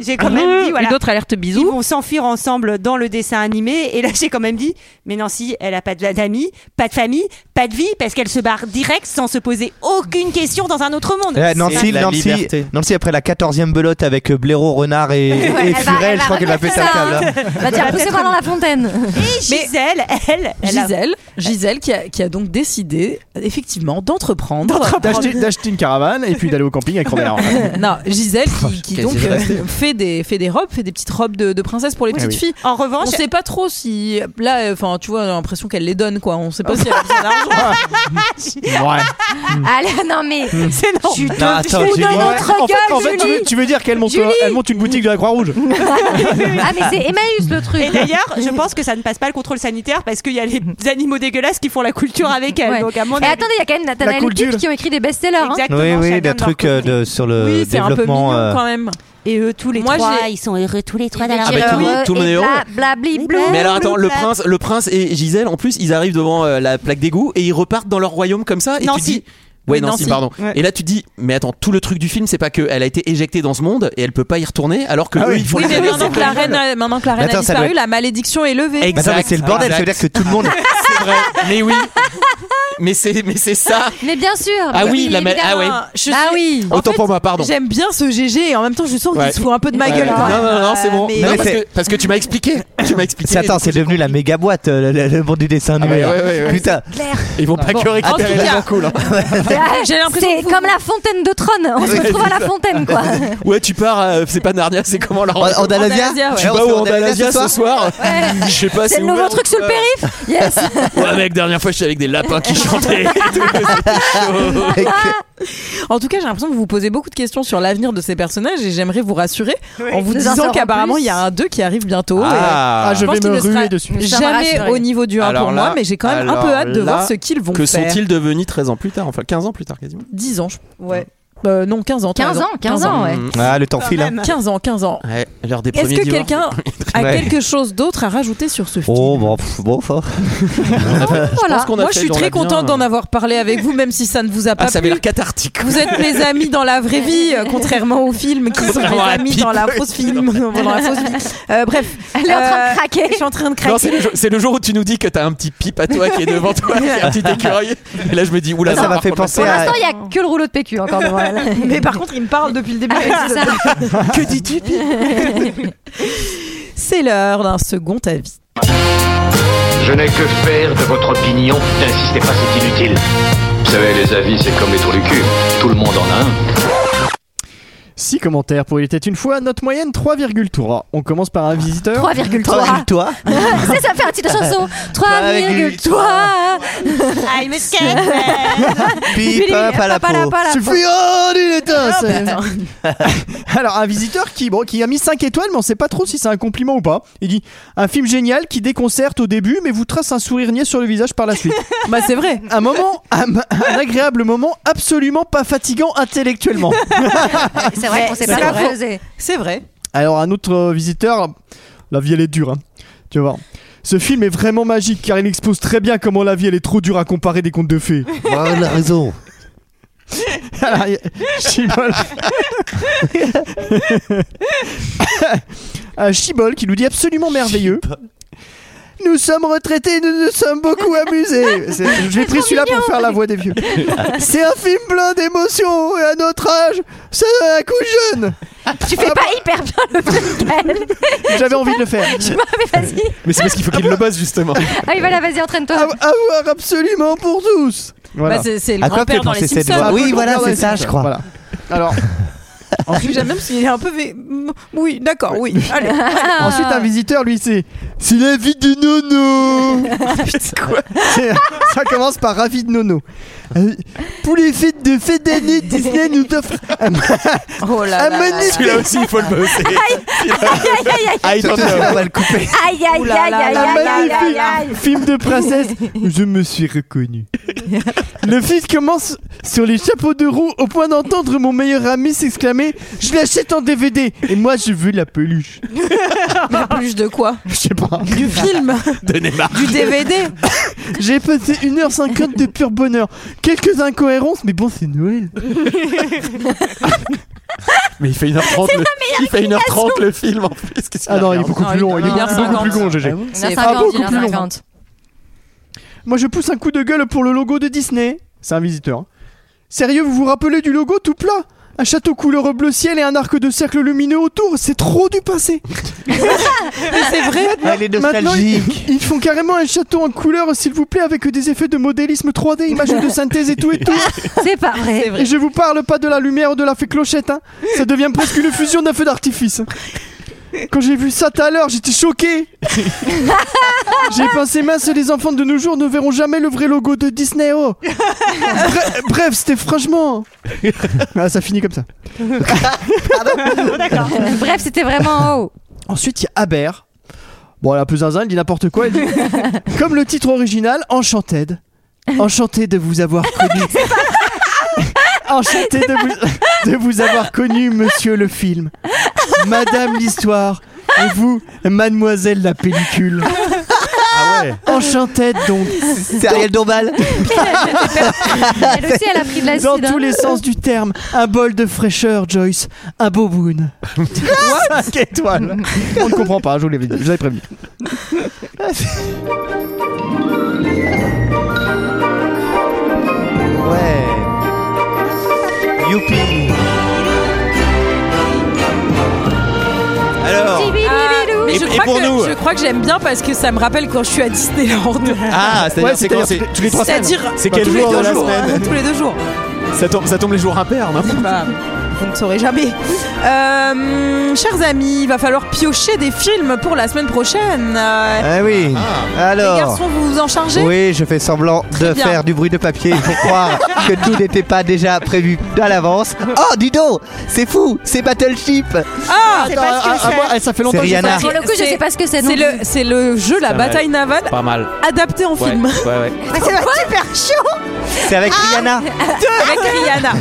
S12: J'ai quand même dit, voilà.
S1: Et d'autres alertes bisous.
S12: Ils vont s'enfuir ensemble dans le dessin animé. Et là, j'ai quand même dit, mais Nancy, elle a pas de- d'amis, pas de famille, pas de vie, parce qu'elle se barre direct sans se poser aucune question dans un autre monde.
S6: Eh, Nancy,
S8: la
S6: Nancy,
S8: liberté.
S6: Nancy, après la 14e belote avec euh, Blaireau, Renard et, et
S13: Elle va-
S6: Furel,
S13: elle
S6: je crois qu'elle va péter un câble. hein.
S13: Va dire, poussez-moi dans la fontaine.
S12: Et Gisèle, elle, elle a-
S1: Gisèle, Gisèle qui, a, qui a donc décidé effectivement d'entreprendre.
S9: D'acheter d'acheter une caravane et puis d'aller au camping avec Robert.
S1: Non, Gisèle qui, qui
S8: Qu'est-ce
S1: donc
S8: qui est
S1: euh,
S8: resté
S1: fait des fait des robes, fait des petites robes de, de princesse pour les petites
S9: oui.
S1: filles.
S12: En
S1: On
S12: revanche,
S1: sait pas trop si là, enfin tu vois, on a l'impression qu'elle les donne quoi. On sait pas si elle a besoin d'argent.
S9: Ouais.
S13: Allez, non, mais.
S9: Hmm.
S12: c'est non.
S13: Tu
S6: Non, attends,
S13: Ou
S6: Julie.
S13: dans notre
S9: en fait,
S13: gueule,
S9: en fait, tu, veux,
S13: Julie.
S9: tu veux dire qu'elle monte,
S13: Julie.
S9: elle monte une boutique de la Croix-Rouge
S13: Ah, mais c'est Emmaüs le
S12: Et
S13: truc.
S12: d'ailleurs, je pense que ça ne passe pas le contrôle sanitaire parce qu'il y a les animaux dégueulasses qui font la culture avec elle.
S13: Ouais.
S12: Donc, à mon
S13: Et
S12: avis,
S13: attendez, il y a quand même
S9: La
S13: Nathanaël et
S9: culture.
S13: Pipe qui ont écrit des best-sellers. hein.
S12: exactement,
S6: Oui,
S12: chacun
S6: oui,
S12: de
S6: des
S12: leur
S6: trucs
S12: côté.
S6: euh, de, sur le
S1: oui, c'est un peu
S6: développement.
S1: mignon
S6: euh,
S1: quand même.
S12: Et eux, tous les
S1: Moi,
S12: trois,
S1: j'ai-
S12: ils sont heureux tous les trois dans la
S8: Ah bah, tout le monde- tout le monde est heureux. Mais alors attends, le
S12: Blablabla.
S8: prince, le prince et Gisèle, en plus, ils arrivent devant euh, la plaque d'égout et ils repartent dans leur royaume comme ça. Et
S12: Nancy.
S8: tu te dis, ouais,
S1: Oui,
S8: Nancy,
S1: Nancy.
S8: pardon.
S12: Ouais.
S8: Et là, tu te dis, mais attends, tout le truc du film, c'est pas que elle a été éjectée dans ce monde et elle peut pas y retourner, alors que
S9: Ah
S8: eux,
S9: oui.
S8: ils font
S1: Oui,
S8: les
S1: mais
S8: années,
S1: maintenant
S8: c'est
S1: que la
S8: horrible.
S1: reine, a- maintenant que la reine
S6: Attends,
S1: a
S6: ça
S1: disparu,
S6: doit être-
S1: la malédiction est levée.
S8: Exact.
S6: Mais attends, mais c'est le bordel,
S8: Exact.
S6: ça veut dire que tout le monde.
S8: C'est vrai. Mais oui. Mais c'est, mais c'est ça.
S13: Mais bien sûr.
S8: Ah oui, la ma- ah
S1: évidemment.
S8: ouais.
S1: Je
S13: Ah
S1: suis-
S13: oui.
S1: En
S8: Autant
S1: fait,
S8: pour moi, pardon.
S1: J'aime bien ce GG et en même temps je sens qu'il
S8: Ouais.
S1: se fout un peu de ma
S8: Ouais.
S1: gueule
S8: Non,
S1: quand même.
S8: non, non, c'est bon.
S1: Ah, Mais-
S8: Non,
S6: mais
S8: parce,
S6: c'est-
S8: que, parce que tu m'as expliqué. Tu m'as expliqué.
S6: C'est- Attends, c'est devenu la méga boîte, euh, le, le monde du dessin animé.
S8: Ah ouais,
S6: là.
S8: ouais, ouais, ouais.
S6: Putain,
S8: Ils vont pas que récupérer
S1: en tout
S8: les
S1: cas-
S8: gens cool. hein.
S13: Ah,
S1: J'ai l'impression
S13: C'est
S1: que vous-
S13: comme la fontaine de trône. On se retrouve à la fontaine, quoi.
S8: Ouais, tu pars. euh, c'est pas Narnia, c'est comment la
S6: En- Andalasia
S1: Andalasia, ouais.
S8: Tu
S6: Ouais,
S8: vas
S6: on
S8: au
S6: fait Andalasia
S8: Andalasia ce soir Je sais pas
S13: C'est le nouveau
S8: ouvert
S13: truc
S8: ou
S13: sur le
S1: Euh.
S8: pas.
S13: périph. Yes.
S8: Ouais mec, dernière fois j'étais avec des lapins qui chantaient.
S1: En tout cas, j'ai l'impression que vous vous posez beaucoup de questions sur l'avenir de ces personnages et j'aimerais vous rassurer en vous
S13: Nous en
S1: disant
S13: saurons
S1: qu'apparemment
S13: plus.
S1: il y a un 2 qui arrive bientôt.
S9: Ah, je
S1: pense
S9: vais
S1: qu'il
S9: me
S1: ne sera
S9: ruer dessus.
S1: et
S13: Ça me
S1: jamais
S13: rassure.
S1: au niveau du 1
S8: Alors
S1: pour
S8: là-
S1: moi, mais j'ai quand même un
S8: alors
S1: peu hâte de
S8: là,
S1: voir ce qu'ils vont
S8: que
S1: faire.
S8: sont-ils devenus 13 ans plus tard Enfin 15 ans plus tard quasiment.
S1: 10 ans, je- ouais. Euh, non, 15 ans. t'as
S13: 15
S1: raison.
S13: ans, 15 ans,
S8: Hmm.
S13: ouais.
S6: Ah, le temps file. hein.
S1: 15 ans, 15 ans.
S8: Ouais, l'heure Mm. des
S1: Est-ce
S8: premiers
S1: que
S8: divorces.
S1: quelqu'un a
S6: Ouais.
S1: quelque chose d'autre à rajouter sur ce film
S6: Oh, bon, pff, bon, faut-
S13: Voilà.
S8: qu'on a
S1: Moi,
S8: fait
S1: je suis
S8: dans
S1: très
S8: la bien,
S1: contente d'en
S8: euh.
S1: avoir parlé avec vous, même si ça ne vous a pas
S8: Ah, ça avait
S1: plu.
S8: l'air cathartique.
S1: Vous êtes mes amis dans la vraie vie, euh, contrairement aux films qui sont mes
S8: Contrairement à
S1: amis
S8: Pipe.
S1: dans la fausse film. dans la fausse vie. Euh, bref,
S13: Elle est en train
S1: Euh,
S13: de craquer.
S1: je suis en train
S8: Non,
S1: de
S8: c'est
S1: craquer.
S8: le, jour- c'est le jour où tu nous dis que t'as un petit pipe à toi qui est devant toi, qui est un petit écureuil. Et là, je me dis, oula,
S6: Ça
S8: non,
S6: m'a
S8: par
S6: fait
S8: contre,
S6: penser
S13: Pour
S6: à-
S13: l'instant, il y a que le rouleau de PQ hein, encore devant elle. mal.
S1: Mais par contre, il me parle depuis le début.
S13: Ah, c'est
S1: que dis-tu, Pi C'est l'heure d'un second avis.
S20: Je n'ai que faire de votre opinion. N'insistez pas, c'est inutile. Vous savez, les avis, c'est comme les trous du cul. Tout le monde en a un.
S9: 6 commentaires pour Il était une fois, note moyenne 3,3. On commence par
S8: Ah.
S9: un visiteur.
S13: 3,3.
S1: Ah.
S13: C'est ça, fait un titre de chanson. 3,3.
S1: Ah,
S12: I'm a scared.
S9: Pipa
S12: Papala, pala,
S9: Suffit oh, d'une étincelle. Alors un visiteur qui bon qui a mis 5 étoiles mais on sait pas trop si c'est un compliment ou pas. Il dit un film génial qui déconcerte au début mais vous trace un sourire niais sur le visage par la suite.
S1: bah c'est vrai.
S9: Un moment un, un agréable moment absolument pas fatigant intellectuellement.
S13: C'est vrai qu'on s'est pas
S1: vrai.
S13: posé.
S1: C'est vrai.
S9: Alors un autre euh, visiteur, la vie elle est dure, hein. tu vas voir. Ce film est vraiment magique car il expose très bien comment la vie elle est trop dure à comparer des contes de fées.
S6: elle a raison.
S9: Alors, y- Chibol. Un Chibol qui nous dit absolument merveilleux. Nous sommes retraités, nous nous sommes beaucoup amusés. C'est- J'ai pris celui-là pour faire la voix des vieux. C'est un film plein d'émotions et à notre âge, c'est un coup jeune. Ah
S13: Tu fais pas hyper bien le film, Gaël.
S9: J'avais envie de le faire.
S13: Ah, Mais vas-y.
S16: Mais c'est parce qu'il faut qu'il le bosse justement.
S13: Allez, voilà, vas-y, entraîne-toi.
S9: Avoir absolument pour tous.
S1: Bah, c'est- c'est le grand-père dans les Simpsons. hein.
S6: voix Oui,
S1: Le
S6: voilà,
S1: grand-père
S6: c'est
S1: dans
S6: ça,
S1: les
S6: je crois.
S9: Voilà. Alors,
S1: Ensuite, même s'il est un peu. vé- Oui, d'accord, oui. Allez.
S9: ensuite un visiteur, lui, c'est c'est la vie de Nono. C'est- Ça commence par ravi de Nono. Euh, Pour les fêtes de fête d'année, Disney nous offre un,
S1: Oh là
S9: un
S1: là.
S9: magnifique-
S16: Celui-là aussi, il faut le bosser.
S13: Aïe, aïe, aïe.
S16: Ah, il tente de-
S6: le couper.
S13: Aïe, aïe,
S1: là
S13: aïe,
S1: là,
S9: un
S13: aïe, aïe, aïe, aïe,
S9: magnifique
S13: aïe.
S9: film de princesse. Je me suis reconnu. Le film commence sur les chapeaux de roue au point d'entendre mon meilleur ami s'exclamer Je l'achète en DVD et moi je veux la peluche.
S1: Mais plus de quoi
S9: Je sais pas.
S1: Du film
S16: De Neymar.
S1: Du DVD
S9: J'ai passé 1h50 de pur bonheur. Quelques incohérences, mais bon, c'est Noël.
S16: Mais il fait 1h30 le, il fait 1h30 le film en plus. Qu'est-ce qu'il
S9: Ah
S16: a
S9: non, il est
S16: merde
S9: beaucoup plus long. Il est
S1: il est
S9: beaucoup, beaucoup
S1: 50.
S9: plus long, GG.
S13: Il
S9: Ah, beaucoup
S13: en a
S9: plus long.
S13: 50.
S9: Moi, je pousse un coup de gueule pour le logo de Disney. C'est un visiteur. hein. Sérieux, vous vous rappelez du logo tout plat Un château couleur bleu ciel et un arc de cercle lumineux autour. C'est trop du passé.
S1: C'est vrai
S6: Elle est
S9: Maintenant,
S6: nostalgique.
S9: ils, ils font carrément un château en couleur, s'il vous plaît, avec des effets de modélisme 3D, images de synthèse et tout et tout.
S13: C'est pas vrai.
S1: C'est vrai.
S9: Et je vous parle pas de la lumière ou de la fée clochette, hein. ça devient presque une fusion d'un feu d'artifice. Quand j'ai vu ça tout à l'heure, j'étais choqué. j'ai pensé mince, les enfants de nos jours ne verront jamais le vrai logo de Disney. oh. Bref, bref, c'était franchement. Ah, ça finit comme ça.
S13: Ah, Bref, c'était vraiment haut.
S9: Ensuite, il y a Aber. Bon, la plus zinzin, elle dit n'importe quoi. Elle dit Comme le titre original, Enchanted. Enchanté de vous avoir connu. Enchanté de vous, de vous avoir connu, monsieur le film. Madame l'histoire. Et vous, mademoiselle la pellicule.
S16: Ah ouais.
S9: Enchanted donc.
S6: C'est Ariel Dombal.
S13: Elle aussi, elle a pris de l'acide.
S9: Dans
S13: hein.
S9: tous les sens du terme. Un bol de fraîcheur, Joyce. Un beau boon. 5 étoiles. On ne comprend pas, je vous l'avais dit, je vous avais prévenu.
S6: Ouais. Youpi.
S16: Alors.
S13: Tibidibidou.
S1: Ah, mais
S16: Et-
S1: je
S16: et
S1: crois,
S16: pour
S1: que,
S16: nous
S1: je crois que j'aime bien parce que ça me rappelle quand je suis à Disneyland.
S16: Ah, c'est-à-dire
S9: Ouais,
S16: c'est quand
S9: c'est-à-dire
S16: c'est-
S9: tous les trois
S1: C'est-à-dire
S16: C'est
S1: tous
S16: quel
S1: les
S16: jour
S1: deux
S16: de la
S1: jours,
S16: semaine
S1: hein, Tous les deux jours.
S16: ça tombe, ça tombe les jours impairs, non
S1: Bah, vous ne saurez jamais. Euh, chers amis, il va falloir piocher des films pour la semaine prochaine. Euh,
S6: Ah oui.
S1: les
S6: Alors.
S1: garçons, vous vous en chargez
S6: Oui, je fais semblant de
S1: bien.
S6: faire du bruit de papier pour croire que tout n'était pas déjà prévu à l'avance. Oh, dis donc, c'est fou, c'est Battleship.
S1: Ah
S9: Attends, à- à moi, eh, ça fait
S6: C'est
S9: longtemps que j'ai
S6: Rihanna.
S9: pas-
S13: Pour le coup, je
S1: C'est-
S13: sais pas ce que c'est. non
S1: C'est
S13: plus.
S1: le, c'est le jeu La
S16: Ça
S1: bataille navale
S16: Pas mal.
S1: adapté en film
S16: ouais, ouais.
S6: C'est avec
S13: Ah.
S6: Rihanna.
S1: avec Rihanna.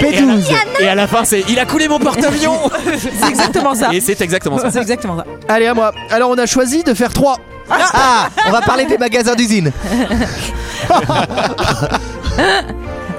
S6: P12.
S16: Et à la fin, c'est il a coulé mon porte-avions.
S1: C'est exactement ça.
S16: Et c'est exactement ça.
S1: C'est exactement ça.
S9: Allez, à moi. Alors, on a choisi de faire 3.
S6: Ah, on va parler des magasins d'usine.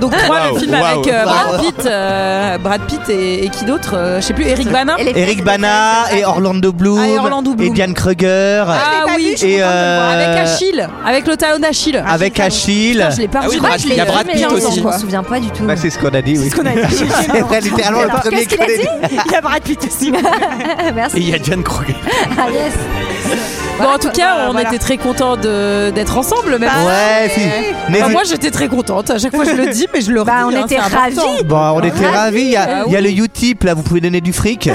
S1: Donc trois, le
S6: Waouh,
S1: film
S6: waouh,
S1: avec euh,
S6: waouh.
S1: Brad Pitt, euh, Brad Pitt et, et qui d'autre Euh, Je sais plus, Eric Bana.
S6: Eric Bana et Orlando Bloom,
S1: Ah, et Orlando Bloom.
S6: Diane Kruger.
S1: Ah oui, je
S6: et
S1: suis contente de le voir.
S6: euh,
S1: avec Achille, avec le talon d'Achille.
S6: Avec Achille.
S1: Putain, je l'ai pas
S6: Ah oui,
S1: revu.
S6: Brad Pitt. Il y a Brad Pitt aussi.
S13: Ah, Je me souviens pas du tout.
S6: Bah, c'est ce qu'on a dit. Oui. C'est ce qu'on a dit. C'est vrai, littéralement le
S13: Alors,
S6: premier
S13: qu'est-ce qu'il a
S6: qu'on a dit.
S13: dit
S12: Il y a Brad Pitt aussi.
S13: Merci.
S16: Et il y a Diane Kruger.
S13: Ah yes.
S1: Bon, en tout cas, on
S13: voilà.
S1: était très contents de- d'être ensemble. Même.
S6: Ouais, si. Mais
S1: Enfin,
S6: vu-
S1: moi, j'étais très contente. À chaque fois, je le dis, mais je le redis.
S13: Bah, on
S1: hein,
S13: était
S1: c'est important.
S13: ravis.
S6: Bon, Bah, on était
S1: Ravis,
S6: ravis. Il y a,
S1: bah
S6: il y a le Utip là, vous pouvez donner du fric.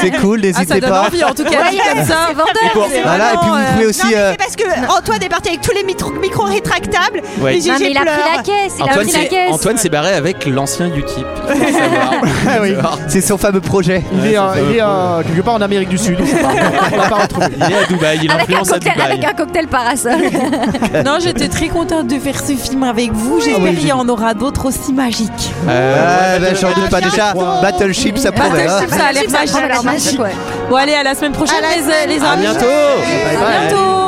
S6: C'est cool,
S1: Ah,
S6: n'hésitez
S1: ça donne
S6: pas.
S1: envie, en tout cas,
S12: Ouais,
S1: dit comme ça.
S12: c'est vendeur,
S6: Et pour-
S12: c'est
S6: voilà, et puis vous
S12: vraiment,
S6: pouvez
S12: euh,
S6: aussi,
S12: non, mais
S6: euh,
S12: c'est parce que Antoine est parti avec tous les micro, micro rétractables.
S8: Ouais.
S12: Et j'ai-
S8: Non, mais
S12: j'ai
S13: il a
S12: pleuré.
S13: pris la caisse, il a
S8: Antoine
S13: pris la
S8: s'est
S13: caisse.
S8: Antoine s'est barré avec l'ancien Utip. Il faut savoir.
S17: Ah
S6: C'est son fameux projet.
S9: Il est, euh, il est, euh, quelque part en Amérique du Sud. on sait pas. On l'a pas retrouvé.
S8: Il est à Dubaï, il
S13: Avec un,
S8: influence à
S13: cocktail,
S8: Dubaï.
S13: avec un cocktail parasol.
S1: Non, j'étais très contente de faire ce film avec vous. J'espère qu'il y en aura d'autres aussi magiques.
S6: Euh, bah, j'en doute pas déjà. Battleship, ça promet. hein.
S1: Battleship, ça a l'air
S13: Ça a l'air
S1: magique.
S13: magique, ouais.
S1: Bon, allez, à la semaine prochaine, les, les amis.
S6: bientôt.
S1: À bientôt.